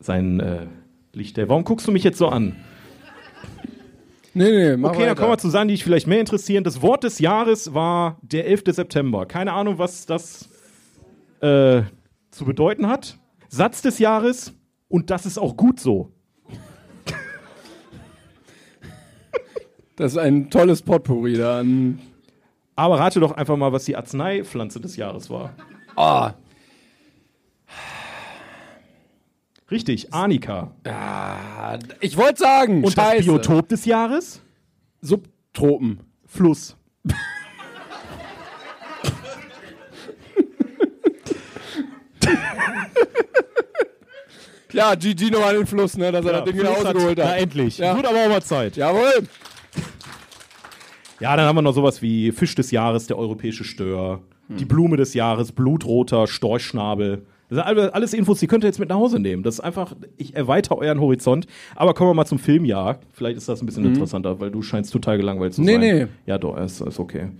Speaker 1: sein äh, Licht. der- Warum guckst du mich jetzt so an?
Speaker 3: Nee, nee, mach
Speaker 1: Okay, dann kommen wir zu Sachen, die dich vielleicht mehr interessieren. Das Wort des Jahres war der 11. September. Keine Ahnung, was das äh, zu bedeuten hat. Satz des Jahres und das ist auch gut so.
Speaker 3: Das ist ein tolles Potpourri da. an-
Speaker 1: Aber rate doch einfach mal, was die Arzneipflanze des Jahres war.
Speaker 3: Ah,
Speaker 1: Richtig, Arnika.
Speaker 3: ich wollte sagen,
Speaker 1: Und das
Speaker 3: Scheiße.
Speaker 1: Biotop des Jahres?
Speaker 3: Subtropen.
Speaker 1: Fluss.
Speaker 3: Ja, GG nochmal den Fluss, ne, dass er das Ding wieder
Speaker 1: Fluss hat-
Speaker 3: ausgeholt
Speaker 1: Na
Speaker 3: hat.
Speaker 1: endlich.
Speaker 3: Ja.
Speaker 1: Wird aber auch mal Zeit.
Speaker 3: Jawohl.
Speaker 1: Ja, dann haben wir noch sowas wie Fisch des Jahres, der europäische Stör, die Blume des Jahres, blutroter Storchschnabel. Das sind alle- alles Infos, die könnt ihr jetzt mit nach Hause nehmen. Das ist einfach, ich erweitere euren Horizont. Aber kommen wir mal zum Filmjahr. Vielleicht ist das ein bisschen interessanter, weil du scheinst total gelangweilt zu
Speaker 3: Mhm. Nee,
Speaker 1: sein.
Speaker 3: nee.
Speaker 1: Ja, doch, ist, ist okay.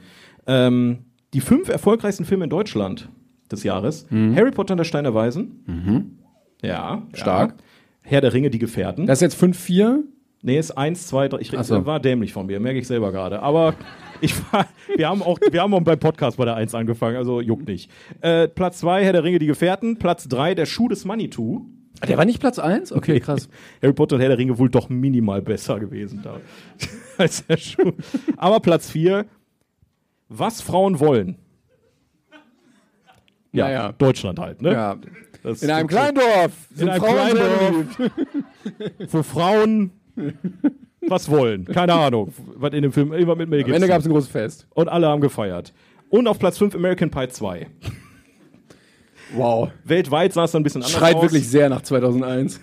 Speaker 1: Ähm, die fünf erfolgreichsten Filme in Deutschland des Jahres.
Speaker 3: Mhm.
Speaker 1: Harry Potter und der Stein der Weisen. Ja.
Speaker 3: Stark.
Speaker 1: Ja. Herr der Ringe, die Gefährten.
Speaker 3: Das ist jetzt 5-4.
Speaker 1: Nee, ist eins, zwei, drei. Ich
Speaker 3: so.
Speaker 1: war dämlich von mir, merke ich selber gerade. Aber [laughs] ich war, wir haben auch, wir haben auch beim Podcast bei der Eins angefangen, also juckt nicht. Äh, Platz zwei, Herr der Ringe, die Gefährten. Platz drei, der Schuh des Manitou.
Speaker 3: Ah, Der war nicht Platz 1? Okay, krass.
Speaker 1: Harry Potter und Herr der Ringe wohl doch minimal besser gewesen da [laughs] als der Schuh. Aber Platz vier, was Frauen wollen. Ja,
Speaker 3: Naja.
Speaker 1: Deutschland halt, ne?
Speaker 3: [laughs] Ja.
Speaker 1: Das-
Speaker 3: In einem kleinen Dorf sind
Speaker 1: einem
Speaker 3: Frauen
Speaker 1: kleinen
Speaker 3: sehr
Speaker 1: Dorf.
Speaker 3: beliebt.
Speaker 1: Wo Frauen was wollen. Keine Ahnung, was in dem Film immer mit mir
Speaker 3: Am Ende gab es ein großes Fest.
Speaker 1: und alle haben gefeiert. Und auf Platz 5 American Pie 2.
Speaker 3: Wow.
Speaker 1: Weltweit sah es dann ein bisschen anders
Speaker 3: Schreit
Speaker 1: aus.
Speaker 3: wirklich sehr nach 2001.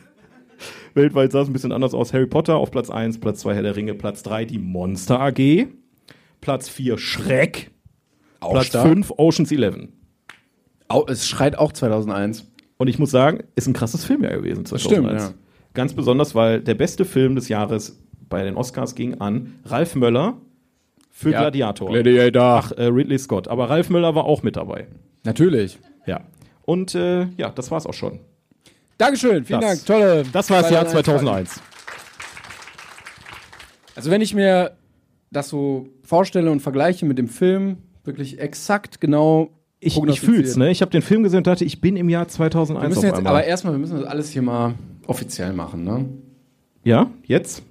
Speaker 1: Weltweit sah es ein bisschen anders aus. Harry Potter auf Platz 1, Platz 2 Herr der Ringe, Platz 3 die Monster AG, Platz 4 Schreck,
Speaker 3: Auch
Speaker 1: Platz
Speaker 3: stark.
Speaker 1: 5 Oceans 11.
Speaker 3: Au, es schreit auch 2001.
Speaker 1: Und ich muss sagen, ist ein krasses Filmjahr gewesen 2001.
Speaker 3: Stimmt,
Speaker 1: Ganz besonders, weil der beste Film des Jahres bei den Oscars ging an Ralf Möller für
Speaker 3: Ja.
Speaker 1: Gladiator.
Speaker 3: Gladiator.
Speaker 1: Ach, äh, Ridley Scott. Aber Ralf Möller war auch mit dabei.
Speaker 3: Natürlich.
Speaker 1: Ja. Und äh, ja, das war's auch schon.
Speaker 3: Dankeschön, vielen
Speaker 1: Das-
Speaker 3: Dank. Tolle.
Speaker 1: Das war das Jahr
Speaker 3: 2001.
Speaker 1: 2001.
Speaker 3: Also wenn ich mir das so vorstelle und vergleiche mit dem Film, wirklich exakt genau.
Speaker 1: Ich, ich
Speaker 3: prognostiziert.
Speaker 1: fühl's, ne? Ich habe den Film gesehen und dachte, ich bin im Jahr
Speaker 3: Wir
Speaker 1: 2001
Speaker 3: müssen jetzt,
Speaker 1: auf einmal.
Speaker 3: aber erstmal, wir müssen das alles hier mal offiziell machen, ne?
Speaker 1: ja, jetzt?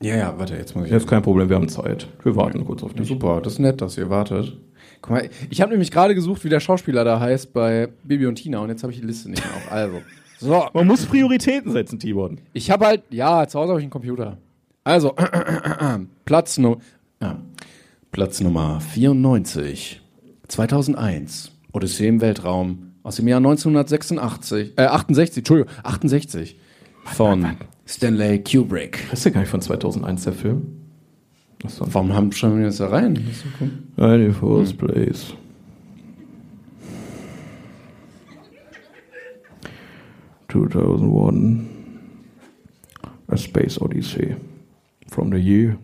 Speaker 3: Ja, ja, warte, jetzt muss ich.
Speaker 1: Jetzt kein Problem, wir haben Zeit. Wir warten kurz auf dich.
Speaker 3: Super, das ist nett, dass ihr wartet. Guck mal, ich habe nämlich gerade gesucht, wie der Schauspieler da heißt bei Bibi und Tina und jetzt habe ich die Liste nicht mehr auf. Also. So,
Speaker 1: Man muss Prioritäten setzen, Tibor.
Speaker 3: ich habe halt, ja, zu Hause habe ich einen Computer. Also, [clears throat] Platz, nu ja. Platz Nummer 94, 2001, Odyssee im Weltraum, aus dem Jahr 1986, äh, 68, Entschuldigung, 68, von Stanley Kubrick.
Speaker 1: Das ist ja gar nicht von 2001, der Film. Achso.
Speaker 3: Warum haben schon wir das da rein?
Speaker 1: Any
Speaker 3: Hm.
Speaker 1: first place. Two thousand one. A Space Odyssey. From the year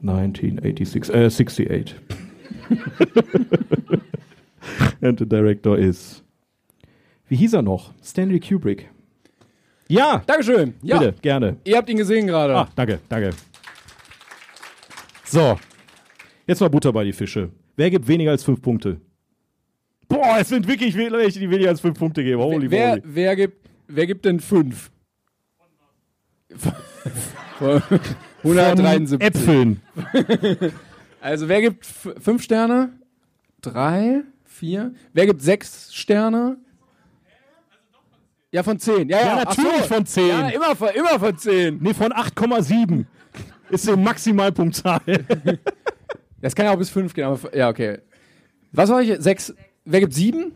Speaker 1: 1986. Äh, 68. [laughs] And the director is. Wie hieß er noch? Stanley Kubrick. Ja!
Speaker 3: Dankeschön, ja,
Speaker 1: Bitte, gerne.
Speaker 3: ihr habt ihn gesehen gerade.
Speaker 1: Ah, danke, danke. So, jetzt mal Butter bei die Fische. Wer gibt weniger als fünf Punkte? Boah, es sind wirklich welche, die weniger als fünf Punkte geben. Holy
Speaker 3: wer,
Speaker 1: moly.
Speaker 3: wer, gibt, wer gibt denn 5? 173.
Speaker 1: Äpfeln.
Speaker 3: Also wer gibt f- fünf Sterne? Drei, vier. Wer gibt sechs Sterne? Ja, von zehn. Ja, ja,
Speaker 1: Ja,
Speaker 3: ach
Speaker 1: natürlich von zehn.
Speaker 3: Ja, immer, von, immer von zehn.
Speaker 1: Nee, von 8,7 ist die Maximalpunktzahl.
Speaker 3: Das kann ja auch bis fünf gehen, aber f- ja, okay. Was war ich? Sechs. Wer gibt sieben?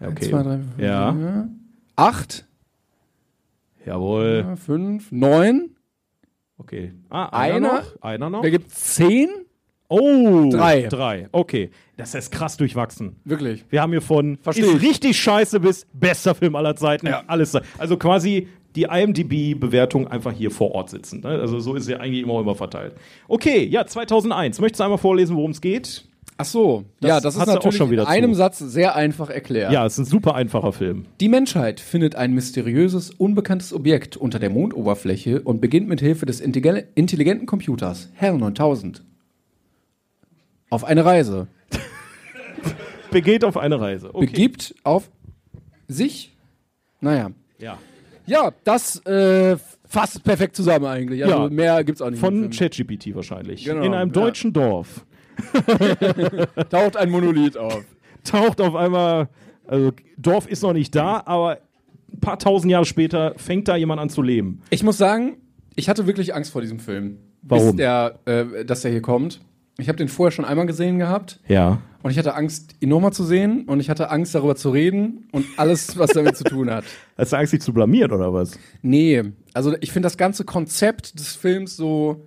Speaker 1: Okay.
Speaker 3: zwei, drei, vier. ne?
Speaker 1: ja.
Speaker 3: Acht?
Speaker 1: Jawohl.
Speaker 3: Fünf? Neun?
Speaker 1: Okay. Ah, einer,
Speaker 3: Einer?
Speaker 1: noch? Einer noch?
Speaker 3: Wer gibt zehn?
Speaker 1: Oh,
Speaker 3: [laughs] Drei.
Speaker 1: Drei. Okay. Das ist krass durchwachsen.
Speaker 3: Wirklich.
Speaker 1: Wir haben hier von
Speaker 3: Versteh
Speaker 1: ist
Speaker 3: ich.
Speaker 1: richtig scheiße bis bester Film aller Zeiten. Alles. Also quasi die IMDb-Bewertung einfach hier vor Ort sitzen. ne? Also so ist sie eigentlich immer, immer verteilt. Okay, ja, 2001. Möchtest du einmal vorlesen, worum es geht?
Speaker 3: Ach so. ja,
Speaker 1: Das
Speaker 3: das ist
Speaker 1: hast du auch
Speaker 3: natürlich
Speaker 1: schon wieder
Speaker 3: in einem
Speaker 1: zu.
Speaker 3: Satz sehr einfach erklärt.
Speaker 1: Ja, es ist ein super einfacher Film.
Speaker 3: Die Menschheit findet ein mysteriöses, unbekanntes Objekt unter der Mondoberfläche und beginnt mit Hilfe des intelligen- intelligenten Computers HAL 9000 auf eine Reise.
Speaker 1: Begeht auf eine Reise. Okay.
Speaker 3: Begibt auf sich? Naja.
Speaker 1: ja.
Speaker 3: Ja, das äh, fasst perfekt zusammen eigentlich. Also
Speaker 1: Ja.
Speaker 3: mehr gibt's auch nicht.
Speaker 1: Von
Speaker 3: im Film.
Speaker 1: ChatGPT wahrscheinlich.
Speaker 3: Genau,
Speaker 1: In einem
Speaker 3: ja.
Speaker 1: deutschen Dorf
Speaker 3: taucht ein Monolith auf.
Speaker 1: taucht auf einmal, also Dorf ist noch nicht da, aber ein paar tausend Jahre später fängt da jemand an zu leben.
Speaker 3: Ich muss sagen, ich hatte wirklich Angst vor diesem Film.
Speaker 1: Warum?
Speaker 3: Bis der, äh, dass der hier kommt. Ich habe den vorher schon einmal gesehen gehabt.
Speaker 1: Ja.
Speaker 3: Und ich hatte Angst, ihn nochmal zu sehen und ich hatte Angst, darüber zu reden und alles, was damit zu tun hat.
Speaker 1: Hast du Angst, dich zu blamieren oder was?
Speaker 3: [laughs] Nee, also ich finde das ganze Konzept des Films so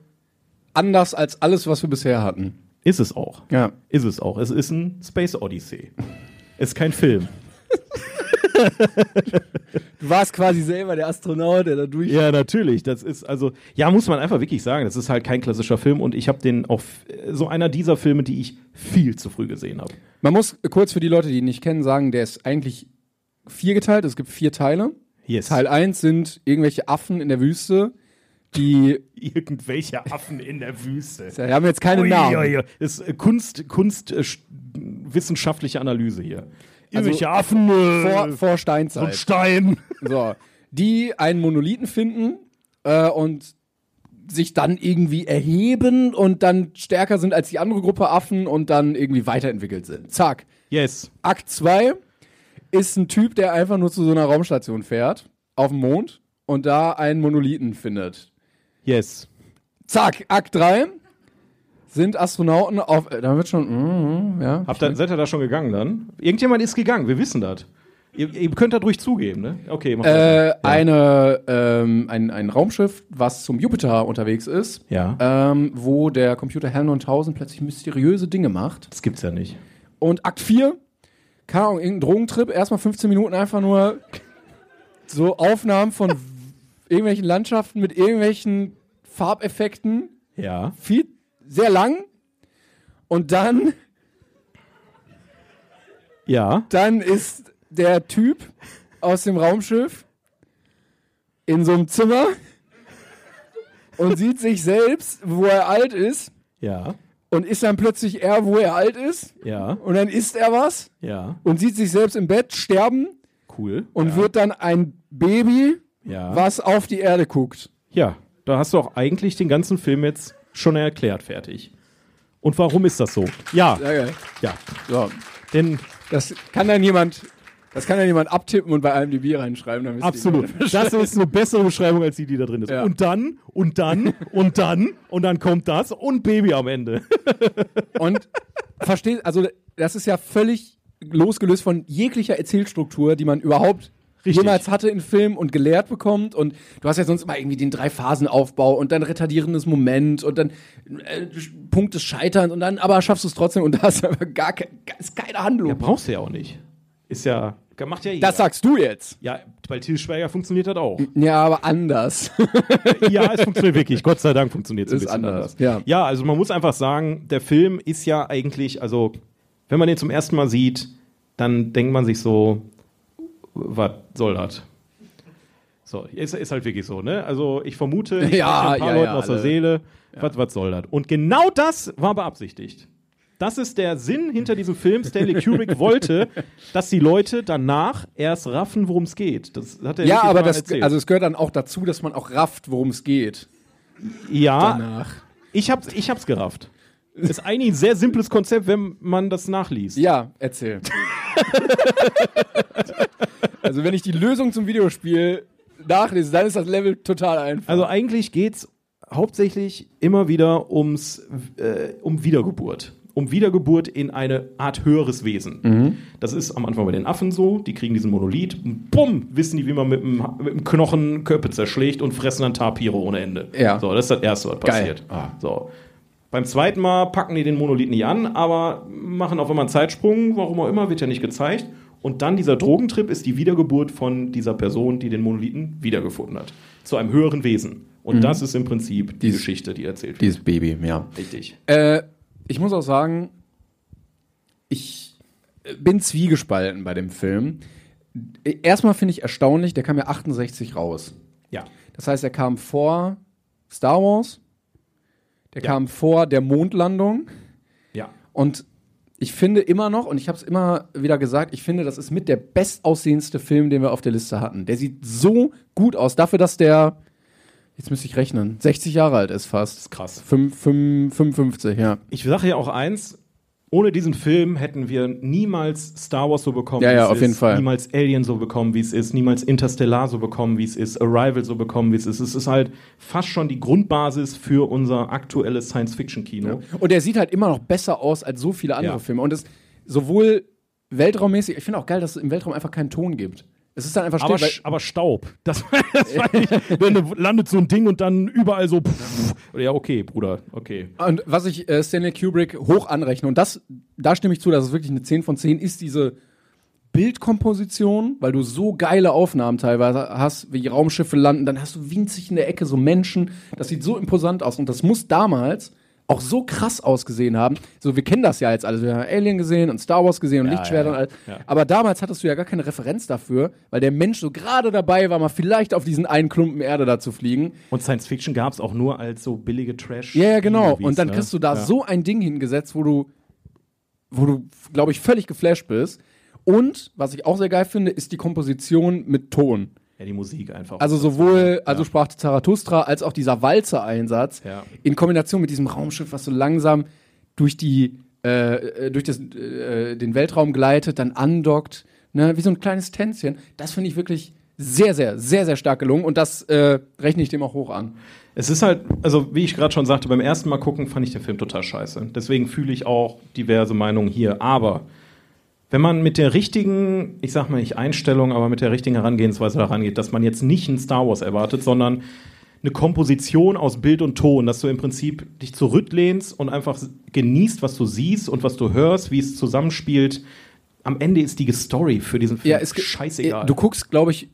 Speaker 3: anders als alles, was wir bisher hatten.
Speaker 1: Ist es auch.
Speaker 3: Ja.
Speaker 1: Ist es auch. Es ist ein Space Odyssey. ist kein Film.
Speaker 3: Du warst quasi selber der Astronaut, der da durch...
Speaker 1: Ja, natürlich. Das ist also, ja, muss man einfach wirklich sagen, das ist halt kein klassischer Film und ich habe den auch äh, so einer dieser Filme, die ich viel zu früh gesehen habe.
Speaker 3: Man muss kurz für die Leute, die ihn nicht kennen, sagen, der ist eigentlich viergeteilt. Es gibt vier Teile.
Speaker 1: Yes.
Speaker 3: Teil 1 sind irgendwelche Affen in der Wüste, die...
Speaker 1: Irgendwelche Affen in der Wüste.
Speaker 3: Die haben jetzt keine Namen.
Speaker 1: Uiuiui. Das ist äh, Kunst, Kunst äh, sch- wissenschaftliche Analyse hier.
Speaker 3: Also,
Speaker 1: Affen
Speaker 3: Vor,
Speaker 1: äh,
Speaker 3: vor Steinzeit.
Speaker 1: Stein.
Speaker 3: So, die einen Monolithen finden äh, und sich dann irgendwie erheben und dann stärker sind als die andere Gruppe Affen und dann irgendwie weiterentwickelt sind. Zack.
Speaker 1: Yes.
Speaker 3: Akt 2 ist ein Typ, der einfach nur zu so einer Raumstation fährt, auf dem Mond und da einen Monolithen findet.
Speaker 1: Yes.
Speaker 3: Zack, Akt 3 sind Astronauten auf. äh, Da wird schon. mm, mm, ja.
Speaker 1: Habt ihr, seid ihr da schon gegangen dann? Irgendjemand ist gegangen, wir wissen das. Ihr, ihr könnt da ruhig zugeben, ne? Okay, macht
Speaker 3: Äh,
Speaker 1: weiter.
Speaker 3: eine, ähm, ein, ein Raumschiff, was zum Jupiter unterwegs ist,
Speaker 1: Ja.
Speaker 3: ähm, wo der Computer HAL 9000 plötzlich mysteriöse Dinge macht.
Speaker 1: Das gibt's ja nicht.
Speaker 3: Und Akt 4, keine Ahnung, irgendein Drogentrip, erstmal 15 Minuten einfach nur so Aufnahmen von [laughs] irgendwelchen Landschaften mit irgendwelchen Farbeffekten.
Speaker 1: Ja.
Speaker 3: viel, sehr lang. Und dann,
Speaker 1: Ja.
Speaker 3: dann ist der Typ aus dem Raumschiff in so einem Zimmer und sieht sich selbst, wo er alt ist
Speaker 1: Ja.
Speaker 3: und ist dann plötzlich er, wo er alt ist
Speaker 1: Ja.
Speaker 3: und dann isst er was
Speaker 1: Ja.
Speaker 3: und sieht sich selbst im Bett sterben
Speaker 1: Cool.
Speaker 3: und wird dann ein Baby,
Speaker 1: Ja.
Speaker 3: was auf die Erde guckt.
Speaker 1: Ja, da hast du auch eigentlich den ganzen Film jetzt schon erklärt, fertig. Und warum ist das so? Ja,
Speaker 3: Sehr geil.
Speaker 1: ja.
Speaker 3: So,
Speaker 1: Denn
Speaker 3: das kann dann jemand, das kann dann jemand abtippen und bei IMDb reinschreiben. Dann wisst ihr
Speaker 1: absolut.
Speaker 3: jemand.
Speaker 1: Das ist eine bessere Beschreibung als die, die da drin ist.
Speaker 3: Ja.
Speaker 1: Und dann, und dann, und dann, und dann kommt das und Baby am Ende.
Speaker 3: Und versteht, also das ist ja völlig losgelöst von jeglicher Erzählstruktur, die man überhaupt
Speaker 1: Richtig.
Speaker 3: jemals hatte in Filmen und gelehrt bekommt. Und du hast ja sonst immer irgendwie den Drei-Phasen-Aufbau und dann retardierendes Moment und dann äh, Punkt des Scheiterns und dann, aber schaffst du es trotzdem und da hast du aber gar, ke gar ist keine Handlung.
Speaker 1: brauchst du ja auch nicht. Ist ja, macht ja jeder.
Speaker 3: das sagst du jetzt.
Speaker 1: ja, bei Til Schweiger funktioniert das auch.
Speaker 3: Ja, aber anders.
Speaker 1: [laughs] ja, es funktioniert wirklich. Gott sei Dank funktioniert es ein
Speaker 3: Ist
Speaker 1: bisschen
Speaker 3: anders,
Speaker 1: anders.
Speaker 3: ja.
Speaker 1: also man muss einfach sagen, der Film ist ja eigentlich, also wenn man den zum ersten Mal sieht, dann denkt man sich so, was soll das? So, ist, ist halt wirklich so, ne? Also ich
Speaker 3: [laughs]
Speaker 1: vermute, ich
Speaker 3: Ja,
Speaker 1: spreche ein paar
Speaker 3: ja,
Speaker 1: Leuten
Speaker 3: ja,
Speaker 1: aus der
Speaker 3: alle.
Speaker 1: Seele, was was soll das? Und genau das war beabsichtigt. Das ist der Sinn hinter diesem Film. Stanley Kubrick
Speaker 3: [laughs]
Speaker 1: wollte, dass die Leute danach erst raffen, worum es geht. Das hat er
Speaker 3: [laughs] ja,
Speaker 1: wirklich
Speaker 3: aber
Speaker 1: mal
Speaker 3: das,
Speaker 1: erzählt.
Speaker 3: also es gehört dann auch dazu, dass man auch rafft, worum es geht.
Speaker 1: ja,
Speaker 3: Danach.
Speaker 1: Ich hab's, ich hab's gerafft. Ist eigentlich ein sehr simples Konzept, wenn man das nachliest.
Speaker 3: Ja, [laughs] erzähl. also, wenn ich die Lösung zum Videospiel nachlese, dann ist das Level total einfach.
Speaker 1: Also eigentlich geht's hauptsächlich immer wieder ums, äh, um Wiedergeburt. Um Wiedergeburt in eine Art höheres Wesen.
Speaker 3: Mhm.
Speaker 1: Das ist am Anfang bei den Affen so, die kriegen diesen Monolith, und bumm, wissen die, wie man mit dem, mit dem Knochen Köpfe zerschlägt und fressen dann Tapire ohne Ende.
Speaker 3: Ja.
Speaker 1: So, das ist das Erste, was
Speaker 3: Geil.
Speaker 1: passiert. Ah. So. Beim zweiten Mal packen die den Monolith nicht an, aber machen auf einmal einen Zeitsprung, warum auch immer, wird ja nicht gezeigt. Und dann dieser Drogentrip ist die Wiedergeburt von dieser Person, die den Monolithen wiedergefunden hat. Zu einem höheren Wesen. Und das ist im Prinzip die
Speaker 3: Dies-
Speaker 1: Geschichte, die erzählt wird.
Speaker 3: dieses Baby, ja.
Speaker 1: Richtig.
Speaker 3: Äh, ich muss auch sagen, ich bin zwiegespalten bei dem Film. Erstmal finde ich erstaunlich, der kam ja 68 raus.
Speaker 1: Ja.
Speaker 3: Das heißt, er kam vor Star Wars, der kam vor der Mondlandung.
Speaker 1: Ja.
Speaker 3: Und ich finde immer noch, und ich habe es immer wieder gesagt, ich finde, das ist mit der bestaussehendste Film, den wir auf der Liste hatten. Der sieht so gut aus, dafür, dass der, jetzt müsste ich rechnen, 60 Jahre alt ist fast.
Speaker 1: Krass.
Speaker 3: Fünf- fünf- 55, ja.
Speaker 1: Ich sage ja auch eins, ohne diesen Film hätten wir niemals Star Wars so bekommen,
Speaker 3: Ja,
Speaker 1: wie
Speaker 3: ja,
Speaker 1: es
Speaker 3: auf
Speaker 1: ist,
Speaker 3: jeden Fall.
Speaker 1: niemals Alien so bekommen, wie es ist, niemals Interstellar so bekommen, wie es ist, Arrival so bekommen, wie es ist. Es ist halt fast schon die Grundbasis für unser aktuelles Science-Fiction-Kino.
Speaker 3: Und der sieht halt immer noch besser aus als so viele andere
Speaker 1: Ja.
Speaker 3: Filme. Und es sowohl weltraummäßig, ich finde auch geil, dass es im Weltraum einfach keinen Ton gibt. Es ist dann einfach
Speaker 1: Aber,
Speaker 3: still, weil-
Speaker 1: Sch- aber Staub, [laughs] das, das
Speaker 3: [laughs]
Speaker 1: fand ich, dann landet so ein Ding und dann überall so, pff. ja okay, Bruder, okay.
Speaker 3: Und was ich äh, Stanley Kubrick hoch anrechne, und das, da stimme ich zu, dass es wirklich eine 10 von 10 ist, diese Bildkomposition, weil du so geile Aufnahmen teilweise hast, wie Raumschiffe landen, dann hast du winzig in der Ecke so Menschen, das sieht so imposant aus und das muss damals auch so krass ausgesehen haben. So, wir kennen das ja jetzt alles. Wir haben Alien gesehen und Star Wars gesehen und Lichtschwerter und alles. Aber damals hattest du ja gar keine Referenz dafür, weil der Mensch so gerade dabei war, mal vielleicht auf diesen einen Klumpen Erde da zu fliegen.
Speaker 1: Und Science-Fiction gab es auch nur als so billige ne? Trash.
Speaker 3: Ja, ja, genau. Und dann kriegst du da so ein Ding hingesetzt, wo du, wo du, glaube ich, völlig geflasht bist. Und was ich auch sehr geil finde, ist die Komposition mit Ton.
Speaker 1: Ja, die Musik einfach.
Speaker 3: Also sowohl, also sprach Zarathustra, als auch dieser Walzer-Einsatz
Speaker 1: Ja.
Speaker 3: in Kombination mit diesem Raumschiff, was so langsam durch die, äh, äh, durch das, äh, den Weltraum gleitet, dann andockt, ne, wie so ein kleines Tänzchen. Das finde ich wirklich sehr, sehr, sehr, sehr stark gelungen und das äh, rechne ich dem auch hoch an.
Speaker 1: Es ist halt, also wie ich gerade schon sagte, beim ersten Mal gucken fand ich den Film total scheiße. Deswegen fühle ich auch diverse Meinungen hier. Aber wenn man mit der richtigen, ich sag mal nicht Einstellung, aber mit der richtigen Herangehensweise daran geht, dass man jetzt nicht einen Star Wars erwartet, sondern eine Komposition aus Bild und Ton, dass du im Prinzip dich zurücklehnst und einfach genießt, was du siehst und was du hörst, wie es zusammenspielt. Am Ende ist die Story für diesen Film
Speaker 3: Ja, es gibt-
Speaker 1: scheißegal.
Speaker 3: Du guckst, glaube ich,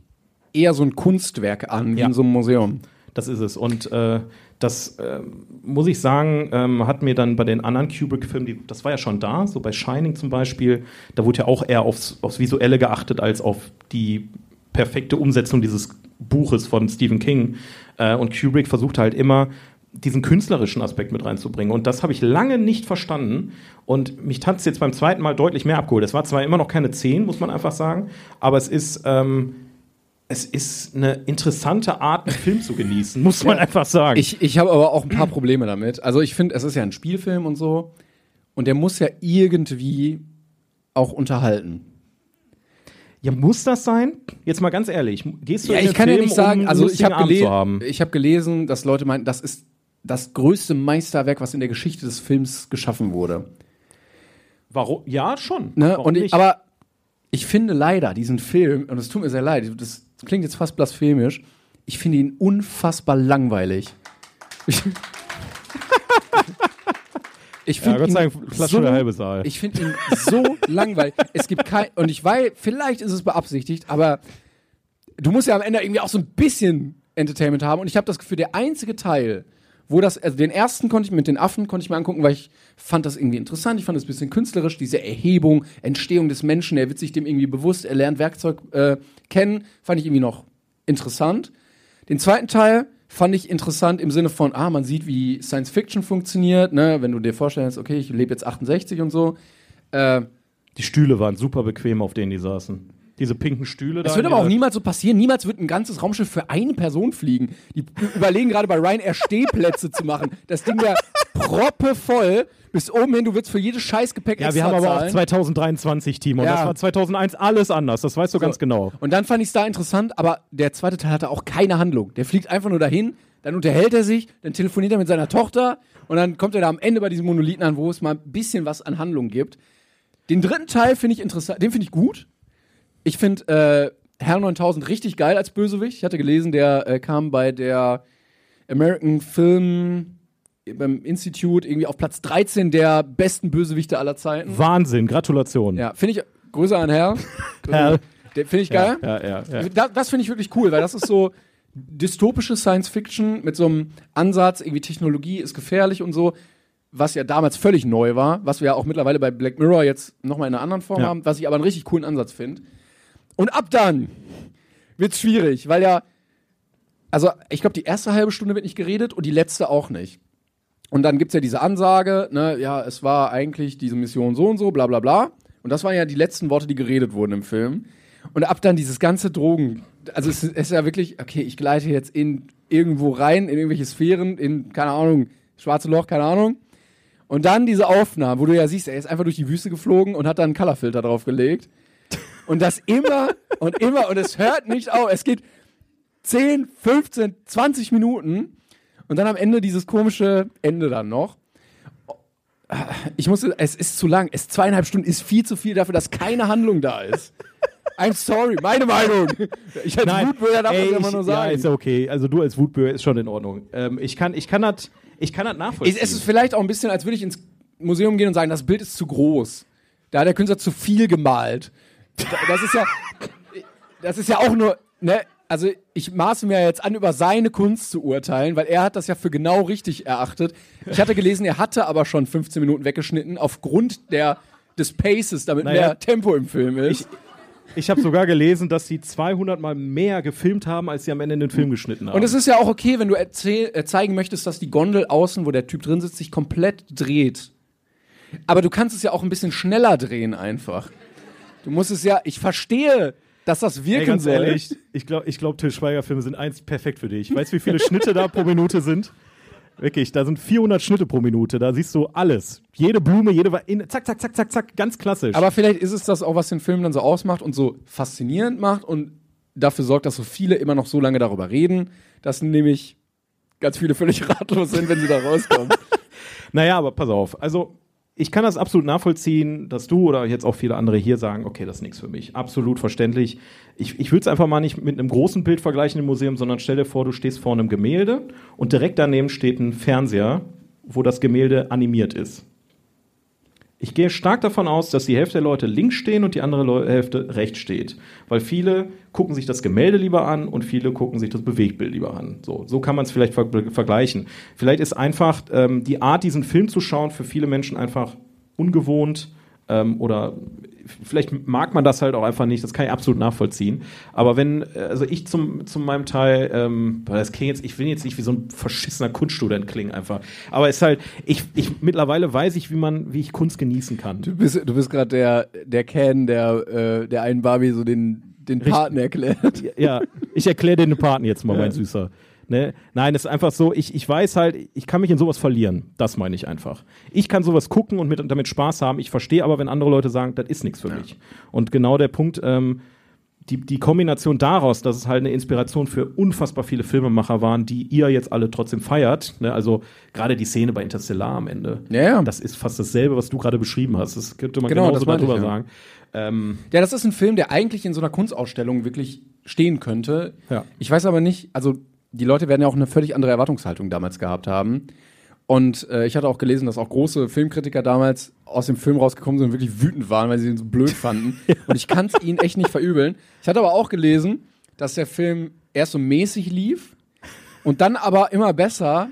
Speaker 3: eher so ein Kunstwerk an, wie
Speaker 1: Ja.
Speaker 3: in so einem Museum.
Speaker 1: Das ist es. Und äh, das ähm, muss ich sagen, ähm, hat mir dann bei den anderen Kubrick-Filmen, die- das war ja schon da, so bei Shining zum Beispiel, da wurde ja auch eher aufs, aufs Visuelle geachtet als auf die perfekte Umsetzung dieses Buches von Stephen King. Äh, und Kubrick versucht halt immer, diesen künstlerischen Aspekt mit reinzubringen. Und das habe ich lange nicht verstanden. Und mich hat es jetzt beim zweiten Mal deutlich mehr abgeholt. Es war zwar immer noch keine 10, muss man einfach sagen, aber es ist. Ähm, es ist eine interessante Art, einen Film zu genießen, muss man einfach sagen.
Speaker 3: Ich, ich habe aber auch ein paar Probleme damit. Also ich finde, es ist ja ein Spielfilm und so. Und der muss ja irgendwie auch unterhalten.
Speaker 1: ja, muss das sein? Jetzt mal ganz ehrlich, gehst du
Speaker 3: Ja,
Speaker 1: in
Speaker 3: ich
Speaker 1: den
Speaker 3: kann
Speaker 1: Film,
Speaker 3: ja nicht sagen,
Speaker 1: um
Speaker 3: also ich
Speaker 1: lustigen
Speaker 3: habe
Speaker 1: Abend
Speaker 3: gele
Speaker 1: zu haben?
Speaker 3: ich hab gelesen, dass Leute meinten, das ist das größte Meisterwerk, was in der Geschichte des Films geschaffen wurde.
Speaker 1: Warum? Ja, schon.
Speaker 3: Ne?
Speaker 1: Warum
Speaker 3: Und ich,
Speaker 1: nicht?
Speaker 3: aber ich finde leider diesen Film, und es tut mir sehr leid, das klingt jetzt fast blasphemisch, ich finde ihn unfassbar langweilig. [laughs] Ich, ich
Speaker 1: ja,
Speaker 3: finde
Speaker 1: Gott sei
Speaker 3: ihn
Speaker 1: Dank, Flasche
Speaker 3: so,
Speaker 1: der halbe Saal.
Speaker 3: ich finde ihn so langweilig. Es gibt kein und ich weiß, vielleicht ist es beabsichtigt, aber du musst ja am Ende irgendwie auch so ein bisschen Entertainment haben und ich habe das Gefühl, der einzige Teil, wo das also den ersten konnte ich mit den Affen konnte ich mir angucken, weil ich fand das irgendwie interessant, ich fand es ein bisschen künstlerisch, diese Erhebung, Entstehung des Menschen, er wird sich dem irgendwie bewusst, er lernt Werkzeug äh, kennen, fand ich irgendwie noch interessant. Den zweiten Teil fand ich interessant im Sinne von, ah, man sieht, wie Science Fiction funktioniert, ne? wenn du dir vorstellst, okay, ich lebe jetzt 68 und so. Äh,
Speaker 1: die Stühle waren super bequem, auf denen die saßen. Diese pinken Stühle
Speaker 3: das
Speaker 1: da.
Speaker 3: wird
Speaker 1: in
Speaker 3: aber auch
Speaker 1: dieser-
Speaker 3: niemals so passieren. Niemals wird ein ganzes Raumschiff für eine Person fliegen. Die überlegen gerade bei Ryanair Stehplätze zu machen. Das Ding wäre proppevoll. Bis oben hin, du wirst für jedes Scheißgepäck
Speaker 1: Ja, wir
Speaker 3: extra
Speaker 1: haben aber auch
Speaker 3: zahlen.
Speaker 1: 2023 Team und
Speaker 3: Ja.
Speaker 1: das war 2001 alles anders. Das weißt du ganz genau.
Speaker 3: Und dann fand ich es da interessant, aber der zweite Teil hatte auch keine Handlung. Der fliegt einfach nur dahin, dann unterhält er sich, dann telefoniert er mit seiner Tochter und dann kommt er da am Ende bei diesem Monolithen an, wo es mal ein bisschen was an Handlung gibt. Den dritten Teil finde ich interessant, den finde ich gut. Ich finde äh, Herr 9000 richtig geil als Bösewicht. Ich hatte gelesen, der äh, kam bei der American Film äh, beim Institute irgendwie auf Platz 13 der besten Bösewichte aller Zeiten.
Speaker 1: Wahnsinn, Gratulation.
Speaker 3: Ja, finde ich. Grüße an Herr.
Speaker 1: [laughs] Herr.
Speaker 3: Der Finde ich geil.
Speaker 1: ja, ja. ja.
Speaker 3: Da, das finde ich wirklich cool, weil das ist so dystopische Science Fiction mit so einem Ansatz, irgendwie Technologie ist gefährlich und so, was ja damals völlig neu war, was wir ja auch mittlerweile bei Black Mirror jetzt nochmal in einer anderen Form
Speaker 1: Ja.
Speaker 3: haben, was ich aber einen richtig coolen Ansatz finde. Und ab dann wird's schwierig, weil ja, also ich glaube, die erste halbe Stunde wird nicht geredet und die letzte auch nicht. Und dann gibt's ja diese Ansage, ne, ja, es war eigentlich diese Mission so und so, bla bla bla. Und das waren ja die letzten Worte, die geredet wurden im Film. Und ab dann dieses ganze Drogen. Also es ist es ist ja wirklich, okay, ich gleite jetzt in irgendwo rein, in irgendwelche Sphären, in, keine Ahnung, schwarze Loch, keine Ahnung. Und dann diese Aufnahme, wo du ja siehst, er ist einfach durch die Wüste geflogen und hat dann einen Colorfilter draufgelegt. Und das immer und immer und es hört nicht auf. Es geht 10, 15, 20 Minuten und dann am Ende dieses komische Ende dann noch. Ich muss, es ist zu lang. Es zweieinhalb Stunden ist viel zu viel dafür, dass keine Handlung da ist. I'm sorry, meine Meinung. Ich hätte
Speaker 1: Nein,
Speaker 3: Wutbürger, darf man
Speaker 1: ey,
Speaker 3: das immer
Speaker 1: ich-
Speaker 3: nur sagen.
Speaker 1: Ja, ist ja okay. Also du als Wutbürger ist schon in Ordnung. Ähm, ich kann, ich kann das, ich kann das nachvollziehen.
Speaker 3: Es, es ist vielleicht auch ein bisschen, als würde ich ins Museum gehen und sagen, das Bild ist zu groß. Da hat der Künstler zu viel gemalt. Da- Das ist ja, das ist ja auch nur, ne? Also ich maße mir jetzt an, über seine Kunst zu urteilen, weil er hat das ja für genau richtig erachtet. Ich hatte gelesen, er hatte aber schon 15 Minuten weggeschnitten aufgrund der des Paces, damit
Speaker 1: Naja.
Speaker 3: mehr Tempo im Film ist.
Speaker 1: ich habe sogar gelesen, dass sie 200 Mal mehr gefilmt haben, als sie am Ende in den Film geschnitten haben.
Speaker 3: Und es ist ja auch okay, wenn du erzähl, äh, zeigen möchtest, dass die Gondel außen, wo der Typ drin sitzt, sich komplett dreht. Aber du kannst es ja auch ein bisschen schneller drehen einfach. Du musst es ja, ich verstehe, dass das wirken
Speaker 1: Ey, ganz
Speaker 3: soll.
Speaker 1: ehrlich, ich glaube, ich glaub, Till Schweiger-Filme sind eins perfekt für dich. Weißt du, wie viele Schnitte da pro Minute sind? Wirklich, da sind 400 Schnitte pro Minute. Da siehst du alles. Jede Blume, jede. Wa- In, zack, zack, zack, zack, zack. Ganz klassisch.
Speaker 3: Aber vielleicht ist es das auch, was den Film dann so ausmacht und so faszinierend macht und dafür sorgt, dass so viele immer noch so lange darüber reden, dass nämlich ganz viele völlig [laughs] ratlos sind, wenn sie da rauskommen.
Speaker 1: [laughs] Naja, aber pass auf. Also, ich kann das absolut nachvollziehen, dass du oder jetzt auch viele andere hier sagen, okay, das ist nichts für mich. Absolut verständlich. Ich, ich würde es einfach mal nicht mit einem großen Bild vergleichen im Museum, sondern stell dir vor, du stehst vor einem Gemälde und direkt daneben steht ein Fernseher, wo das Gemälde animiert ist. Ich gehe stark davon aus, dass die Hälfte der Leute links stehen und die andere Leu- Hälfte rechts steht. Weil viele gucken sich das Gemälde lieber an und viele gucken sich das Bewegtbild lieber an. So, so kann man es vielleicht ver vergleichen. Vielleicht ist einfach ähm, die Art, diesen Film zu schauen, für viele Menschen einfach ungewohnt ähm, oder vielleicht mag man das halt auch einfach nicht, das kann ich absolut nachvollziehen. Aber wenn, äh, also ich zum, zu meinem Teil, ähm, boah, das klingt jetzt, ich will jetzt nicht wie so ein verschissener Kunststudent klingen einfach. Aber es ist halt, ich, ich mittlerweile weiß ich, wie man, wie ich Kunst genießen kann.
Speaker 3: Du bist, du bist gerade der, der Ken, der, äh, der einen Barbie so den, den Paten erklärt.
Speaker 1: ja, ich erkläre dir den Paten jetzt mal, mein Süßer. Ne? Nein, es ist einfach so, ich, ich weiß halt, ich kann mich in sowas verlieren. Das meine ich einfach. Ich kann sowas gucken und mit, damit Spaß haben. Ich verstehe aber, wenn andere Leute sagen, das ist nichts für mich. Und genau der Punkt, ähm, die, die Kombination daraus, dass es halt eine Inspiration für unfassbar viele Filmemacher waren, die ihr jetzt alle trotzdem feiert. Ne? Also gerade die Szene bei Interstellar am Ende.
Speaker 3: Ja, ja.
Speaker 1: Das ist fast dasselbe, was du gerade beschrieben hast. Das könnte man
Speaker 3: Genau,
Speaker 1: genauso
Speaker 3: das meine ich,
Speaker 1: darüber
Speaker 3: ja.
Speaker 1: sagen. Ähm,
Speaker 3: Ja, das ist ein Film, der eigentlich in so einer Kunstausstellung wirklich stehen könnte.
Speaker 1: Ja.
Speaker 3: Ich weiß aber nicht, also die Leute werden ja auch eine völlig andere Erwartungshaltung damals gehabt haben. Und äh, ich hatte auch gelesen, dass auch große Filmkritiker damals aus dem Film rausgekommen sind und wirklich wütend waren, weil sie ihn so blöd fanden.
Speaker 1: [laughs]
Speaker 3: Und ich kann es ihnen echt nicht verübeln. Ich hatte aber auch gelesen, dass der Film erst so mäßig lief und dann aber immer besser,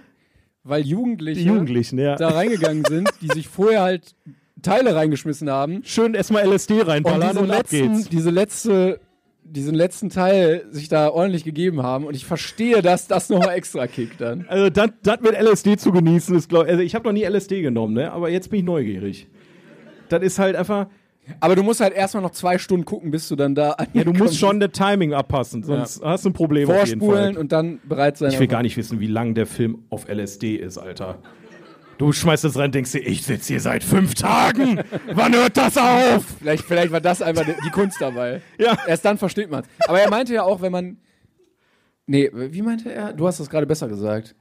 Speaker 3: weil Jugendliche,
Speaker 1: die Jugendlichen, ja.
Speaker 3: da reingegangen sind, die sich vorher halt Teile reingeschmissen haben
Speaker 1: Schön erstmal LSD
Speaker 3: und
Speaker 1: reinballern
Speaker 3: diese,
Speaker 1: und, ab
Speaker 3: letzten,
Speaker 1: geht's.
Speaker 3: diese letzte, diesen letzten Teil sich da ordentlich gegeben haben und ich verstehe, dass das nochmal extra kickt dann.
Speaker 1: Also das das mit LSD zu genießen ist, glaube also ich habe noch nie LSD genommen, ne? aber jetzt bin ich neugierig. Das ist halt einfach,
Speaker 3: [laughs] Aber du musst halt erstmal noch zwei Stunden gucken, bis du dann da
Speaker 1: ja, du musst schon das Timing abpassen, sonst hast du ein Problem auf jeden
Speaker 3: vorspulen
Speaker 1: Fall.
Speaker 3: und dann bereit sein.
Speaker 1: Ich will gar nicht wissen, wie lang der Film auf LSD ist, Alter. Du schmeißt es rein, denkst dir, ich sitze hier seit fünf Tagen. Wann hört das auf?
Speaker 3: Vielleicht, vielleicht war das einfach die die Kunst [laughs] dabei.
Speaker 1: Ja.
Speaker 3: Erst dann versteht man es. Aber er meinte ja auch, wenn man. Nee, wie meinte er? Du hast das gerade besser gesagt.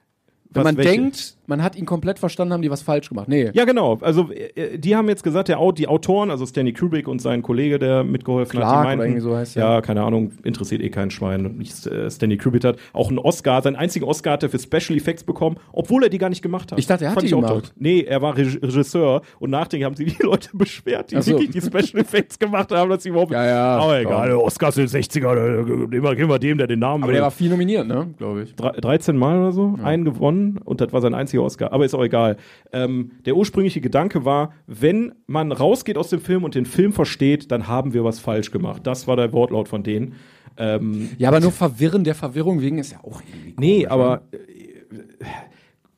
Speaker 1: Was,
Speaker 3: Wenn man
Speaker 1: welche?
Speaker 3: denkt, man hat ihn komplett verstanden, haben die was falsch gemacht. Nee.
Speaker 1: Ja, genau. Also äh, die haben jetzt gesagt, der, Au- die Autoren, also Stanley Kubrick und sein Kollege, der mitgeholfen
Speaker 3: Clark
Speaker 1: hat,
Speaker 3: oder
Speaker 1: die meinten,
Speaker 3: irgendwie so heißt der.
Speaker 1: ja, keine Ahnung, interessiert eh kein Schwein. Und nicht, äh, Stanley Kubrick hat auch einen Oscar, seinen einzigen Oscar hat er für Special Effects bekommen, obwohl er die gar nicht gemacht hat.
Speaker 3: Ich dachte, er hat
Speaker 1: Fand
Speaker 3: die
Speaker 1: ich auch
Speaker 3: gemacht.
Speaker 1: toll. Nee, er war Reg- Regisseur und nachdem haben sie die [laughs] Leute beschwert, die
Speaker 3: Ach so.
Speaker 1: wirklich die Special Effects gemacht haben, dass sie überhaupt...
Speaker 3: Ja, ja,
Speaker 1: Aber
Speaker 3: komm.
Speaker 1: egal, Oscars in den 60er, äh, immer geben wir dem, der den Namen
Speaker 3: Aber der war viel nominiert, ne? Glaube ich.
Speaker 1: drei- 13 Mal oder so, einen gewonnen und das war sein einziger Oscar. Aber ist auch egal. Ähm, der ursprüngliche Gedanke war, wenn man rausgeht aus dem Film und den Film versteht, dann haben wir was falsch gemacht. Das war der Wortlaut von denen.
Speaker 3: Ja, aber nur verwirren der Verwirrung wegen ist ja auch irgendwie.
Speaker 1: Nee, aber äh,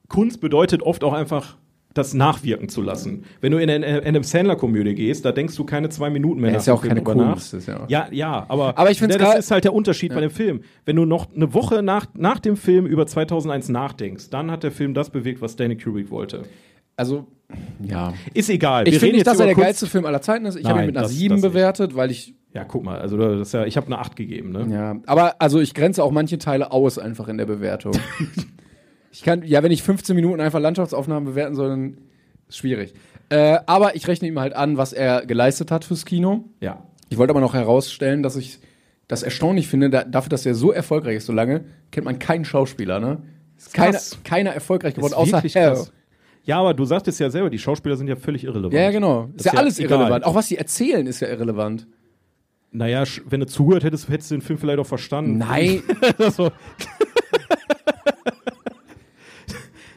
Speaker 1: Kunst bedeutet oft auch einfach, das nachwirken zu lassen. Wenn du in eine Adam Sandler-Komödie gehst, da denkst du keine zwei Minuten mehr
Speaker 3: Ja,
Speaker 1: nach
Speaker 3: ist ja
Speaker 1: dem
Speaker 3: auch
Speaker 1: Film
Speaker 3: keine
Speaker 1: drüber
Speaker 3: Kunst,
Speaker 1: Nach.
Speaker 3: ist ja auch-
Speaker 1: ja, ja, aber,
Speaker 3: Aber ich find's
Speaker 1: das
Speaker 3: geil-
Speaker 1: ist halt der Unterschied bei dem Film. Wenn du noch eine Woche nach, nach dem Film über 2001 nachdenkst, dann hat der Film das bewegt, was Danny Kubrick wollte.
Speaker 3: Also, ja.
Speaker 1: Ist egal. wir
Speaker 3: Ich
Speaker 1: reden
Speaker 3: finde nicht,
Speaker 1: jetzt
Speaker 3: dass er
Speaker 1: über
Speaker 3: der
Speaker 1: Kunst-
Speaker 3: geilste Film aller Zeiten ist. Ich habe ihn
Speaker 1: Nein,
Speaker 3: mit einer
Speaker 1: das-
Speaker 3: 7
Speaker 1: das nicht.
Speaker 3: bewertet, weil ich.
Speaker 1: Ja, guck mal, also das ist ja, ich habe eine 8 gegeben, ne?
Speaker 3: Ja. Aber also ich grenze auch manche Teile aus einfach in
Speaker 1: [laughs]
Speaker 3: der Bewertung. ich kann, ja, wenn ich 15 Minuten einfach Landschaftsaufnahmen bewerten soll, dann ist schwierig. Äh, aber ich rechne ihm halt an, was er geleistet hat fürs Kino.
Speaker 1: Ja.
Speaker 3: Ich wollte aber noch herausstellen, dass ich das erstaunlich finde, da, dafür, dass er so erfolgreich ist, so lange, kennt man keinen Schauspieler, ne? Ist keiner,
Speaker 1: krass.
Speaker 3: keiner erfolgreich geworden,
Speaker 1: Ist
Speaker 3: außer
Speaker 1: wirklich
Speaker 3: Hell.
Speaker 1: krass. Ja, aber du sagtest ja selber, die Schauspieler sind ja völlig irrelevant.
Speaker 3: Ja, ja, genau.
Speaker 1: Das
Speaker 3: Ist ja, alles
Speaker 1: egal.
Speaker 3: irrelevant. Auch was sie erzählen, ist ja irrelevant.
Speaker 1: Naja, sch- wenn du zugehört hättest, hättest du den Film vielleicht auch verstanden. [laughs]
Speaker 3: Nein,
Speaker 1: Das war-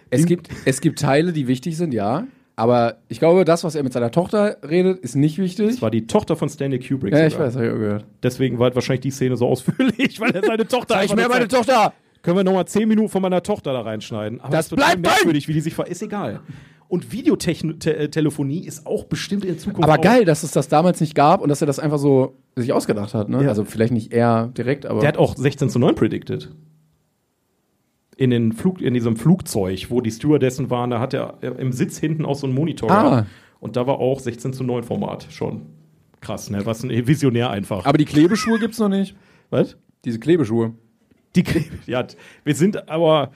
Speaker 3: es gibt, es gibt Teile, die wichtig sind, ja. Aber ich glaube, das, was er mit seiner Tochter redet, ist nicht wichtig.
Speaker 1: das war die Tochter von Stanley Kubrick.
Speaker 3: ja, ich
Speaker 1: sogar.
Speaker 3: weiß, habe ich auch gehört.
Speaker 1: Deswegen war halt wahrscheinlich die Szene so
Speaker 3: [laughs]
Speaker 1: ausführlich, weil er seine Tochter einfach nur zeigt.
Speaker 3: Tochter!
Speaker 1: Können wir nochmal 10 Minuten von meiner Tochter da reinschneiden? Aber
Speaker 3: Das
Speaker 1: ist total
Speaker 3: bleibt bei-
Speaker 1: merkwürdig, wie die sich ver. Ist egal. Und Videotelefonie ist auch bestimmt in Zukunft.
Speaker 3: Aber
Speaker 1: auch-
Speaker 3: geil, dass es das damals nicht gab und dass er das einfach so sich ausgedacht hat, ne?
Speaker 1: Ja.
Speaker 3: Also vielleicht nicht er direkt, aber.
Speaker 1: Der hat auch 16 zu 9 predicted. In, den Flug, in diesem Flugzeug, wo die Stewardessen waren, da hat er äh, im Sitz hinten auch so einen Monitor
Speaker 3: Ah.
Speaker 1: gehabt. Und da war auch 16 zu 9 Format schon. Krass, ne? Was ein Visionär einfach.
Speaker 3: Ah. aber die Klebeschuhe gibt's noch nicht.
Speaker 1: Was?
Speaker 3: Diese Klebeschuhe.
Speaker 1: Die Kre- [laughs] ja, wir sind aber.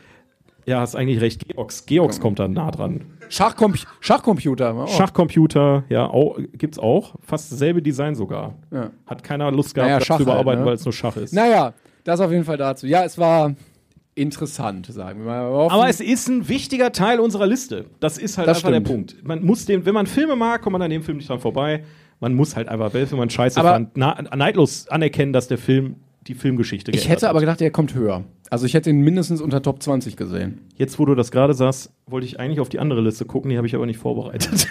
Speaker 1: Ja, hast eigentlich recht. Geox. Geox kommt dann nah dran.
Speaker 3: Schachcomp Schachcomputer. Oh.
Speaker 1: Schachcomputer, ja, au, gibt's auch. Fast dasselbe Design sogar.
Speaker 3: Ja.
Speaker 1: Hat keiner Lust gehabt,
Speaker 3: Naja,
Speaker 1: das
Speaker 3: Schach
Speaker 1: zu
Speaker 3: halt,
Speaker 1: überarbeiten,
Speaker 3: ne?
Speaker 1: weil es nur Schach ist.
Speaker 3: Naja, das auf jeden Fall dazu. Ja, es war interessant, sagen wir mal. Wir hoffen-
Speaker 1: Aber es ist ein wichtiger Teil unserer Liste. Das ist halt
Speaker 3: Das
Speaker 1: einfach der
Speaker 3: stimmt.
Speaker 1: Punkt. Man muss den, wenn man Filme mag, kommt man an dem Film nicht dran vorbei. Man muss halt einfach, wenn man Scheiße
Speaker 3: Aber-
Speaker 1: fand, na, neidlos anerkennen, dass der Film die Filmgeschichte
Speaker 3: ich
Speaker 1: geändert
Speaker 3: hätte aber
Speaker 1: hat.
Speaker 3: gedacht, er kommt höher. Also ich hätte ihn mindestens unter Top 20 gesehen.
Speaker 1: Jetzt, wo du das gerade sagst, wollte ich eigentlich auf die andere Liste gucken, die habe ich aber nicht vorbereitet.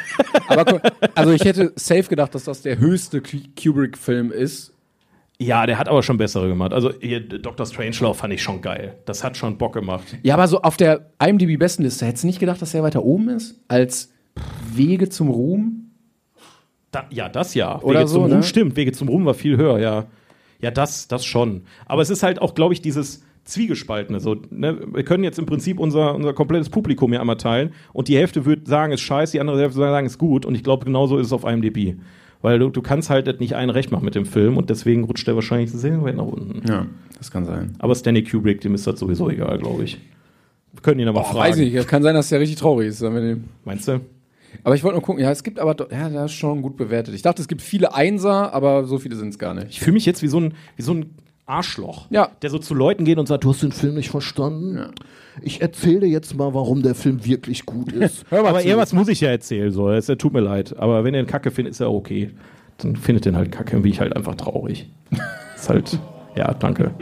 Speaker 3: Aber gu- also ich hätte safe gedacht, dass das der höchste Ku- Kubrick-Film ist.
Speaker 1: ja, der hat aber schon bessere gemacht. Also hier, Dr. Strangelove fand ich schon geil. Das hat schon Bock gemacht.
Speaker 3: Ja, aber so auf der IMDb-Bestenliste hättest du nicht gedacht, dass er weiter oben ist? Als Wege zum Ruhm?
Speaker 1: Da, ja, das ja.
Speaker 3: Oder
Speaker 1: Wege
Speaker 3: so,
Speaker 1: zum Ruhm
Speaker 3: ne?
Speaker 1: stimmt. Wege zum Ruhm war viel höher, ja. Ja, das, das schon. Aber es ist halt auch, glaube ich, dieses Zwiegespaltene. So, ne? Wir können jetzt im Prinzip unser, unser komplettes Publikum hier einmal teilen und die Hälfte wird sagen, ist scheiße, die andere Hälfte wird sagen, ist gut. Und ich glaube, genauso ist es auf IMDb. Weil du, du kannst halt das nicht allen recht machen mit dem Film und deswegen rutscht der wahrscheinlich sehr weit nach unten.
Speaker 3: Ja, das kann sein.
Speaker 1: Aber Stanley Kubrick, dem ist das sowieso egal, glaube ich. Wir können ihn aber
Speaker 3: Boah,
Speaker 1: fragen.
Speaker 3: weiß ich nicht, es kann sein, dass der richtig traurig ist. wenn wir-
Speaker 1: Meinst du?
Speaker 3: Aber ich wollte nur gucken, ja, es gibt aber, do- ja, der ist schon gut bewertet. Ich dachte, es gibt viele Einser, aber so viele sind es gar nicht.
Speaker 1: Ich fühle mich jetzt wie so ein, wie so ein Arschloch,
Speaker 3: Ja.
Speaker 1: der so zu Leuten geht und sagt, du hast den Film
Speaker 10: Nicht verstanden? Ich erzähle dir jetzt mal, warum der Film wirklich gut ist.
Speaker 1: [laughs] Hör mal aber irgendwas muss ich ja erzählen, so. Es tut mir leid. Aber wenn ihr einen Kacke findet, ist ja okay. Dann findet den halt Kacke und bin ich halt einfach [laughs] traurig. ist halt, ja, danke.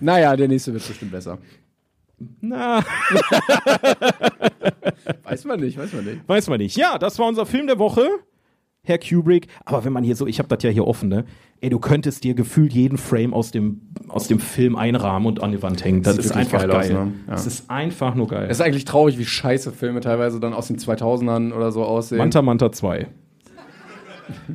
Speaker 3: Naja, der nächste wird bestimmt besser.
Speaker 1: Na,
Speaker 3: Weiß man nicht, weiß man nicht.
Speaker 1: weiß man nicht. Ja, das war unser Film der Woche. Herr Kubrick, aber wenn man hier so, ich habe das ja hier offen, ne? Ey, du könntest dir gefühlt jeden Frame aus dem, aus dem Film einrahmen und an die Wand hängen. Das,
Speaker 3: Sieht
Speaker 1: ist
Speaker 3: wirklich
Speaker 1: einfach geil.
Speaker 3: geil aus, ne? Ja.
Speaker 1: Das ist einfach nur geil.
Speaker 3: Es ist eigentlich traurig, wie scheiße Filme teilweise dann aus den 2000ern oder so aussehen.
Speaker 1: Manta Manta 2.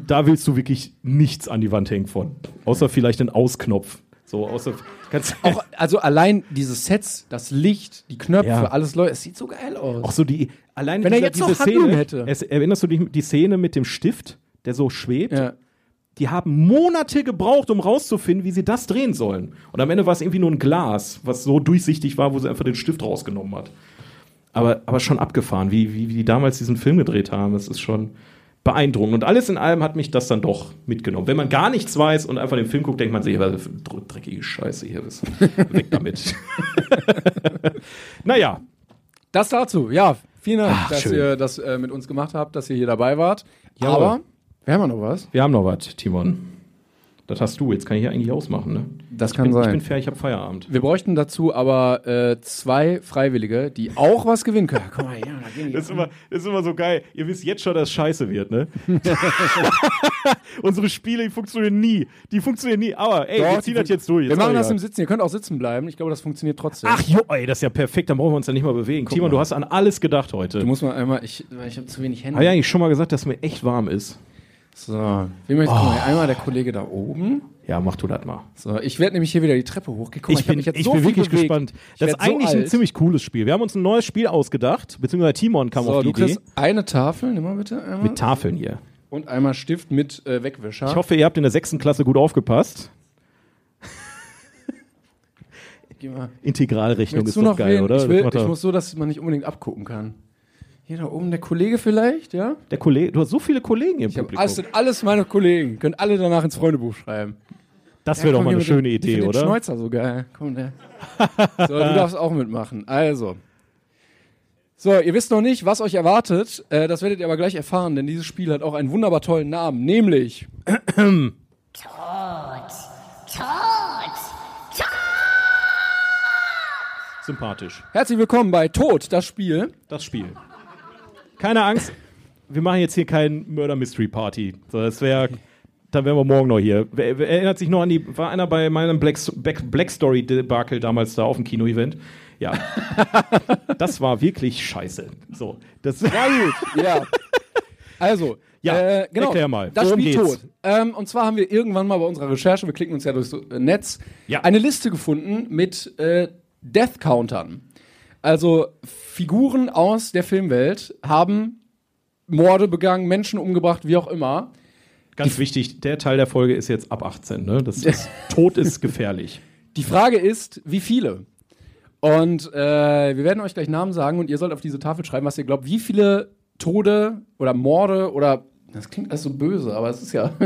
Speaker 1: Da willst du wirklich nichts an die Wand hängen von. Außer vielleicht den Ausknopf. So, außer. Ganz
Speaker 3: [laughs] Auch, also allein diese Sets, das Licht, die Knöpfe,
Speaker 1: Ja.
Speaker 3: alles läuft, es sieht so geil aus.
Speaker 1: auch so die. Allein
Speaker 3: Wenn er jetzt noch Handlung hätte.
Speaker 1: Es, erinnerst du dich die Szene mit dem Stift, der so schwebt?
Speaker 3: Ja.
Speaker 1: Die haben Monate gebraucht, um rauszufinden, wie sie das drehen sollen. Und am Ende war es irgendwie nur ein Glas, was so durchsichtig war, wo sie einfach den Stift rausgenommen hat. Aber, aber schon abgefahren, wie, wie, wie die damals diesen Film gedreht haben. Das ist schon beeindruckend. Und alles in allem hat mich das dann doch mitgenommen. Wenn man gar nichts weiß und einfach den Film guckt, denkt man sich, was für dr- dreckige Scheiße hier ist. Weg damit. [laughs] naja,
Speaker 3: Das dazu, ja. Vielen Dank,
Speaker 1: Ach,
Speaker 3: dass
Speaker 1: schön.
Speaker 3: ihr das äh, mit uns gemacht habt, dass ihr hier dabei wart.
Speaker 1: Jawohl.
Speaker 3: Aber wir haben ja noch was.
Speaker 1: wir haben noch was, Timon. Das hast du. Jetzt kann ich ja eigentlich ausmachen. Ne?
Speaker 3: Das kann
Speaker 1: ich bin, ich
Speaker 3: sein.
Speaker 1: bin fertig, ich habe Feierabend.
Speaker 3: wir bräuchten dazu aber äh, zwei Freiwillige, die auch was gewinnen können.
Speaker 1: [laughs]
Speaker 3: Guck mal, ja, da gehen die.
Speaker 1: Das ist, immer,
Speaker 3: Mhm.
Speaker 1: das ist immer so geil. Ihr wisst jetzt schon, dass es scheiße wird,
Speaker 3: [laughs]
Speaker 1: ne? Unsere Spiele, die funktionieren nie. Die funktionieren nie. Aber ey, wir
Speaker 3: Doch,
Speaker 1: ziehen
Speaker 3: die-
Speaker 1: das jetzt durch.
Speaker 3: Wir
Speaker 1: Ist
Speaker 3: machen
Speaker 1: doch
Speaker 3: das im
Speaker 1: egal.
Speaker 3: Sitzen. Ihr könnt auch sitzen bleiben. Ich glaube, das funktioniert trotzdem.
Speaker 1: Ach jo, ey, das ist ja perfekt. Dann brauchen wir uns ja nicht mal bewegen. Timon, du hast an alles gedacht heute.
Speaker 3: Du musst mal einmal, ich, ich habe zu wenig Hände.
Speaker 1: Habe ich eigentlich schon mal gesagt, dass mir echt warm ist?
Speaker 3: So, wir möchten
Speaker 1: Oh.
Speaker 3: guck mal, einmal der Kollege da oben.
Speaker 1: Ja, mach du das mal.
Speaker 3: So, ich werde nämlich hier wieder die Treppe hochgehen. Guck mal,
Speaker 1: ich
Speaker 3: hab
Speaker 1: bin,
Speaker 3: mich
Speaker 1: ich
Speaker 3: so
Speaker 1: bin
Speaker 3: viel
Speaker 1: wirklich
Speaker 3: bewegt.
Speaker 1: gespannt.
Speaker 3: Ich
Speaker 1: Das ist
Speaker 3: werd so
Speaker 1: eigentlich ein
Speaker 3: alt.
Speaker 1: ziemlich cooles Spiel. Wir haben uns ein neues Spiel ausgedacht, beziehungsweise Timon kam
Speaker 3: So,
Speaker 1: auf die
Speaker 3: du
Speaker 1: Idee.
Speaker 3: kriegst eine Tafel, nimm mal bitte. Einmal.
Speaker 1: Mit Tafeln hier.
Speaker 3: und einmal Stift mit äh, Wegwischer.
Speaker 1: Ich hoffe, ihr habt in der sechsten Klasse gut aufgepasst.
Speaker 3: Geh mal.
Speaker 1: Integralrechnung
Speaker 3: Möchtest
Speaker 1: ist doch geil,
Speaker 3: wählen?
Speaker 1: oder?
Speaker 3: Ich,
Speaker 1: Das
Speaker 3: will,
Speaker 1: macht
Speaker 3: ich
Speaker 1: doch-
Speaker 3: muss so, dass man nicht unbedingt abgucken kann. Hier da oben der Kollege vielleicht, ja?
Speaker 1: Der Kollege, du hast so viele Kollegen hier im
Speaker 3: Ich hab,
Speaker 1: Publikum.
Speaker 3: alles sind alles meine Kollegen. Können alle danach ins Freundebuch schreiben.
Speaker 1: das wäre doch
Speaker 3: Komm,
Speaker 1: mal
Speaker 3: hier
Speaker 1: eine
Speaker 3: mit
Speaker 1: schöne
Speaker 3: dem- ich
Speaker 1: Idee,
Speaker 3: find Den
Speaker 1: oder?
Speaker 3: Schneuzer so geil. Komm, der. So, du darfst auch mitmachen. Also. So, ihr wisst noch nicht, was euch erwartet. Äh, das werdet ihr aber gleich erfahren, denn dieses Spiel hat auch einen wunderbar tollen Namen, nämlich
Speaker 1: Sympathisch.
Speaker 3: Herzlich willkommen bei Tod, das Spiel.
Speaker 1: Das Spiel. Keine Angst, wir machen jetzt hier kein Murder Mystery Party. So, das wäre. Dann wären wir morgen noch hier. Wer, wer erinnert sich noch an die. War einer bei meinem Black, Black, Black Story Debakel damals da auf dem Kino-Event? Ja. das war wirklich scheiße. So, das
Speaker 3: Ja. Also,
Speaker 1: Ja,
Speaker 3: äh, genau.
Speaker 1: erklär mal.
Speaker 3: Das
Speaker 1: Worum
Speaker 3: Spiel
Speaker 1: geht's?
Speaker 3: tot. Ähm, und zwar haben wir irgendwann mal bei unserer Recherche, wir klicken uns ja durchs äh, Netz,
Speaker 1: Ja.
Speaker 3: eine Liste gefunden mit äh, Death Countern. Also Figuren aus der Filmwelt haben Morde begangen, Menschen umgebracht, wie auch immer.
Speaker 1: [laughs] Ganz wichtig, der Teil der Folge ist jetzt ab 18. Ne? Das ist, Tod ist gefährlich.
Speaker 3: Die Frage ist, wie viele? Und äh, wir werden euch gleich Namen sagen und ihr sollt auf diese Tafel schreiben, was ihr glaubt, wie viele Tode oder Morde oder. Das klingt alles so böse, aber es ist ja. [laughs]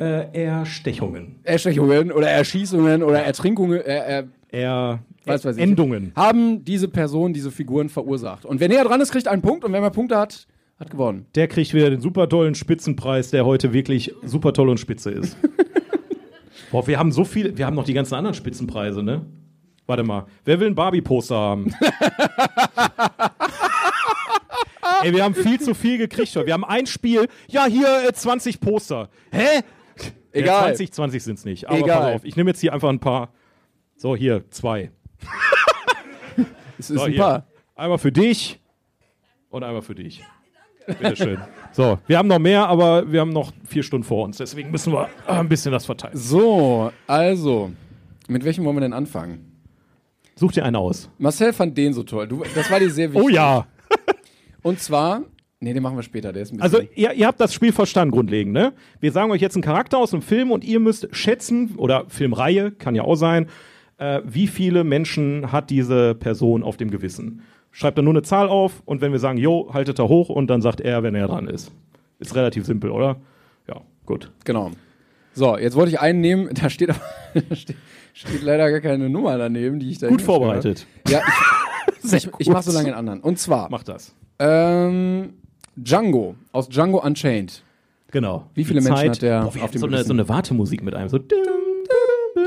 Speaker 1: Äh, Erstechungen.
Speaker 3: Erstechungen oder Erschießungen oder Ertrinkungen. Äh, äh,
Speaker 1: Er
Speaker 3: weiß, weiß ich.
Speaker 1: Endungen.
Speaker 3: haben diese Personen diese Figuren verursacht. Und wer näher dran ist, kriegt einen Punkt und wer mehr Punkte hat, hat gewonnen.
Speaker 1: Der kriegt wieder den super tollen Spitzenpreis, der heute wirklich super toll und spitze ist.
Speaker 3: [laughs]
Speaker 1: Boah, wir haben so viel, wir haben noch die ganzen anderen Spitzenpreise, ne? Warte mal, wer will ein Barbie-Poster
Speaker 3: [laughs]
Speaker 1: haben? Ey, wir haben viel zu viel gekriegt. heute. Wir haben ein Spiel, ja, hier äh, 20 Poster. Hä? Ja,
Speaker 3: Egal.
Speaker 1: 20, 20 sind es nicht. Aber
Speaker 3: Egal.
Speaker 1: pass auf, ich nehme jetzt hier einfach ein paar. So, hier, zwei.
Speaker 3: es ist
Speaker 1: So,
Speaker 3: ein
Speaker 1: Oh, hier.
Speaker 3: paar.
Speaker 1: Einmal für dich und einmal für dich. Bitteschön. So, wir haben noch mehr, aber wir haben noch vier Stunden vor uns. Deswegen müssen wir äh, ein bisschen das verteilen.
Speaker 3: So, also. Mit welchem wollen wir denn anfangen?
Speaker 1: Such dir einen aus.
Speaker 3: Marcel fand den so toll. Du, das war dir sehr wichtig.
Speaker 1: [laughs] Oh ja.
Speaker 3: Und zwar. Nee, den machen wir später. Der ist ein bisschen
Speaker 1: Also, ihr, ihr habt das Spiel verstanden grundlegend, ne? Wir sagen euch jetzt einen Charakter aus einem Film und ihr müsst schätzen, oder Filmreihe, kann ja auch sein, äh, wie viele Menschen hat diese Person auf dem Gewissen. Schreibt dann nur eine Zahl auf und wenn wir sagen, jo, haltet er hoch und dann sagt er, wenn er dran ist. Ist relativ simpel, oder? Ja, gut.
Speaker 3: Genau. So, jetzt wollte ich einen nehmen, da steht, aber, [laughs] da steht, steht leider gar keine Nummer daneben, die ich da
Speaker 1: Gut
Speaker 3: hingeschrieben
Speaker 1: vorbereitet.
Speaker 3: habe. Ja, ich, ich, ich mache so lange den anderen. Und zwar
Speaker 1: Macht das.
Speaker 3: ähm, Django aus Django Unchained.
Speaker 1: Genau.
Speaker 3: Wie viele
Speaker 1: Die
Speaker 3: Menschen hat der
Speaker 1: Boah, wir
Speaker 3: auf
Speaker 1: hatten
Speaker 3: dem
Speaker 1: so eine,
Speaker 3: Gewissen?
Speaker 1: so eine Wartemusik mit einem. So. Dum, dum,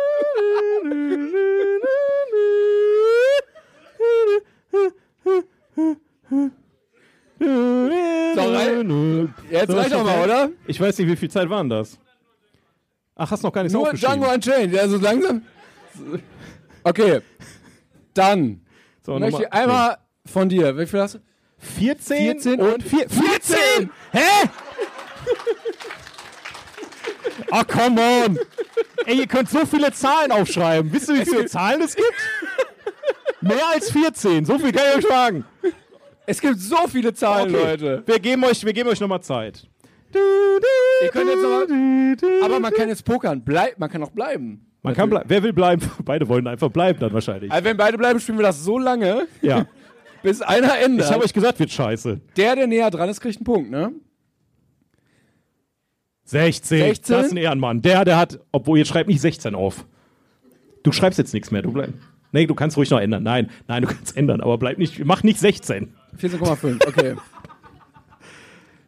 Speaker 3: Jetzt reicht doch mal, oder?
Speaker 1: Ich weiß nicht, wie viel Zeit waren das? Ach, hast noch gar nichts
Speaker 3: Nur
Speaker 1: aufgeschrieben.
Speaker 3: Django Unchained, also langsam. Okay, dann
Speaker 1: So,
Speaker 3: möchte ich
Speaker 1: nochmal-
Speaker 3: einmal von dir, wie viel hast du?
Speaker 1: 14,
Speaker 3: 14 und
Speaker 1: und 4, 14! Hä? Ach, Ah, come on! Ey, ihr könnt so viele Zahlen aufschreiben. Wisst ihr, wie viele Zahlen es gibt? Mehr als 14, so viel kann ich euch sagen.
Speaker 3: Es gibt so viele Zahlen,
Speaker 1: Okay.
Speaker 3: Leute.
Speaker 1: Wir geben euch, wir geben euch nochmal Zeit.
Speaker 3: Ihr könnt jetzt noch Aber man kann jetzt pokern, Bleib, man kann auch bleiben.
Speaker 1: Man kann blei- Wer will bleiben? [laughs] Beide wollen einfach bleiben dann wahrscheinlich.
Speaker 3: Also wenn beide bleiben, spielen wir das so lange,
Speaker 1: Ja.
Speaker 3: bis einer endet.
Speaker 1: Ich habe euch gesagt, wird scheiße.
Speaker 3: Der, der näher dran ist, kriegt einen Punkt, ne?
Speaker 1: 16.
Speaker 3: 16?
Speaker 1: Das ist ein Ehrenmann. Der, der hat, obwohl ihr schreibt nicht 16 auf. Du schreibst jetzt nichts mehr. Du bleib. Nee, du kannst ruhig noch ändern. Nein, nein, du kannst [laughs] ändern, aber bleib nicht, mach nicht 16.
Speaker 3: 14,5, okay.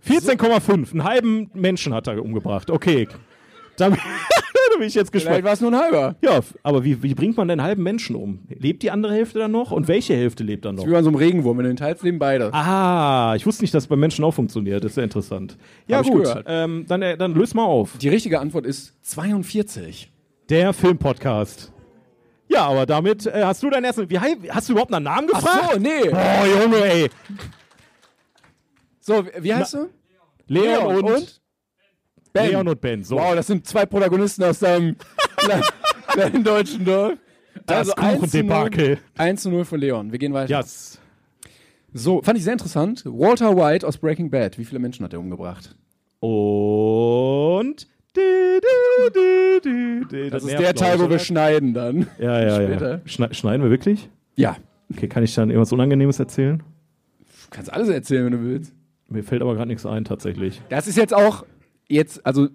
Speaker 1: 14,5. Einen halben Menschen hat er umgebracht. Okay. Da, bin- da [laughs] bin ich jetzt
Speaker 3: [laughs] Vielleicht
Speaker 1: gespannt.
Speaker 3: war es nur ein halber.
Speaker 1: Ja, aber wie, wie bringt man den halben Menschen um? Lebt die andere Hälfte dann noch? Und welche Hälfte lebt dann noch?
Speaker 3: Wie bei so einem Regenwurm, wenn du den teilst, leben beide.
Speaker 1: Ah, ich wusste nicht, dass es bei Menschen auch funktioniert. Das ist ja interessant. Ja,
Speaker 3: Hab ich
Speaker 1: gut.
Speaker 3: gehört.
Speaker 1: Ähm, dann, äh, dann löst mal auf.
Speaker 3: Die richtige Antwort ist 42.
Speaker 1: Der Filmpodcast. Ja, aber damit äh, hast du deinen ersten. Wie, hei- hast du überhaupt nach Namen gefragt?
Speaker 3: so, nee.
Speaker 1: Oh, Junge, ey.
Speaker 3: So, wie wie heißt du?
Speaker 1: Leon, und,
Speaker 3: Ben.
Speaker 1: Leon und Ben. So.
Speaker 3: Wow, das sind zwei Protagonisten aus [laughs] deinem kleinen- kleinen deutschen Dorf.
Speaker 1: das
Speaker 3: also 1 zu 0.
Speaker 1: Kuchendebakel.
Speaker 3: 1 zu 0 von Leon. Wir gehen weiter.
Speaker 1: Yes.
Speaker 3: So, fand ich sehr interessant. Walter White aus Breaking Bad. Wie viele Menschen hat er umgebracht?
Speaker 1: Und. Du, du, du, du, du.
Speaker 3: Das, ist
Speaker 1: nervt,
Speaker 3: der
Speaker 1: glaub
Speaker 3: Teil,
Speaker 1: ich,
Speaker 3: wo wir
Speaker 1: oder?
Speaker 3: schneiden dann. [laughs]
Speaker 1: Ja, ja, ja.
Speaker 3: später.
Speaker 1: Schne schneiden wir wirklich?
Speaker 3: Ja.
Speaker 1: Okay, kann ich dann irgendwas Unangenehmes erzählen?
Speaker 3: Du kannst alles erzählen, wenn du willst.
Speaker 1: Mir fällt aber gerade nichts ein, tatsächlich.
Speaker 3: Das ist jetzt auch jetzt, also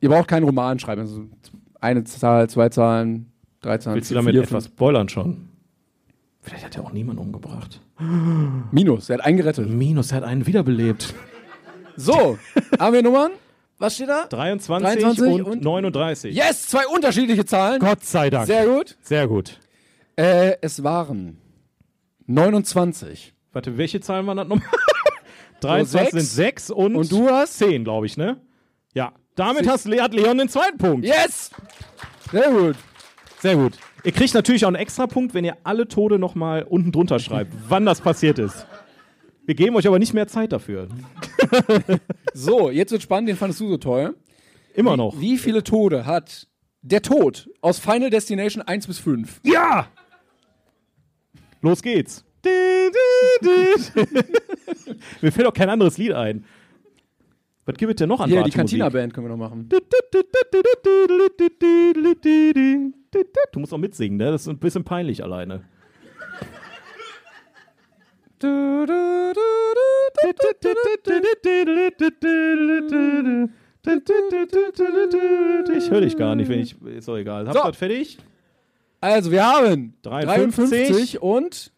Speaker 3: ihr braucht keinen Roman schreiben. Also eine Zahl, zwei Zahlen, drei Zahlen.
Speaker 1: Willst du
Speaker 3: vier,
Speaker 1: damit
Speaker 3: vier,
Speaker 1: etwas spoilern schon? Vielleicht hat er auch niemanden umgebracht.
Speaker 3: fünf. Minus, er hat eingerettet.
Speaker 1: Minus, er hat einen
Speaker 3: [laughs]
Speaker 1: wiederbelebt.
Speaker 3: So, haben wir Nummern? Was steht da?
Speaker 1: 23,
Speaker 3: 23
Speaker 1: und,
Speaker 3: und-
Speaker 1: 39.
Speaker 3: Yes, zwei unterschiedliche Zahlen.
Speaker 1: Gott sei Dank.
Speaker 3: Sehr gut.
Speaker 1: Sehr gut.
Speaker 3: Äh, es waren 29.
Speaker 1: Warte, welche Zahlen waren das [laughs] nochmal? 23
Speaker 3: sechs.
Speaker 1: sind 6 und,
Speaker 3: Und du hast?
Speaker 1: 10, glaube ich, ne? Ja. Damit hast, Le- hat Leon den zweiten Punkt.
Speaker 3: Yes! Sehr gut.
Speaker 1: Sehr gut. Ihr kriegt natürlich auch einen extra Punkt, wenn ihr alle Tode nochmal unten drunter
Speaker 3: [laughs]
Speaker 1: schreibt, wann das passiert ist. Wir geben euch aber nicht mehr Zeit dafür.
Speaker 3: So, jetzt wird spannend, den fandest du so toll.
Speaker 1: Immer noch.
Speaker 3: Wie viele Tode hat der Tod aus Final Destination 1 bis 5?
Speaker 1: Ja! Los geht's. Du, du,
Speaker 3: [laughs]
Speaker 1: du. Mir fällt auch kein anderes Lied ein. Was gibt es denn noch an
Speaker 3: Hier, die
Speaker 1: Partymusik?
Speaker 3: Cantina-Band können wir noch machen.
Speaker 1: Du musst auch mitsingen, ne? Das ist ein bisschen peinlich alleine. Ich höre dich gar nicht, wenn ich. Ist doch egal. Habt ihr
Speaker 3: So.
Speaker 1: das fertig?
Speaker 3: Also, wir haben
Speaker 1: 53
Speaker 3: 53 und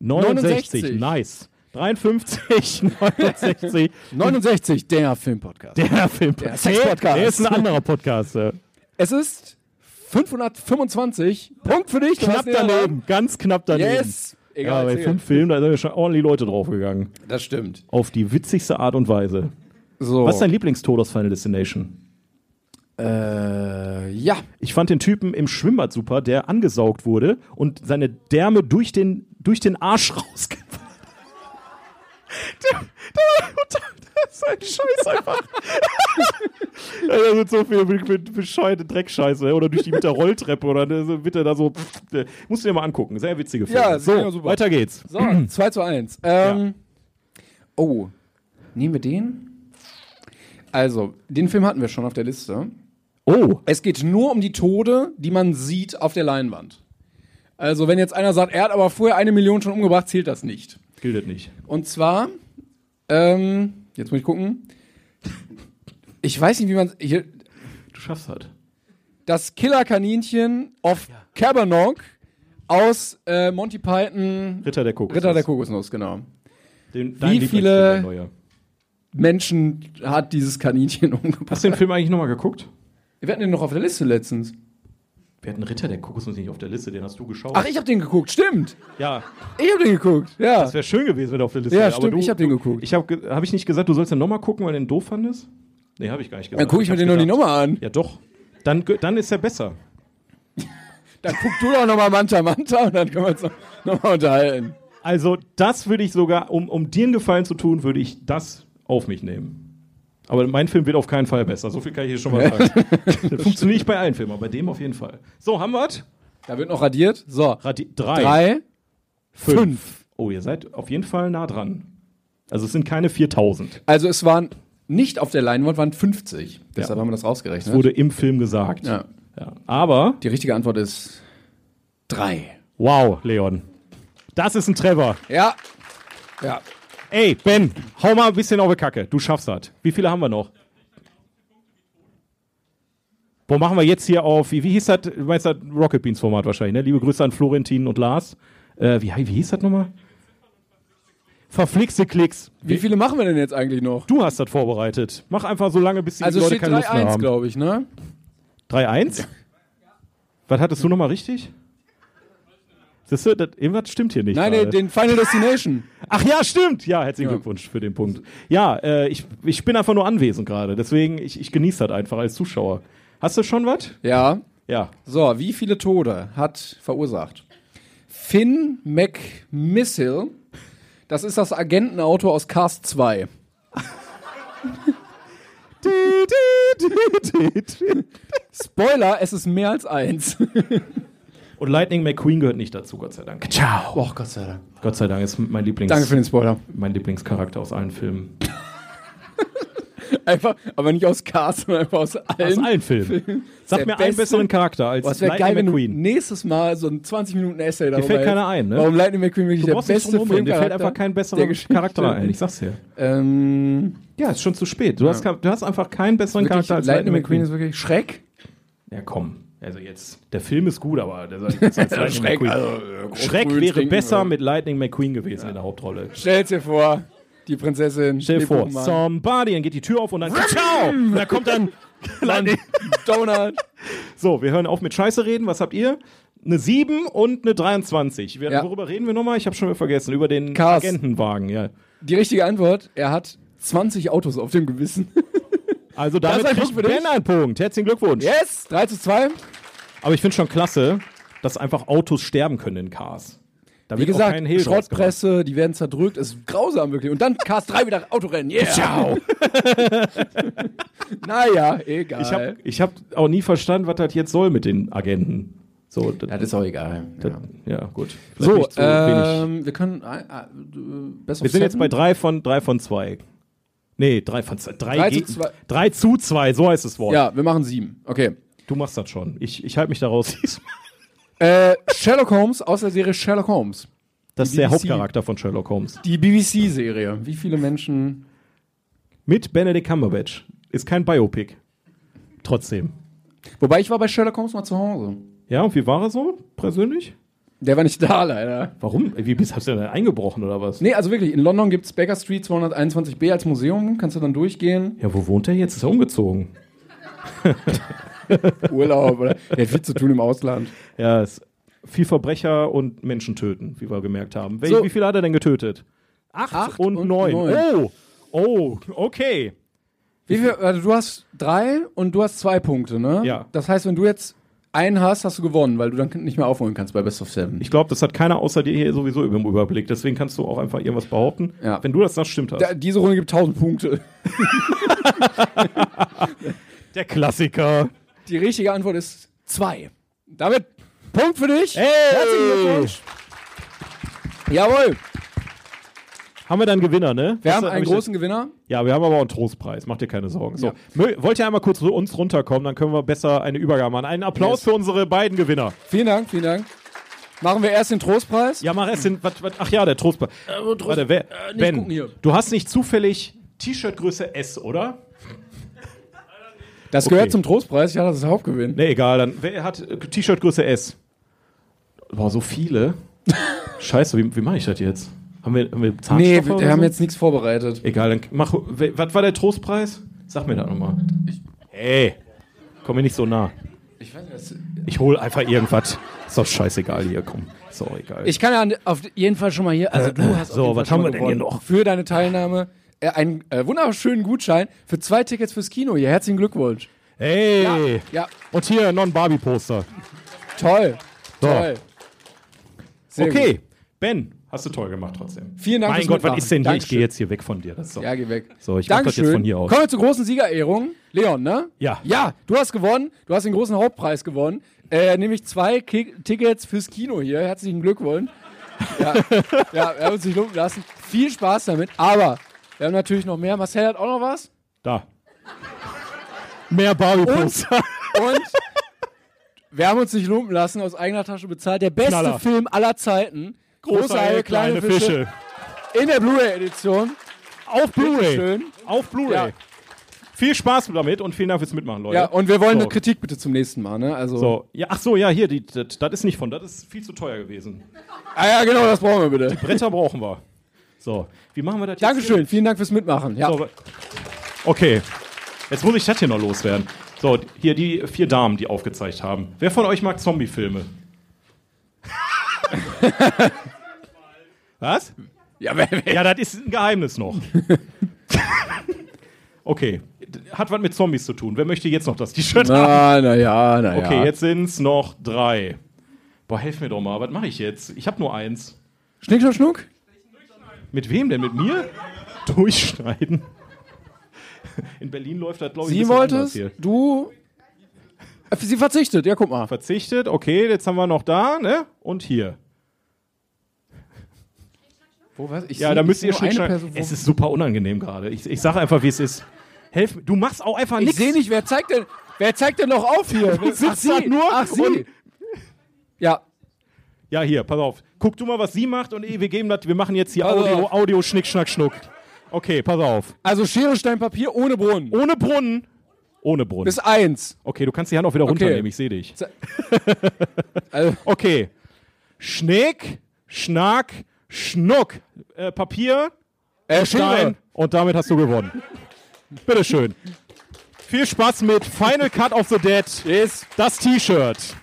Speaker 1: 69.
Speaker 3: 69.
Speaker 1: Nice. [laughs] 53, 69.
Speaker 3: 69, der Filmpodcast.
Speaker 1: Der Film. Der
Speaker 3: Sex-Podcast.
Speaker 1: Der ist ein anderer Podcast. Ja.
Speaker 3: Es ist 525. Punkt für dich. du
Speaker 1: Knapp
Speaker 3: hast näher dran.
Speaker 1: daneben. Ganz knapp daneben.
Speaker 3: Yes.
Speaker 1: Ja,
Speaker 3: Egal.
Speaker 1: bei
Speaker 3: erzähl.
Speaker 1: fünf Filmen, da sind ja schon ordentlich Leute draufgegangen.
Speaker 3: das stimmt.
Speaker 1: Auf die witzigste Art und Weise.
Speaker 3: So.
Speaker 1: Was ist dein Lieblingstod aus Final Destination?
Speaker 3: äh, ja.
Speaker 1: Ich fand den Typen im Schwimmbad super, der angesaugt wurde und seine Därme durch den, durch den Arsch [laughs] rausgefahren. Der, der, das ist ein Scheiß [laughs] einfach. Da sind so viele be- be- bescheuerte Dreckscheiße oder durch die mit der Rolltreppe oder ne, so bitte da so. äh, Musst du dir mal angucken. Sehr witzige Filme.
Speaker 3: Ja,
Speaker 1: so,
Speaker 3: sehr super.
Speaker 1: weiter geht's.
Speaker 3: So, [clears throat] 2 zu 1. Ähm, Oh. Nehmen wir den? Also, den Film hatten wir schon auf der Liste.
Speaker 1: Oh,
Speaker 3: Es geht nur um die Tode, die man sieht auf der Leinwand. Also, wenn jetzt einer sagt, er hat aber vorher eine Million schon umgebracht, zählt das nicht.
Speaker 1: gilt das nicht.
Speaker 3: Und zwar, ähm, jetzt muss ich gucken. Ich weiß nicht, wie man hier
Speaker 1: Du schaffst halt.
Speaker 3: das Killerkaninchen auf Cabernock aus äh, Monty Python
Speaker 1: Ritter der Kokosnuss.
Speaker 3: Ritter der Kokosnuss, genau.
Speaker 1: Den,
Speaker 3: Wie viele-
Speaker 1: Lieblingsfilm, der neue.
Speaker 3: Menschen hat dieses Kaninchen [laughs] umgebracht.
Speaker 1: Hast du den Film eigentlich nochmal geguckt?
Speaker 3: Wir hatten den noch auf der Liste letztens.
Speaker 1: Wir hatten Ritter der Kokosnuss nicht auf der Liste, den hast du geschaut.
Speaker 3: Ach, ich habe den geguckt, stimmt.
Speaker 1: ja.
Speaker 3: Ich habe den geguckt, ja.
Speaker 1: Das wäre schön gewesen, wenn er auf der Liste
Speaker 3: Ja,
Speaker 1: wäre,
Speaker 3: stimmt,
Speaker 1: aber du,
Speaker 3: ich habe den geguckt.
Speaker 1: Ich habe ge hab ich nicht gesagt, du sollst den nochmal gucken, weil du den doof fandest? Nee, habe ich gar nicht gesagt.
Speaker 3: Dann gucke ich mir
Speaker 1: hab
Speaker 3: den noch die
Speaker 1: gedacht-
Speaker 3: Nummer an.
Speaker 1: Ja, doch. Dann, ge- dann ist er besser.
Speaker 3: Dann guck du doch nochmal Manta Manta und dann können wir uns nochmal unterhalten.
Speaker 1: Also, das würde ich sogar, um, um dir einen Gefallen zu tun, würde ich das auf mich nehmen. Aber mein Film wird auf keinen Fall besser. So viel kann ich dir schon mal sagen.
Speaker 3: [laughs]
Speaker 1: das funktioniert nicht bei allen Filmen, aber bei dem auf jeden Fall. So, haben wir's?
Speaker 3: Da wird noch radiert. So,
Speaker 1: Radi drei.
Speaker 3: drei, fünf.
Speaker 1: Oh, ihr seid auf jeden Fall nah dran. Also, es sind keine 4000.
Speaker 3: Also es waren nicht auf der Leinwand, waren 50. Deshalb haben wir das rausgerechnet.
Speaker 1: Wurde im Film gesagt.
Speaker 3: ja.
Speaker 1: Ja. Aber
Speaker 3: Die richtige Antwort ist drei.
Speaker 1: Wow, Leon. Das ist ein Treffer.
Speaker 3: Ja. Ja.
Speaker 1: Ey, Ben, hau mal ein bisschen auf die Kacke. Du schaffst das. Wie viele haben wir noch? Wo machen wir jetzt hier auf? Wie, wie hieß das? Du meinst das Rocket Beans Format wahrscheinlich, ne? Liebe Grüße an Florentin und Lars. Äh, wie, wie hieß das nochmal? Verflixte Klicks.
Speaker 3: Wie viele machen wir denn jetzt eigentlich noch?
Speaker 1: Du hast das vorbereitet. Mach einfach so lange, bis die
Speaker 3: Also
Speaker 1: Leute
Speaker 3: steht
Speaker 1: keine Lust mehr
Speaker 3: 3-1,
Speaker 1: haben.
Speaker 3: glaube ich, ne?
Speaker 1: 3-1? Was hattest du nochmal richtig? Siehst du, das, irgendwas stimmt hier nicht.
Speaker 3: Nein,
Speaker 1: gerade.
Speaker 3: den, den Final Destination. [laughs]
Speaker 1: Ach ja, stimmt. Ja, herzlichen
Speaker 3: Ja.
Speaker 1: Glückwunsch für den Punkt. Ja, äh, ich, ich bin einfach nur anwesend gerade. Deswegen, ich, ich genieße das einfach als Zuschauer. Hast du schon was?
Speaker 3: Ja. [laughs]
Speaker 1: Ja.
Speaker 3: So, wie viele Tode hat verursacht? Finn McMissile. Das ist das Agentenauto aus Cars 2. Spoiler, es ist mehr als eins.
Speaker 1: Und Lightning McQueen gehört nicht dazu, Gott sei Dank.
Speaker 3: Ciao. Oh, Gott sei Dank.
Speaker 1: Gott sei Dank ist mein, Lieblings,
Speaker 3: Danke für den Spoiler.
Speaker 1: mein Lieblingscharakter aus allen Filmen.
Speaker 3: Einfach, aber nicht aus Cars, sondern einfach aus
Speaker 1: Aus
Speaker 3: allen.
Speaker 1: allen Filmen. Sag
Speaker 3: Der
Speaker 1: mir einen
Speaker 3: beste-
Speaker 1: besseren Charakter als
Speaker 3: Boah, es wäre
Speaker 1: Lightning
Speaker 3: geil, wenn du
Speaker 1: McQueen.
Speaker 3: nächstes Mal so ein 20-Minuten-Essay darüber
Speaker 1: fällt
Speaker 3: hältst,
Speaker 1: keiner ein, ne?
Speaker 3: Warum Lightning McQueen wirklich
Speaker 1: Du
Speaker 3: der
Speaker 1: brauchst nicht
Speaker 3: beste
Speaker 1: drum rumreden.
Speaker 3: Film
Speaker 1: Dir fällt einfach kein besserer Charakter ein. Ich sag's dir.
Speaker 3: Ähm,
Speaker 1: Ja, ist schon zu spät. Du, hast, kein- du hast einfach keinen besseren
Speaker 3: wirklich,
Speaker 1: Charakter als Lightning, McQueen.
Speaker 3: ist wirklich Schreck.
Speaker 1: Ja, komm. Also jetzt, der Film ist gut, aber der soll
Speaker 3: [laughs]
Speaker 1: nicht besser als Lightning
Speaker 3: Schreck, also,
Speaker 1: McQueen. Schreck wäre
Speaker 3: trinken,
Speaker 1: besser
Speaker 3: ja.
Speaker 1: mit Lightning McQueen gewesen in der Hauptrolle.
Speaker 3: Stell's dir vor, die Prinzessin.
Speaker 1: Stell dir
Speaker 3: den
Speaker 1: vor,
Speaker 3: Pokémon,
Speaker 1: somebody, dann geht die Tür auf und dann
Speaker 3: [laughs]
Speaker 1: ciao, da kommt dann [laughs] Lightning.
Speaker 3: Donald.
Speaker 1: So, wir hören auf mit Scheiße reden. Was habt ihr? Eine 7 und eine 23. Wir,
Speaker 3: Ja.
Speaker 1: Worüber reden wir nochmal? Ich habe schon wieder vergessen. Über den
Speaker 3: Cars.
Speaker 1: Agentenwagen, ja.
Speaker 3: Die richtige Antwort, er hat 20 Autos auf dem Gewissen.
Speaker 1: Also damit
Speaker 3: ein
Speaker 1: kriegt
Speaker 3: Punkt für dich.
Speaker 1: Ben einen Punkt. Herzlichen Glückwunsch.
Speaker 3: Yes! 3 zu 2.
Speaker 1: Aber ich finde schon klasse, dass einfach Autos sterben können in Cars. Da
Speaker 3: Wie
Speaker 1: wird auch
Speaker 3: gesagt,
Speaker 1: kein Hehl draus
Speaker 3: Schrottpresse, die werden zerdrückt, ist grausam wirklich. Und dann Cars 3 wieder Autorennen. Yeah. Ciao. naja, egal.
Speaker 1: Ich habe ich hab auch nie verstanden, was das jetzt soll mit den Agenten. So, das,
Speaker 3: das ist auch egal.
Speaker 1: das- ja. gut. Vielleicht
Speaker 3: So,
Speaker 1: nicht wenig.
Speaker 3: ähm, wir können äh, äh, Best of
Speaker 1: Wir sind jetzt
Speaker 3: Seven?
Speaker 1: bei drei von drei von zwei. Nee, drei von zwei. Drei,
Speaker 3: Drei zu
Speaker 1: zu
Speaker 3: zwei.
Speaker 1: zwei. drei zu zwei, so heißt das Wort.
Speaker 3: Ja, wir machen sieben. Okay.
Speaker 1: Du machst das schon. Ich, ich halte mich daraus.
Speaker 3: Äh, Sherlock Holmes aus der Serie Sherlock Holmes.
Speaker 1: Das
Speaker 3: Die
Speaker 1: ist der
Speaker 3: BBC.
Speaker 1: Hauptcharakter von Sherlock Holmes.
Speaker 3: Die BBC-Serie. Wie viele Menschen.
Speaker 1: Mit Benedict Cumberbatch. Ist kein Biopic. Trotzdem.
Speaker 3: Wobei ich war bei Sherlock Holmes mal zu Hause.
Speaker 1: Ja, und wie war er so persönlich?
Speaker 3: Der war nicht da, leider.
Speaker 1: Warum? Wie bist hast du denn eingebrochen oder was?
Speaker 3: Nee, also wirklich, in London gibt's Baker Street 221b als Museum. Kannst du dann durchgehen.
Speaker 1: Ja, wo wohnt er jetzt? Ist er umgezogen?
Speaker 3: Urlaub oder. Der hat viel zu tun im Ausland.
Speaker 1: Ja, ist viel Verbrecher und Menschen töten, wie wir gemerkt haben. Wel
Speaker 3: So.
Speaker 1: Wie viele hat er denn getötet? Acht,
Speaker 3: Acht
Speaker 1: und,
Speaker 3: und
Speaker 1: neun.
Speaker 3: neun.
Speaker 1: Oh, oh, okay.
Speaker 3: Wie viel, also du hast drei und du hast zwei Punkte, ne?
Speaker 1: Ja.
Speaker 3: Das heißt, wenn du jetzt einen hast, hast du gewonnen, weil du dann nicht mehr aufholen kannst bei Best of Seven.
Speaker 1: Ich glaube, das hat keiner außer dir hier sowieso im Überblick. Deswegen kannst du auch einfach irgendwas behaupten.
Speaker 3: Ja.
Speaker 1: Wenn du das sagst, stimmt das.
Speaker 3: Da, diese Runde gibt 1000 Punkte.
Speaker 1: der Klassiker.
Speaker 3: Die richtige Antwort ist zwei. Damit Punkt für dich.
Speaker 1: Hey!
Speaker 3: Herzlichen Glückwunsch. Jawohl.
Speaker 1: Haben wir dann Gewinner, ne?
Speaker 3: Wir
Speaker 1: Was
Speaker 3: haben
Speaker 1: hab
Speaker 3: einen
Speaker 1: ich
Speaker 3: großen Gewinner.
Speaker 1: jetzt- Ja, wir haben aber auch einen Trostpreis. Macht dir keine Sorgen. So,
Speaker 3: Ja.
Speaker 1: Mö- wollt ihr einmal kurz zu uns runterkommen, dann können wir besser eine Übergabe machen. Einen Applaus
Speaker 3: Yes.
Speaker 1: für unsere beiden Gewinner.
Speaker 3: Vielen Dank, vielen Dank. Machen wir erst den Trostpreis.
Speaker 1: Ja, mach erst den. wat- wat- ach ja, der Trostpreis.
Speaker 3: Äh, Trost-
Speaker 1: Warte, wer,
Speaker 3: äh, nicht gucken hier.
Speaker 1: ben, du hast nicht zufällig T-Shirt-Größe S, oder?
Speaker 3: Das gehört zum Trostpreis. Ja, das ist Hauptgewinn.
Speaker 1: Ne, egal. Dann, wer hat äh, T-Shirt-Größe S? Boah, so
Speaker 3: [laughs]
Speaker 1: viele. Scheiße, wie, wie mache ich das jetzt? Haben wir, haben wir Zahnstocher
Speaker 3: Nee, wir
Speaker 1: oder
Speaker 3: wir haben
Speaker 1: so?
Speaker 3: jetzt nichts vorbereitet.
Speaker 1: Egal, dann mach. we- Was war der Trostpreis? Sag mir das nochmal. Hey, komm mir nicht so nah.
Speaker 3: Ich,
Speaker 1: Ich hol einfach irgendwas. Ist doch scheißegal hier, komm. Ist doch egal.
Speaker 3: kann ja an- auf jeden Fall schon mal hier. Also, du hast auf
Speaker 1: Äh, so,
Speaker 3: jeden Fall
Speaker 1: was
Speaker 3: schon
Speaker 1: haben
Speaker 3: mal
Speaker 1: wir denn hier
Speaker 3: gewonnen.
Speaker 1: noch?
Speaker 3: Für deine Teilnahme äh, einen äh, wunderschönen Gutschein für zwei Tickets fürs Kino. Hier, herzlichen Glückwunsch.
Speaker 1: hey!
Speaker 3: Ja,
Speaker 1: Und hier Non-Barbie-Poster.
Speaker 3: toll.
Speaker 1: So.
Speaker 3: Toll. Sehr
Speaker 1: okay,
Speaker 3: gut.
Speaker 1: Ben, hast du toll gemacht trotzdem.
Speaker 3: Vielen Dank
Speaker 1: Mein
Speaker 3: fürs
Speaker 1: Gott, was
Speaker 3: Mitmachen.
Speaker 1: ist denn hier? Ich
Speaker 3: Dankeschön.
Speaker 1: gehe jetzt hier weg von dir. Das ist doch
Speaker 3: Ja, geh weg.
Speaker 1: So, ich mach das jetzt von hier aus.
Speaker 3: Kommen wir zur großen Siegerehrung. Leon, ne?
Speaker 1: Ja.
Speaker 3: Ja, du hast gewonnen. Du hast den großen Hauptpreis gewonnen. Äh, nämlich zwei Ki Tickets fürs Kino hier. Herzlichen Glückwunsch.
Speaker 1: [laughs]
Speaker 3: Ja, ja wir haben uns nicht lumpen lassen. Viel Spaß damit. Aber wir haben natürlich noch mehr. Marcel hat auch noch was.
Speaker 1: da. Mehr Barbie-Poster. [laughs]
Speaker 3: Und wir haben uns nicht lumpen lassen, aus eigener Tasche bezahlt. Der beste
Speaker 1: Knaller.
Speaker 3: Film aller Zeiten.
Speaker 1: Große, Haie, kleine Fische.
Speaker 3: In der Blu-ray-Edition.
Speaker 1: Auf Blu-ray.
Speaker 3: Bitteschön.
Speaker 1: Auf Blu-ray.
Speaker 3: Ja.
Speaker 1: Viel Spaß damit und vielen Dank fürs Mitmachen, Leute.
Speaker 3: Ja, und wir wollen
Speaker 1: So.
Speaker 3: eine Kritik bitte zum nächsten Mal, ne? Also.
Speaker 1: So, ja, ach so, ja, hier, die- das das ist nicht von, das ist viel zu teuer gewesen.
Speaker 3: Ah ja, genau, das brauchen wir bitte.
Speaker 1: Bretter brauchen wir. So, wie machen wir das jetzt?
Speaker 3: Dankeschön, vielen Dank fürs Mitmachen. Ja.
Speaker 1: So, wa- okay, jetzt muss ich das hier noch loswerden. So, hier die vier Damen, die aufgezeigt haben. Wer von euch mag Zombie-Filme?
Speaker 3: [laughs]
Speaker 1: Was?
Speaker 3: Ja, wer- wer-
Speaker 1: Ja, das ist ein Geheimnis
Speaker 3: [laughs]
Speaker 1: noch. okay, hat was mit Zombies zu tun. Wer möchte jetzt noch das T-Shirt haben?
Speaker 3: na, na ja, na ja.
Speaker 1: Okay, jetzt sind's noch drei. Boah, helf mir doch mal. Was mache ich jetzt? Ich habe nur eins.
Speaker 3: Schnick, schnack, schnuck.
Speaker 1: Mit wem denn? Mit mir? [laughs] Durchschneiden. In Berlin läuft das, glaube ich, ein
Speaker 3: Sie
Speaker 1: bisschen
Speaker 3: wollte
Speaker 1: anders
Speaker 3: es, du. Äh, Sie verzichtet, ja, guck mal.
Speaker 1: Verzichtet. Okay, jetzt haben wir noch da, ne? Und hier.
Speaker 3: Wo, was? Ich
Speaker 1: Ja,
Speaker 3: seh-
Speaker 1: da
Speaker 3: ich
Speaker 1: müsst
Speaker 3: seh
Speaker 1: ihr
Speaker 3: nur
Speaker 1: schon
Speaker 3: eine
Speaker 1: schneiden.
Speaker 3: Person, wo-
Speaker 1: Es ist super unangenehm gerade. Ich, ich sage einfach, wie es ist. Helf mir. Du machst auch einfach
Speaker 3: Ich
Speaker 1: nichts.
Speaker 3: sehe nicht, wer zeigt denn, wer zeigt denn noch auf hier?
Speaker 1: Du [laughs] sitzt da nur
Speaker 3: Ach, sie.
Speaker 1: und-
Speaker 3: Ja,
Speaker 1: Ja, hier, pass auf. Guck du mal, was sie macht und eh, wir geben das. Wir machen jetzt hier
Speaker 3: Pass
Speaker 1: Audio,
Speaker 3: auf.
Speaker 1: Audio, Schnick, Schnack, Schnuck. Okay, pass auf.
Speaker 3: also Schere, Stein, Papier ohne Brunnen.
Speaker 1: Ohne Brunnen. Ohne Brunnen.
Speaker 3: Bis eins.
Speaker 1: Okay, du kannst die Hand auch wieder runternehmen, ich sehe dich.
Speaker 3: Also-
Speaker 1: okay. Schnick, Schnack, Schnuck. Äh, Papier,
Speaker 3: Äh, Schere.
Speaker 1: Stein und damit hast du gewonnen. Bitteschön. Viel Spaß mit Final Cut of the Dead.
Speaker 3: Yes.
Speaker 1: Das T-Shirt.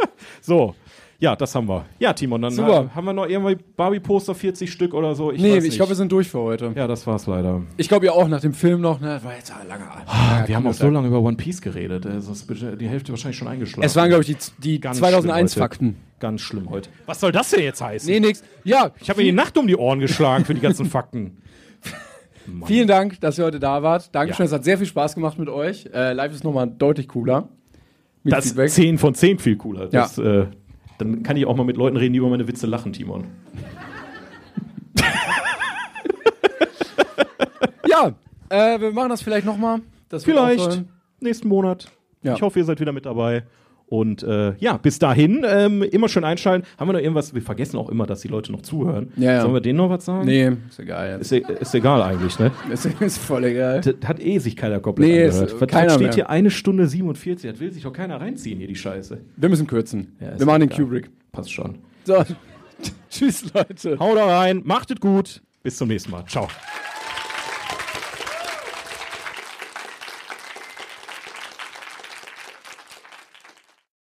Speaker 1: [laughs] so. Ja, das haben wir. Ja, Timon, dann
Speaker 3: Super.
Speaker 1: äh, haben wir noch irgendwie Barbie-Poster, 40 Stück oder so. Ich
Speaker 3: nee,
Speaker 1: weiß
Speaker 3: ich
Speaker 1: nicht.
Speaker 3: glaube, wir sind durch für heute.
Speaker 1: Ja, das war's leider.
Speaker 3: Ich glaube ja auch nach dem Film noch, ne, war jetzt ein langer langer
Speaker 1: wir haben auch
Speaker 3: Kindertag.
Speaker 1: so lange über One Piece geredet. Also ist die Hälfte wahrscheinlich schon eingeschlafen.
Speaker 3: Es waren, glaube ich, die, die
Speaker 1: Ganz
Speaker 3: 2001
Speaker 1: schlimm heute.
Speaker 3: Fakten.
Speaker 1: Ganz schlimm heute. Was soll das denn jetzt heißen?
Speaker 3: Nee, nix. Ja,
Speaker 1: Ich habe mir die Nacht um die Ohren geschlagen für die
Speaker 3: [laughs]
Speaker 1: ganzen Fakten.
Speaker 3: vielen Dank, dass ihr heute da wart. Dankeschön,
Speaker 1: Ja.
Speaker 3: es hat sehr viel Spaß gemacht mit euch. Äh, live ist nochmal deutlich cooler. Mit
Speaker 1: Das ist 10 von 10 viel cooler. Das, äh, dann kann ich auch mal mit Leuten reden, die über meine Witze lachen, Timon.
Speaker 3: Ja, äh, wir machen das vielleicht nochmal.
Speaker 1: Vielleicht nächsten Monat.
Speaker 3: Ja.
Speaker 1: Ich hoffe, ihr seid wieder mit dabei. Und äh, ja, bis dahin ähm, immer schön einschalten. Haben wir noch irgendwas? Wir vergessen auch immer, dass die Leute noch zuhören.
Speaker 3: Ja, ja.
Speaker 1: Sollen wir denen noch was sagen?
Speaker 3: Nee, ist egal.
Speaker 1: Ist,
Speaker 3: Jetzt.
Speaker 1: e- ist egal eigentlich, ne?
Speaker 3: Ist, ist voll egal.
Speaker 1: Das hat eh sich keiner komplett
Speaker 3: Nee,
Speaker 1: angehört.
Speaker 3: ist, äh,
Speaker 1: Was-
Speaker 3: keiner
Speaker 1: was steht
Speaker 3: mehr.
Speaker 1: hier eine Stunde 47. Das will sich doch keiner reinziehen hier, die Scheiße.
Speaker 3: Wir müssen kürzen.
Speaker 1: Ja, ist
Speaker 3: wir machen den
Speaker 1: egal.
Speaker 3: Kubrick.
Speaker 1: Passt schon.
Speaker 3: So. [laughs] Tschüss, Leute.
Speaker 1: Haut da rein, macht es gut. Bis zum nächsten Mal. Ciao.